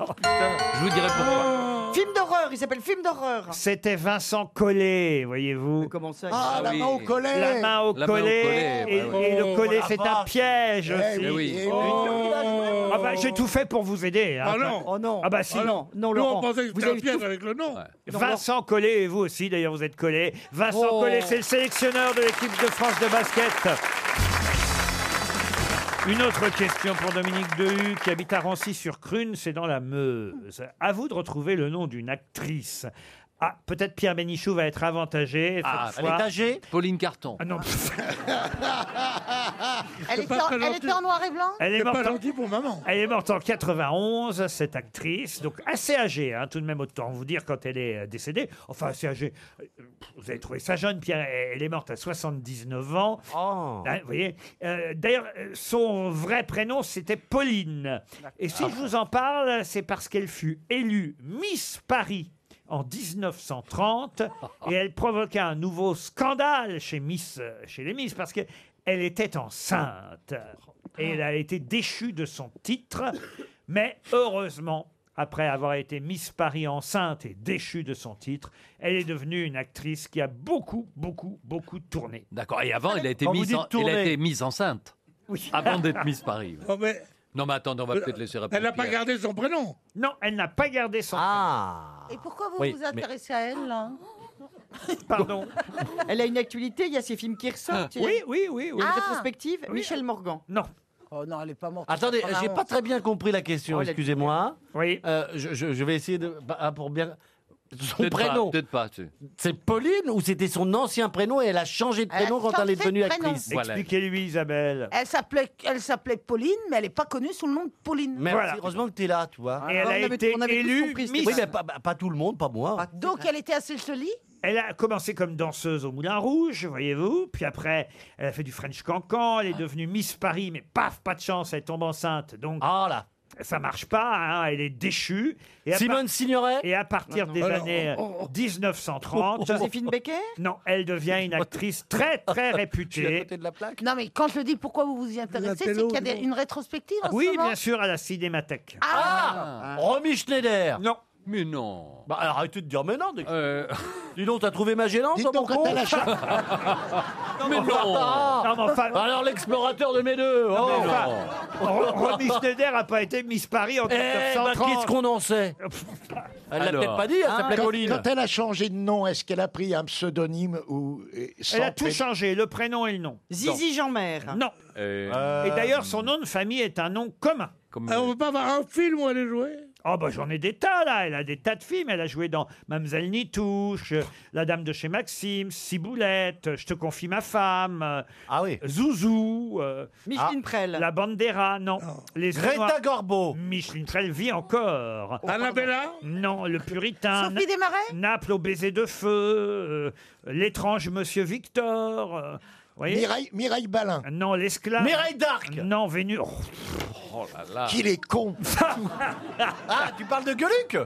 Speaker 4: Oh,
Speaker 9: Je vous dirai pourquoi.
Speaker 5: Film d'horreur, il s'appelle film d'horreur
Speaker 4: C'était Vincent Collet, voyez-vous.
Speaker 5: Comment ça
Speaker 16: Ah, la
Speaker 9: oui.
Speaker 16: main au collet
Speaker 4: La main au
Speaker 9: La main au
Speaker 4: collet.
Speaker 9: collet,
Speaker 4: Et,
Speaker 9: bah oui.
Speaker 4: et le
Speaker 7: Oh,
Speaker 4: collet,
Speaker 7: la
Speaker 4: c'est un
Speaker 7: vache.
Speaker 4: piège
Speaker 16: Eh
Speaker 4: aussi.
Speaker 9: oui,
Speaker 16: eh
Speaker 4: Ah bah, j'ai tout fait pour vous aider. hein.
Speaker 8: Ah non.
Speaker 5: Oh non
Speaker 4: Ah bah si.
Speaker 8: Ah non.
Speaker 5: Non,
Speaker 8: Nous, on
Speaker 5: Laurent,
Speaker 8: pensait que
Speaker 5: vous
Speaker 8: c'était un
Speaker 5: avez
Speaker 8: piège
Speaker 5: tout-
Speaker 8: avec le nom.
Speaker 4: Vincent Collet et vous aussi, d'ailleurs, vous êtes Collet. Vincent
Speaker 5: Oh.
Speaker 4: Collet, c'est le sélectionneur de l'équipe de France de basket. Une autre question pour Dominique Dehu, qui habite à Rancy-sur-Crune, c'est dans la Meuse. À vous de retrouver le nom d'une actrice. Ah, peut-être Pierre Bénichou va être avantagé. cette
Speaker 9: Ah,
Speaker 4: fois.
Speaker 9: Pauline Carton.
Speaker 4: Ah non,
Speaker 6: Elle
Speaker 8: C'est
Speaker 6: était,
Speaker 8: pas
Speaker 6: en,
Speaker 8: très
Speaker 6: elle
Speaker 8: gentil.
Speaker 6: était en noir et blanc
Speaker 4: elle est
Speaker 8: C'est pas
Speaker 4: morte en
Speaker 8: gentil pour maman.
Speaker 4: Elle est morte en 91, cette actrice, donc assez âgée, hein, tout de même autant vous dire quand elle est euh, décédée. Enfin, assez âgée. Euh, Vous avez trouvé ça jeune, Pierre. Elle est morte à 79 ans. Hein, vous voyez. Euh, D'ailleurs, euh, son vrai prénom, c'était Pauline. Et si je vous en parle, c'est parce qu'elle fut élue Miss Paris en 1930 et elle provoqua un nouveau scandale chez, Miss, euh, chez les Miss parce que elle était enceinte et elle a été déchue de son titre. Mais heureusement, après avoir été Miss Paris enceinte et déchue de son titre, elle est devenue une actrice qui a beaucoup, beaucoup, beaucoup tourné.
Speaker 9: D'accord. Et avant, il a été
Speaker 7: Quand vous
Speaker 9: mise
Speaker 7: dites
Speaker 9: en- il
Speaker 7: tourner.
Speaker 9: a été mise enceinte.
Speaker 4: Oui.
Speaker 9: Avant d'être mise Paris.
Speaker 8: Oh, mais
Speaker 9: Non, mais attendez, on va
Speaker 8: Euh,
Speaker 9: peut-être laisser répondre.
Speaker 8: elle n'a pas
Speaker 9: Pierre.
Speaker 8: gardé son prénom.
Speaker 4: Non, elle n'a pas gardé son
Speaker 7: Ah.
Speaker 6: Et pourquoi vous
Speaker 9: Oui,
Speaker 6: vous
Speaker 9: mais-
Speaker 6: intéressez à elle là
Speaker 4: titre. Pardon.
Speaker 5: Elle a une actualité, il y a ses films qui ressortent. il y a-
Speaker 4: Ah. oui, oui, oui,
Speaker 5: il y
Speaker 4: oui.
Speaker 5: a une
Speaker 6: Ah.
Speaker 5: rétrospective,
Speaker 4: Oui.
Speaker 5: Michel Morgan.
Speaker 4: Non.
Speaker 6: Oh non, elle est pas morte.
Speaker 7: Attendez, j'ai pas très bien compris la
Speaker 5: Oh,
Speaker 7: question,
Speaker 5: il a-
Speaker 7: excusez-moi.
Speaker 4: Oui.
Speaker 7: Euh, je, je- je vais essayer de. ah, pour bien. Son
Speaker 9: Peut-être pas,
Speaker 7: prénom,
Speaker 9: Peut-être pas. tu sais.
Speaker 7: c'est Pauline ou c'était son ancien prénom et elle a changé de
Speaker 6: Elle a
Speaker 7: prénom quand elle
Speaker 6: changé
Speaker 7: est
Speaker 6: de
Speaker 7: devenue
Speaker 6: prénom.
Speaker 7: actrice
Speaker 9: Voilà.
Speaker 4: Expliquez-lui, Isabelle.
Speaker 6: Elle s'appelait, elle s'appelait Pauline, mais elle n'est pas connue sous le nom de Pauline.
Speaker 7: Merci,
Speaker 4: Voilà.
Speaker 7: heureusement que tu es là, tu vois.
Speaker 4: Et elle
Speaker 5: on
Speaker 4: a
Speaker 5: avait-
Speaker 4: été
Speaker 5: on avait tous
Speaker 4: élue
Speaker 5: compris,
Speaker 4: Miss.
Speaker 7: Oui, mais pas, pas- pas tout le monde, pas moi.
Speaker 6: Donc elle était assez jolie.
Speaker 4: Elle a commencé comme danseuse au Moulin Rouge, voyez-vous. Puis après, elle a fait du French Cancan. Elle est devenue Miss Paris, mais paf, pas de chance, elle tombe enceinte. Donc,
Speaker 7: Ah là
Speaker 4: ça marche pas, hein, elle est déchue. Et à,
Speaker 7: Simone Signoret
Speaker 4: par- et à partir des
Speaker 8: Alors,
Speaker 4: années
Speaker 8: oh, oh, oh.
Speaker 4: 1930,
Speaker 5: Joséphine Becker
Speaker 4: non, elle devient une actrice très, très
Speaker 7: [laughs] Je suis à
Speaker 4: réputée.
Speaker 7: côté de la plaque.
Speaker 6: Non, mais quand je dis pourquoi vous vous y intéressez, c'est
Speaker 8: Donatello,
Speaker 6: qu'il y a des-
Speaker 8: dis donc.
Speaker 6: une rétrospective en
Speaker 4: Oui,
Speaker 6: ce moment.
Speaker 4: Ah. bien sûr, à la Cinémathèque.
Speaker 6: Ah,
Speaker 7: Ah Romy Schneider
Speaker 4: Non,
Speaker 9: Mais non. Euh.
Speaker 7: Bah, alors, arrêtez de dire mais non. Dis, dis donc, t'as trouvé Magellan, toi, mon con [laughs]
Speaker 9: mais non.
Speaker 7: Ah,
Speaker 4: Non, mais enfin-
Speaker 7: Alors, l'explorateur de mes deux
Speaker 4: Non, mais
Speaker 7: oh.
Speaker 4: enfin, Ro- Romy Schneider n'a pas été Miss Paris en
Speaker 7: Eh,
Speaker 4: 1930.
Speaker 7: bah, qu'est-ce qu'on en sait Elle l'a
Speaker 16: Alors.
Speaker 7: peut-être pas dit, elle
Speaker 4: Ah.
Speaker 16: Hein,
Speaker 7: s'appelait
Speaker 16: quand-
Speaker 7: Pauline.
Speaker 16: Quand elle a changé de nom, est-ce qu'elle a pris un pseudonyme ou et sans
Speaker 4: Elle a tout
Speaker 16: pré-
Speaker 4: changé, le prénom et le nom.
Speaker 5: Zizi
Speaker 4: Jeanmaire. Non.
Speaker 9: Euh,
Speaker 4: Et d'ailleurs, son nom de famille est un nom commun.
Speaker 8: Ah, on veut pas avoir un film où elle est jouée
Speaker 4: Oh bah j'en ai des tas là, elle a des tas de films, elle a joué dans Mademoiselle Nitouche, euh, La Dame de chez Maxime, Ciboulette, euh, Je te confie ma femme, euh, Zouzou, euh,
Speaker 5: Micheline Prel.
Speaker 4: La Bandera, non. Les
Speaker 7: Greta
Speaker 4: Gorbo. Micheline Prel vit encore.
Speaker 8: Annabella
Speaker 4: Non, Le Puritain.
Speaker 6: Sophie Desmarais
Speaker 4: Naples au baiser de feu, euh, L'étrange Monsieur Victor. euh, vous voyez
Speaker 16: Mireille-
Speaker 4: Balin. Euh, Non, l'esclave.
Speaker 16: Mireille d'Arc.
Speaker 4: Non, Vénus. Oh,
Speaker 9: Oh là là.
Speaker 16: Qu'il est
Speaker 4: [laughs]
Speaker 16: con
Speaker 7: Ah, tu parles de Gueuluc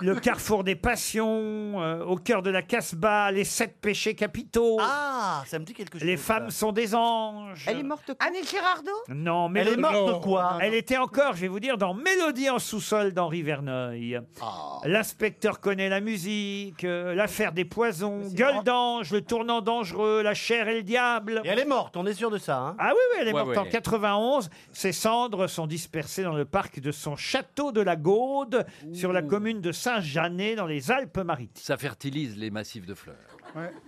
Speaker 4: Le carrefour des passions, euh, au cœur de la Casbah, les sept péchés capitaux.
Speaker 7: Ah, ça me dit quelque chose.
Speaker 4: les femmes sont des anges.
Speaker 5: Elle est morte quand
Speaker 6: Annie Girardot
Speaker 4: Non, mais
Speaker 7: Elle est morte de quoi
Speaker 4: Elle était encore, je vais vous dire, dans Mélodie en sous-sol d'Henri Verneuil.
Speaker 7: Ah.
Speaker 4: L'inspecteur connaît la musique, euh, l'affaire des poisons, gueule d'ange, le tournant dangereux, la chair et le diable.
Speaker 7: Et elle est morte, on est sûr de ça. hein
Speaker 4: Ah oui, oui, elle est
Speaker 7: Ouais,
Speaker 4: morte
Speaker 7: ouais.
Speaker 4: en 91. Ses cendres sont dispersées dans le parc de son château de la Gaude, sur la commune de Saint-Janet, dans les Alpes-Maritimes.
Speaker 9: Ça fertilise les massifs de fleurs.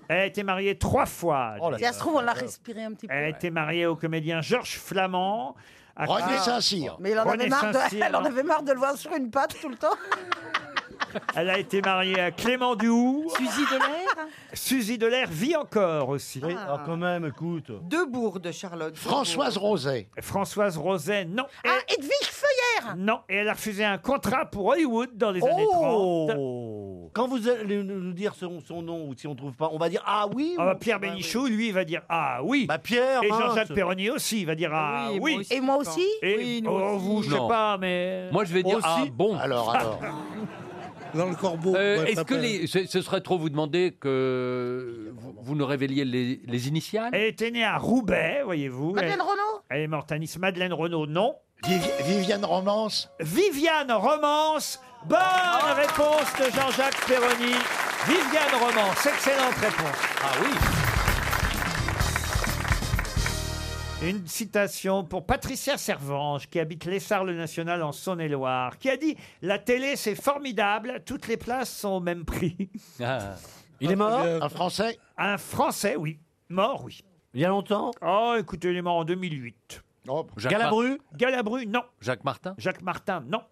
Speaker 4: Elle a été mariée trois fois.
Speaker 9: Oh là
Speaker 6: Si ça se trouve, on l'a
Speaker 7: Ah,
Speaker 6: respiré un petit peu.
Speaker 4: Elle a été mariée au comédien Georges Flamand. à-
Speaker 16: René Saint-Cyr.
Speaker 6: Mais il en
Speaker 4: René
Speaker 6: avait marre de-
Speaker 4: Saint-Cyr,
Speaker 6: elle en
Speaker 4: non.
Speaker 6: avait marre de le voir sur une patte tout le temps.
Speaker 4: Elle a été mariée à Clément Duhoux.
Speaker 5: Suzy Delair
Speaker 4: Suzy Delair vit encore aussi.
Speaker 5: Ah, quand
Speaker 7: même, écoute.
Speaker 5: Debourg de Charlotte. Debourg.
Speaker 4: Roset. Françoise Roset, non. Ah,
Speaker 6: Edwige Feuillère
Speaker 4: Non, et elle a refusé un contrat pour Hollywood dans les années 30.
Speaker 7: Oh Quand vous allez nous nous dire son, son nom ou si on trouve pas, on va dire ah oui.
Speaker 4: Ah bah, Pierre Bénichou, lui, il va dire ah oui.
Speaker 7: Bah, Pierre.
Speaker 4: Et
Speaker 7: mince.
Speaker 4: Jean-Jacques Perroni aussi, il va dire ah oui.
Speaker 6: Et moi aussi
Speaker 4: Et oh, vous, je sais
Speaker 9: Non.
Speaker 4: pas, mais. euh,
Speaker 9: Moi, je vais dire ah bon.
Speaker 16: Alors, alors.
Speaker 8: Dans le corbeau.
Speaker 9: Euh,
Speaker 8: ouais,
Speaker 9: Est-ce que
Speaker 8: t'appelles.
Speaker 9: les- ce, ce serait trop vous demander que vous, vous nous révéliez les, les initiales
Speaker 4: Elle était née à Roubaix, voyez-vous.
Speaker 9: Madeleine
Speaker 4: Elle-
Speaker 6: Renaud
Speaker 4: Elle est morte à Nice. Madeleine Renaud, non.
Speaker 16: Viviane Romance
Speaker 4: Viviane Romance. Bonne Ah. réponse de Jean-Jacques Perroni. Viviane Romance, excellente réponse. Ah oui. Une citation pour Patricia Servange, qui habite l'Essarle National en Saône-et-Loire, qui a dit La télé, c'est formidable, toutes les places sont au même prix.
Speaker 9: Ah.
Speaker 7: Il est mort
Speaker 16: Un Français
Speaker 4: Un Français, oui. Mort, oui.
Speaker 7: Il y a longtemps
Speaker 4: Oh, écoutez, il est mort en 2008.
Speaker 16: Oh,
Speaker 9: Jacques Galabru
Speaker 4: Galabru, non.
Speaker 9: Jacques Martin
Speaker 4: Jacques Martin, non.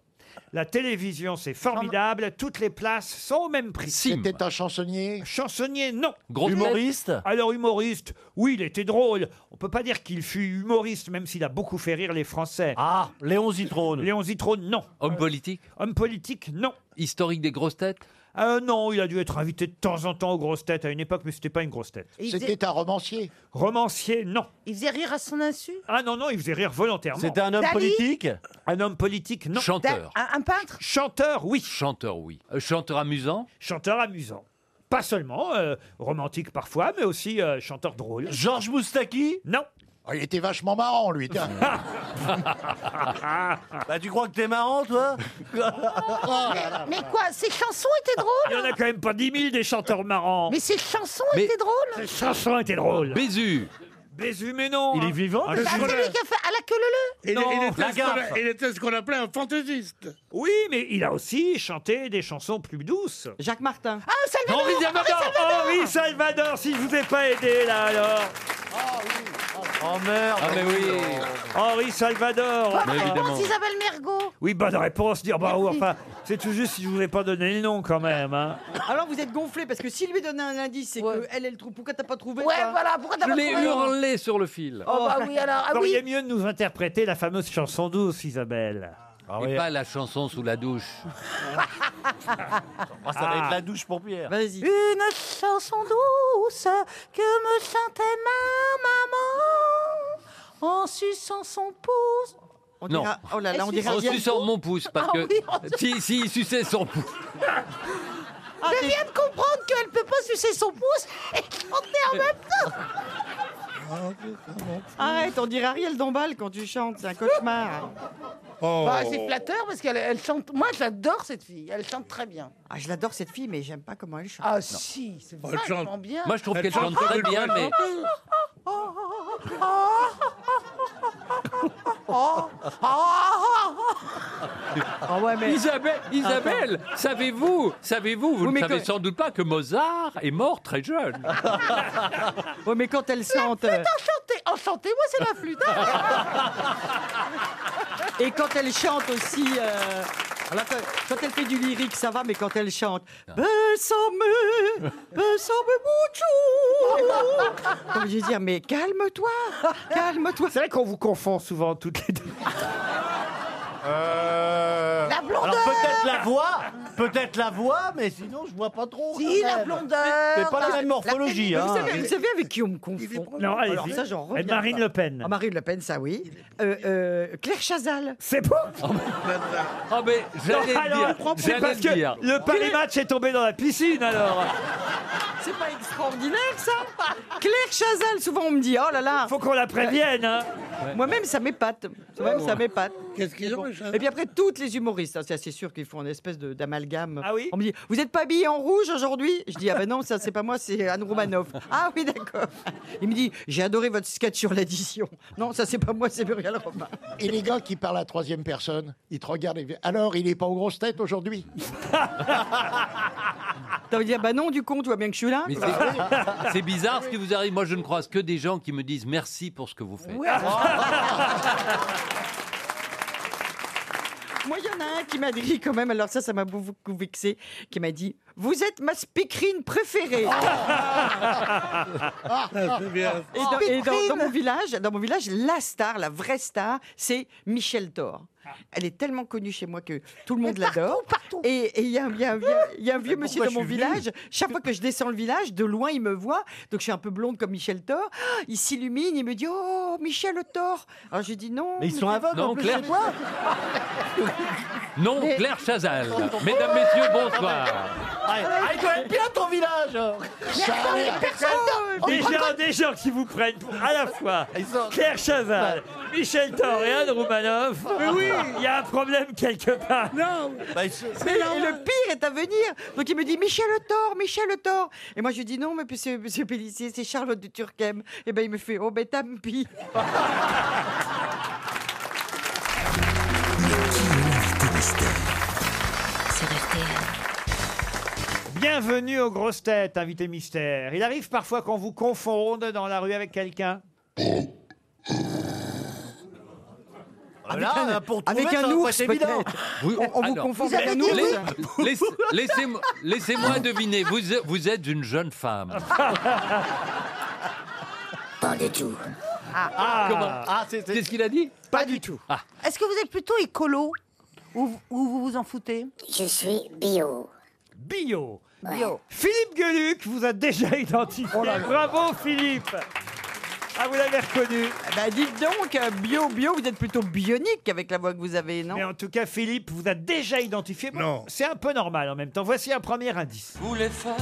Speaker 4: La télévision, c'est formidable. Toutes les places sont au même prix.
Speaker 16: C'était un chansonnier
Speaker 4: Chansonnier, non.
Speaker 16: Grosse Humoriste tête
Speaker 4: Alors, humoriste, oui, il était drôle. On peut pas dire qu'il fut humoriste, même s'il a beaucoup fait rire les Français.
Speaker 7: Ah, Léon Zitrone.
Speaker 4: Léon Zitrone, non. Euh,
Speaker 9: Homme politique
Speaker 4: Homme politique, non.
Speaker 9: Historique des grosses têtes
Speaker 4: Euh, non, il a dû être invité de temps en temps aux grosses têtes à une époque, mais c'était pas une grosse tête.
Speaker 6: Il C'était faisait-
Speaker 16: un romancier
Speaker 4: Romancier, non.
Speaker 6: Il faisait rire à son insu
Speaker 4: Ah non, non, il faisait rire volontairement.
Speaker 7: C'était un homme Dali politique
Speaker 4: Un homme politique, non.
Speaker 9: Chanteur.
Speaker 6: Un, un peintre
Speaker 4: Chanteur, oui.
Speaker 9: Chanteur, oui. Euh, Chanteur amusant
Speaker 4: Chanteur amusant. Pas seulement euh, romantique parfois, mais aussi euh, chanteur drôle.
Speaker 7: Georges Moustaki
Speaker 4: Non.
Speaker 16: Oh, Il était vachement marrant, lui.
Speaker 4: [laughs]
Speaker 16: tiens.
Speaker 7: [laughs] Bah tu crois que t'es marrant
Speaker 4: [laughs]
Speaker 7: toi
Speaker 9: Oh
Speaker 7: Oh
Speaker 6: Mais quoi Ses chansons étaient
Speaker 4: Ah, Il n'y en
Speaker 6: drôles
Speaker 4: a quand même pas 10 000 des chanteurs marrants.
Speaker 6: Mais ses chansons
Speaker 4: Mais-
Speaker 6: étaient drôles
Speaker 4: Ces chansons étaient drôles.
Speaker 9: Bézu
Speaker 4: Bézu, mais non.
Speaker 7: Il est vivant,
Speaker 4: Ah,
Speaker 6: Bah,
Speaker 4: je-
Speaker 6: C'est lui qui a fait à la queue leu
Speaker 8: Il,
Speaker 4: Non,
Speaker 8: il était ce qu'on
Speaker 4: Lagarde.
Speaker 8: a- il était ce qu'on appelait un fantaisiste.
Speaker 4: Oui, mais il a aussi chanté des chansons plus douces.
Speaker 5: Jacques Martin.
Speaker 6: Ah, Salvador
Speaker 4: Henri Salvador Henri Salvador, si je vous ai pas aidé là alors
Speaker 7: Oh merde
Speaker 9: Ah mais oui
Speaker 4: Henri Salvador
Speaker 9: Mais évidemment.
Speaker 6: Réponse Isabelle Mergot
Speaker 4: Oui, bonne réponse, dire bah, ou, enfin, c'est tout juste si je vous ai pas donné le nom quand même. hein.
Speaker 6: Ah,
Speaker 5: Alors vous êtes gonflé parce que si lui donnait un indice, c'est que elle, elle trouve. Pourquoi t'as pas trouvé
Speaker 6: Ouais,
Speaker 5: toi
Speaker 6: voilà, pourquoi t'as
Speaker 9: Je
Speaker 6: pas
Speaker 9: l'ai
Speaker 6: trouvé
Speaker 9: hurlé sur le fil.
Speaker 6: Oh bah oui, alors, ah
Speaker 4: Vous
Speaker 6: oui
Speaker 4: auriez mieux de nous interpréter la fameuse chanson douce, Isabelle.
Speaker 9: Et pas la chanson sous la douche.
Speaker 7: Ah, Ça va être la douche pour Pierre.
Speaker 5: Vas-y.
Speaker 6: Une chanson douce que me chantait ma maman en suçant son pouce.
Speaker 5: On
Speaker 9: Non.
Speaker 5: dira- Oh là là, on
Speaker 6: Est-ce
Speaker 5: dirait
Speaker 9: On
Speaker 5: Ariel.
Speaker 9: suce sur mon pouce parce
Speaker 6: Ah
Speaker 9: que
Speaker 6: oui, on-
Speaker 9: si si il suçait son pouce.
Speaker 6: je viens de comprendre qu'elle peut pas sucer son pouce et [laughs] chanter en même temps.
Speaker 5: Arrête, on dirait Ariel Dombal quand tu chantes, c'est un cauchemar.
Speaker 8: Oh.
Speaker 6: Bah, c'est flatteur parce qu'elle elle chante. Moi, j'adore cette fille. Elle chante très bien.
Speaker 5: Ah, je l'adore cette fille, mais j'aime pas comment elle chante.
Speaker 6: Ah si, c'est
Speaker 5: Elle
Speaker 6: vachement
Speaker 5: chante.
Speaker 6: bien.
Speaker 5: Moi, je trouve Elle qu'elle chante chante très bien, bien, mais- Ah
Speaker 9: Isabelle, Isabelle, savez-vous, savez-vous, vous
Speaker 5: Oui,
Speaker 9: ne
Speaker 5: mais
Speaker 9: savez
Speaker 5: que-
Speaker 9: sans doute pas que Mozart est mort très
Speaker 5: [laughs]
Speaker 9: jeune.
Speaker 5: Oui, mais quand elle chante. euh,
Speaker 6: Flûte enchantée, enchantée, moi c'est la flûte.
Speaker 5: Et quand elle chante aussi. euh, alors que- quand elle fait du lyrique, ça va, mais quand elle chante. Bésame, bésame mucho. Comme je veux dire, mais calme-toi, calme-toi. C'est vrai qu'on vous confond souvent toutes les deux.
Speaker 6: La blondeur
Speaker 7: Euh, Alors peut-être la voix, peut-être la voix, mais sinon je vois pas trop.
Speaker 6: Si,
Speaker 7: quand
Speaker 6: la
Speaker 7: même.
Speaker 6: blondeur,
Speaker 7: Mais pas Bah, la même morphologie.
Speaker 5: Mais
Speaker 7: hein.
Speaker 5: Vous savez, vous savez avec qui on me confond
Speaker 7: Non, allez-y.
Speaker 5: Alors ça, j'en
Speaker 7: Et
Speaker 5: reviens
Speaker 7: Marine
Speaker 5: pas.
Speaker 7: Le Pen.
Speaker 5: Ah, Marine Le Pen, ça oui. Euh, euh, Claire Chazal. C'est bon [laughs]
Speaker 9: Ah mais j'allais
Speaker 4: Non, alors,
Speaker 9: le dire,
Speaker 4: c'est
Speaker 9: j'allais
Speaker 4: parce
Speaker 9: le
Speaker 4: que
Speaker 9: dire.
Speaker 4: le Paris Match est tombé dans la
Speaker 6: [laughs]
Speaker 4: piscine alors.
Speaker 5: C'est pas extraordinaire ça Claire Chazal, souvent on me dit oh là là.
Speaker 4: Faut qu'on la prévienne. hein.
Speaker 5: Moi-même ça m'épate. Moi-même ça m'épate.
Speaker 8: Qu'est-ce qu'ils ont,
Speaker 5: Mais
Speaker 8: les Chazal
Speaker 5: Et puis après toutes les humoristes, hein, c'est assez sûr qu'ils font une espèce de- d'amalgame.
Speaker 4: Ah oui
Speaker 5: On me dit vous êtes pas habillé en rouge aujourd'hui Je dis ah ben non ça c'est pas moi c'est Anne Romanoff. Ah oui d'accord. Il me dit j'ai adoré votre sketch sur l'addition. Non ça c'est pas moi c'est Muriel Robin.
Speaker 16: Et les gars qui parlent à la troisième personne, ils te regardent et ils disent, Alors, il est pas aux grosses têtes aujourd'hui
Speaker 5: T'as envie de dire bah non du con tu vois bien que je suis là.
Speaker 9: Mais c'est- c'est bizarre ce qui vous arrive. Moi, je ne croise que des gens qui me disent merci pour ce que vous faites.
Speaker 5: Moi, il y en a un qui m'a dit quand même, alors ça, ça m'a beaucoup vexé, qui m'a dit Vous êtes ma speakerine préférée.
Speaker 4: Oh.
Speaker 6: Ah,
Speaker 7: Ah,
Speaker 5: Et,
Speaker 6: Oh,
Speaker 5: dans, et dans- dans mon village, dans mon village, la star, la vraie star, c'est Michel Thor. Elle est tellement connue chez moi que tout le monde l'adore. Et et il y a, un- il y a un vieux- il y a un vieux monsieur dans
Speaker 7: pourquoi
Speaker 5: mon
Speaker 7: je suis venu
Speaker 5: village. Chaque fois que je descends le village, de loin, il me voit. Donc je suis un peu blonde comme Michel Thor. Il s'illumine, il me dit Oh, Michel Thor. Alors je dis non.
Speaker 7: Mais ils sont
Speaker 5: Michel-
Speaker 7: aveugles, en
Speaker 9: Non,
Speaker 7: plus,
Speaker 9: Claire.
Speaker 7: chez toi.
Speaker 9: Non,
Speaker 5: Mais-
Speaker 9: Claire Chazal. Mesdames, messieurs, bonsoir.
Speaker 7: Ah, il doit être bien ton village
Speaker 4: Des gens, des gens qui vous prennent pour à la fois Claire Chazal, Michel Thor et Anne Roumanoff.
Speaker 5: Mais oui.
Speaker 4: Il y a un problème quelque part.
Speaker 8: Non
Speaker 5: Mais le, le pire est à venir. Donc il me dit Michel Le Thor, Michel Le Thor. Et moi je lui dis non, mais puis c'est Monsieur Pellissier, c'est Charlotte de Turquem. Et ben il me fait oh ben tant pis.
Speaker 4: Bienvenue aux grosses têtes, invité mystère. Il arrive parfois qu'on vous confonde dans la rue avec quelqu'un.
Speaker 7: Avec Là, un- pour trouver,
Speaker 5: avec un
Speaker 7: ça va
Speaker 5: ours,
Speaker 7: pas être évident.
Speaker 5: peut-être.
Speaker 9: Oui,
Speaker 5: On- on vous
Speaker 9: alors,
Speaker 5: confond
Speaker 9: vous
Speaker 5: avec
Speaker 9: avez
Speaker 5: un
Speaker 9: dit
Speaker 5: ours.
Speaker 9: oui. Laisse- Laissez-moi laissez-moi deviner, vous, vous êtes une jeune femme. Pas du tout.
Speaker 4: Ah,
Speaker 7: Ah.
Speaker 9: Qu'est-ce qu'il a dit
Speaker 5: Pas du tout.
Speaker 20: Est-ce que vous êtes plutôt écolo ou, vous- ou vous vous en foutez Je suis bio.
Speaker 4: Bio. Bio. Philippe Gueluc vous a déjà identifié.
Speaker 5: Oh
Speaker 4: Bravo Philippe. Ah, vous l'avez reconnu.
Speaker 5: Bah dites donc, euh, bio, bio, vous êtes plutôt bionique avec la voix que vous avez, non
Speaker 4: Mais en tout cas, Philippe vous a déjà identifié. Bon, C'est un peu normal en même temps. Voici un premier indice.
Speaker 17: Vous les femmes,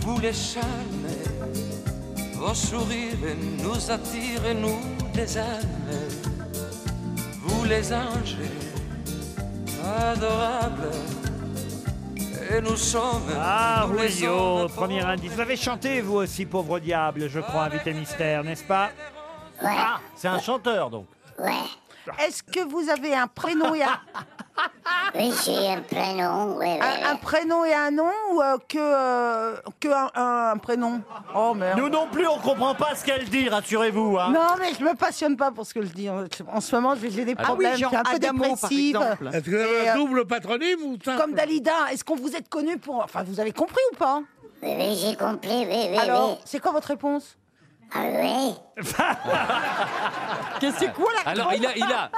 Speaker 17: vous les charmes, vos sourires nous attirent, nous des âmes. Vous les anges, adorables, et nous sommes.
Speaker 4: Ah,
Speaker 17: nous les
Speaker 4: Julio,
Speaker 17: hommes
Speaker 4: premier indice. Vous avez chanté, vous aussi, pauvre diable, je crois, invité mystère, n'est-ce pas Ah, c'est un chanteur, donc.
Speaker 20: [laughs] Est-ce que vous avez un prénom et un...
Speaker 15: [laughs] Oui, j'ai un prénom, oui, oui,
Speaker 20: un, un prénom et un nom ou euh, que, euh, que un, un- un prénom Oh merde.
Speaker 7: Nous non plus, on comprend pas ce qu'elle dit, rassurez-vous. hein.
Speaker 20: Non, mais je me passionne pas pour ce que je dis. En, en ce moment, j'ai j'ai des
Speaker 7: Ah oui,
Speaker 20: problèmes.
Speaker 7: genre
Speaker 20: je suis un peu
Speaker 7: Adamo, par
Speaker 20: dépressive.
Speaker 7: exemple.
Speaker 8: Est-ce que vous avez
Speaker 20: Et,
Speaker 8: un
Speaker 20: euh,
Speaker 8: double patronyme ou simple
Speaker 20: Comme Dalida, est-ce qu'on vous êtes connu pour... Enfin, vous avez compris ou pas
Speaker 15: Oui, oui, j'ai compris, oui, oui,
Speaker 20: Alors,
Speaker 15: oui.
Speaker 20: c'est quoi votre réponse
Speaker 15: Ah oui
Speaker 5: Qu'est-ce que c'est quoi la
Speaker 9: Alors, il a,
Speaker 5: [laughs]
Speaker 9: il a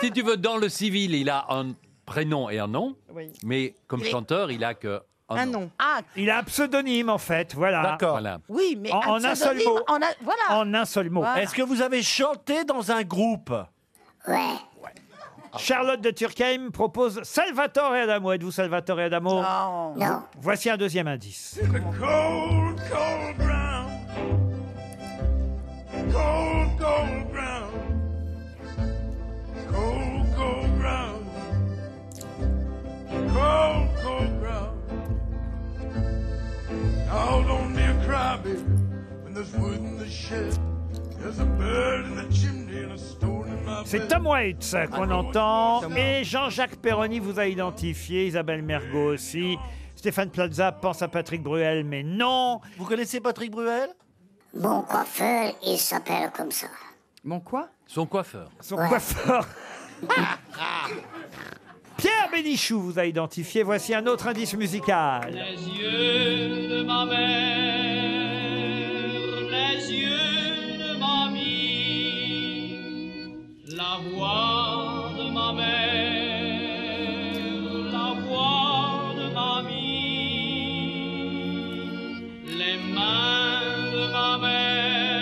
Speaker 9: si tu veux, dans le civil, il a un prénom et un nom,
Speaker 5: Oui.
Speaker 9: mais comme
Speaker 20: Mais-
Speaker 9: chanteur, il a que
Speaker 7: Oh
Speaker 9: un, nom.
Speaker 20: Ah,
Speaker 4: Il a un pseudonyme, en fait, voilà.
Speaker 7: D'accord.
Speaker 9: Voilà.
Speaker 20: oui, mais
Speaker 4: En- en un seul
Speaker 20: pseudonyme,
Speaker 4: mot.
Speaker 20: en un- voilà.
Speaker 4: En un seul mot.
Speaker 20: Voilà.
Speaker 7: Est-ce que vous avez chanté dans un groupe
Speaker 15: Ouais.
Speaker 4: Charlotte de Turckheim propose Salvatore Adamo. Êtes-vous Salvatore Adamo
Speaker 20: Non.
Speaker 15: Non.
Speaker 4: Voici un deuxième indice.
Speaker 15: Cold, cold brown. Cold, cold brown. Cold, wood in the shed. There's a bird in the chimney and a stone in my
Speaker 4: C'est Tom Waits qu'on entend et Jean-Jacques Perroni vous a identifié, Isabelle Mergot aussi. Stéphane Plaza pense à Patrick Bruel, mais non. Vous connaissez Patrick Bruel
Speaker 15: Mon coiffeur, il s'appelle comme ça.
Speaker 4: Mon quoi
Speaker 9: Son coiffeur.
Speaker 4: Son coiffeur. Pierre Bénichou vous a identifié. Voici un autre indice musical.
Speaker 15: Les yeux de ma mère, les yeux de mamie, la voix de ma mère, la voix de mamie, les mains de ma mère,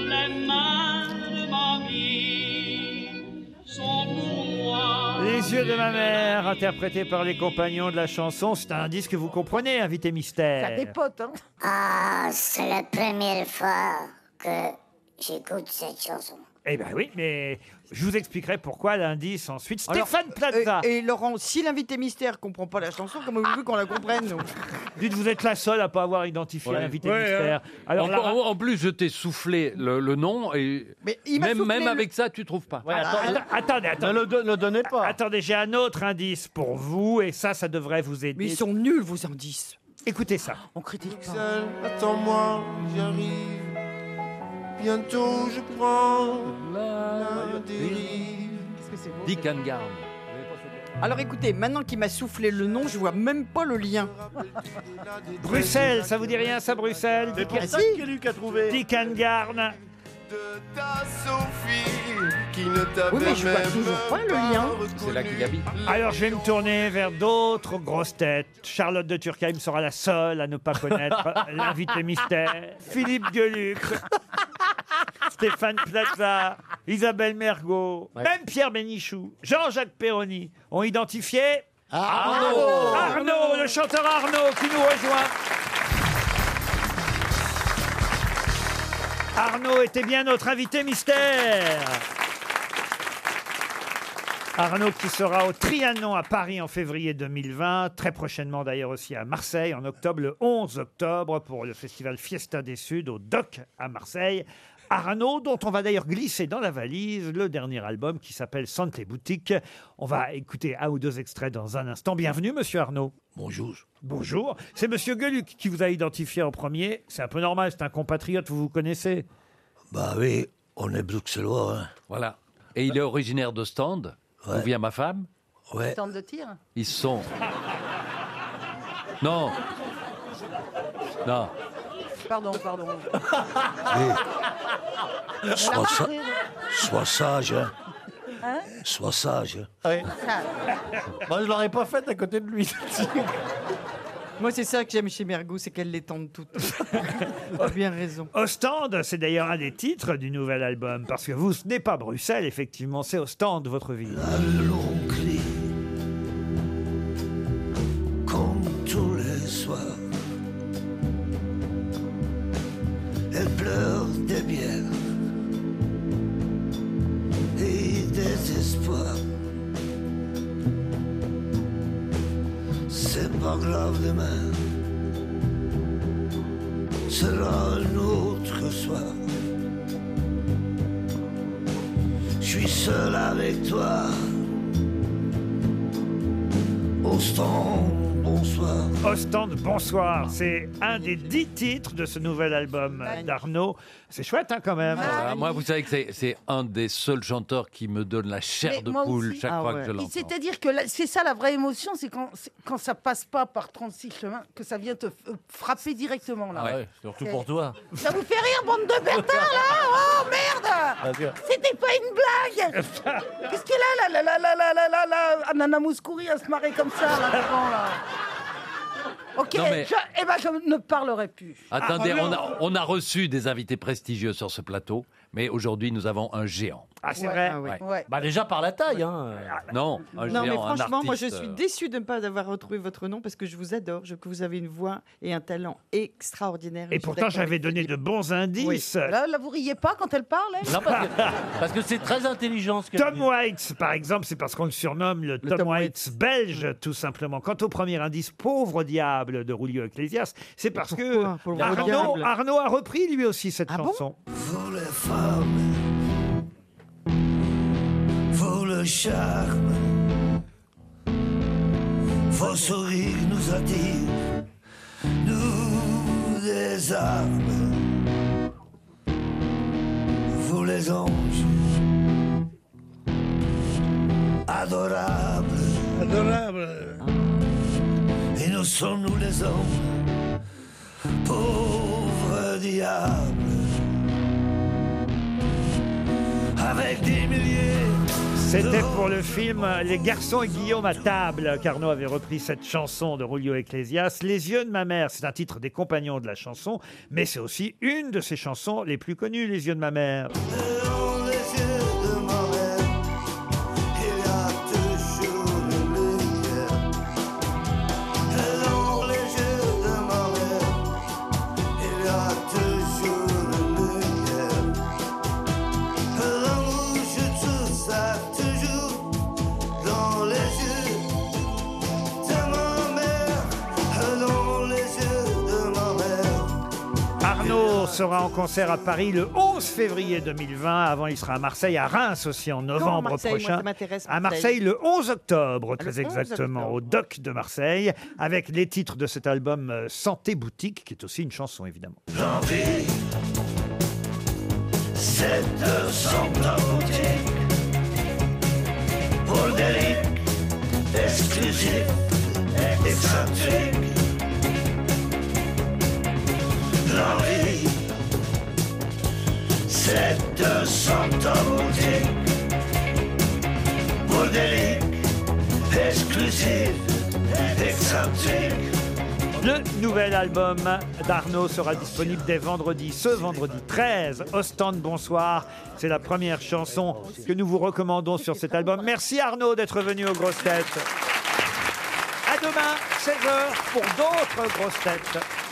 Speaker 15: les mains de mamie sont pour moi.
Speaker 4: Les yeux de ma mère, interprété par les compagnons de la chanson. C'est un indice que vous comprenez, invité mystère.
Speaker 6: potes, hein
Speaker 15: Ah, c'est la première fois que j'écoute cette chanson.
Speaker 4: Eh ben oui, mais je vous expliquerai pourquoi l'indice ensuite.
Speaker 5: Alors, euh,
Speaker 4: Stéphane Plaza.
Speaker 5: Et, et Laurent, si l'invité mystère comprend pas la chanson, comment voulez-vous qu'on la comprenne nous
Speaker 4: Dites, vous êtes la seule à pas avoir identifié
Speaker 9: Ouais.
Speaker 4: l'invité
Speaker 9: Ouais,
Speaker 4: mystère.
Speaker 9: hein.
Speaker 4: Alors
Speaker 9: en,
Speaker 4: là,
Speaker 9: en- en plus, je t'ai soufflé le, le nom et
Speaker 4: il m'a
Speaker 9: même,
Speaker 4: soufflé
Speaker 9: même
Speaker 4: le-
Speaker 9: avec ça, tu trouves pas.
Speaker 4: Attends, attendez, attendez. Ne le, donnez pas. Attendez, j'ai un autre indice pour vous et ça, ça devrait vous aider.
Speaker 5: Mais ils sont nuls, vos indices.
Speaker 4: Écoutez Ah, ça.
Speaker 5: On critique pas.
Speaker 18: Seul, attends-moi, j'arrive. Bientôt je prends la dérive.
Speaker 9: Dick and Garn.
Speaker 5: Alors écoutez, maintenant qu'il m'a soufflé le nom, je vois même pas le lien.
Speaker 4: Bruxelles, ça vous dit rien, ça, Bruxelles Dick
Speaker 7: pour ça que Luc a trouvé.
Speaker 4: Dick Angarn.
Speaker 18: Ta Sophie qui ne t'avait
Speaker 4: Oui, mais je vois toujours pas le lien.
Speaker 9: C'est là qu'il habite.
Speaker 4: Mm. Alors, je vais me tourner vers d'autres grosses têtes. Charlotte de Turckheim sera la seule à ne pas connaître l'invité mystère. Philippe Gueluc, Stéphane Plaza, Isabelle Mergot, même Pierre Bénichou, Jean-Jacques Perroni ont identifié
Speaker 15: Arnaud.
Speaker 4: Arnaud, le chanteur Arnaud qui nous rejoint. Arnaud était bien notre invité mystère. Arnaud qui sera au Trianon à Paris en février 2020, très prochainement d'ailleurs aussi à Marseille en octobre, le 11 octobre pour le festival Fiesta des Suds au Doc à Marseille. Arnaud, dont on va d'ailleurs glisser dans la valise le dernier album qui s'appelle Santé Boutique. On va écouter un ou deux extraits dans un instant. Bienvenue, monsieur Arnaud. Bonjour. Bonjour. C'est monsieur Gueluc qui vous a identifié en premier. C'est un peu normal, c'est un compatriote, vous vous connaissez
Speaker 10: Bah oui, on est bruxellois. Hein.
Speaker 9: Voilà. Et il est originaire de Stand, où vient ma femme.
Speaker 10: Ouais.
Speaker 6: Tente de tir.
Speaker 9: Ils sont. Non. Non.
Speaker 6: Pardon, pardon.
Speaker 10: Eh. Sois, sa- sois sage. Hein.
Speaker 6: Hein
Speaker 10: Sois sage. hein.
Speaker 7: Moi, je l'aurais pas faite à côté de lui.
Speaker 5: [laughs] Moi, c'est ça que j'aime chez Mergou, c'est qu'elle les tente
Speaker 7: [laughs]
Speaker 5: toutes. T'as bien raison.
Speaker 4: Ostende, c'est d'ailleurs un des titres du nouvel album, parce que vous, ce n'est pas Bruxelles, effectivement, c'est Ostende, votre ville.
Speaker 10: Comme tous les soirs, elle pleure des bières et des espoirs. C'est pas grave demain, sera un autre soir. Je suis seul avec toi. Ostende, bonsoir.
Speaker 4: Ostende, bonsoir. C'est un des dix titres de ce nouvel album d'Arnaud. C'est chouette, hein, quand même.
Speaker 9: Voilà, moi, vous savez que c'est- c'est un des seuls chanteurs qui me donne la chair
Speaker 6: Mais
Speaker 9: de
Speaker 6: moi
Speaker 9: poule
Speaker 6: aussi.
Speaker 9: chaque fois que je
Speaker 6: Et
Speaker 9: l'entends.
Speaker 6: C'est-à-dire que la- c'est ça la vraie émotion, c'est quand, c'est quand ça passe pas par 36 chemins, que ça vient te f- euh, frapper directement
Speaker 7: Ah
Speaker 6: là.
Speaker 10: Ah
Speaker 6: C'est-
Speaker 7: toi.
Speaker 6: Ça vous fait rire, bande de bêtards là Oh merde
Speaker 7: Parce que-
Speaker 6: C'était pas une blague Qu'est-ce qu'elle a là là là là là là là là Ah, Nana Mouskouri à se marrer comme ça là devant là Ok,
Speaker 9: Non, mais-
Speaker 6: je, eh ben je ne parlerai plus.
Speaker 9: Attendez,
Speaker 6: Ah,
Speaker 9: on, a, on a reçu des invités prestigieux sur ce plateau, mais aujourd'hui, nous avons un géant.
Speaker 4: Ah, c'est vrai
Speaker 7: Bah, déjà par la taille. hein.
Speaker 9: Non,
Speaker 7: Ah,
Speaker 9: un
Speaker 5: Non,
Speaker 9: géant,
Speaker 5: mais
Speaker 9: un
Speaker 5: franchement, moi, je
Speaker 9: artiste,
Speaker 5: suis
Speaker 9: euh,
Speaker 5: déçue de ne pas avoir retrouvé votre nom parce que je vous adore, je, que vous avez une voix et un talent extraordinaire.
Speaker 4: Et pourtant, j'avais donné de bons indices.
Speaker 6: Là, là, vous riez pas quand elle parle hein elle
Speaker 4: Parce que c'est très intelligent ce que Tom Waits, par exemple, c'est parce qu'on le surnomme le, Tom, Waits belge, tout simplement. Quant au premier indice, pauvre diable, diable de Roulier Ecclésias, c'est parce que
Speaker 8: Pourquoi Pour le
Speaker 4: Arnaud,
Speaker 8: diable Ah
Speaker 4: Arnaud a repris lui aussi cette chanson.
Speaker 10: Vous les femmes, vous le charme, vos sourires nous attirent, nous désarment. Vous les anges, adorables, adorables, et nous sommes nous les hommes, pauvres diables. avec des milliers.
Speaker 4: C'était pour le film Les garçons et Guillaume à table qu'Arnaud avait repris cette chanson de Rulio Ecclésias. Les yeux de ma mère, c'est un titre des compagnons de la chanson, mais c'est aussi une de ses chansons les plus connues, Les yeux de ma mère.
Speaker 10: Dans les yeux de ma mère, il y a toujours une lumière. Dans les yeux de ma mère, il y a toujours une lumière. L'amour, je trouve ça toujours dans les yeux de ma mère. Dans les yeux de ma mère.
Speaker 4: Arnaud sera en concert à Paris le 11 février 2020. Avant, il sera à Marseille, à Reims aussi en
Speaker 21: Quand à
Speaker 4: novembre
Speaker 21: Marseille, moi,
Speaker 4: prochain.
Speaker 21: ça m'intéresse,
Speaker 4: à
Speaker 21: Marseille. Ah,
Speaker 4: Marseille le 11 octobre,
Speaker 21: Le
Speaker 4: très
Speaker 21: 11
Speaker 4: exactement,
Speaker 21: octobre.
Speaker 4: au Doc de Marseille, avec les titres de cet album euh, Santé Boutique, qui est aussi une chanson évidemment.
Speaker 10: L'envie, c'est de s'entendre boutique pour des rics exclusifs et excentriques. L'envie, c'est de s'entendre boutique pour des rics exclusifs et excentriques.
Speaker 4: Le nouvel album d'Arnaud sera disponible dès vendredi, ce vendredi 13, au stand Bonsoir. C'est la première chanson que nous vous recommandons sur cet album. Merci Arnaud d'être venu aux grosses têtes. À demain, 16h, pour d'autres grosses têtes.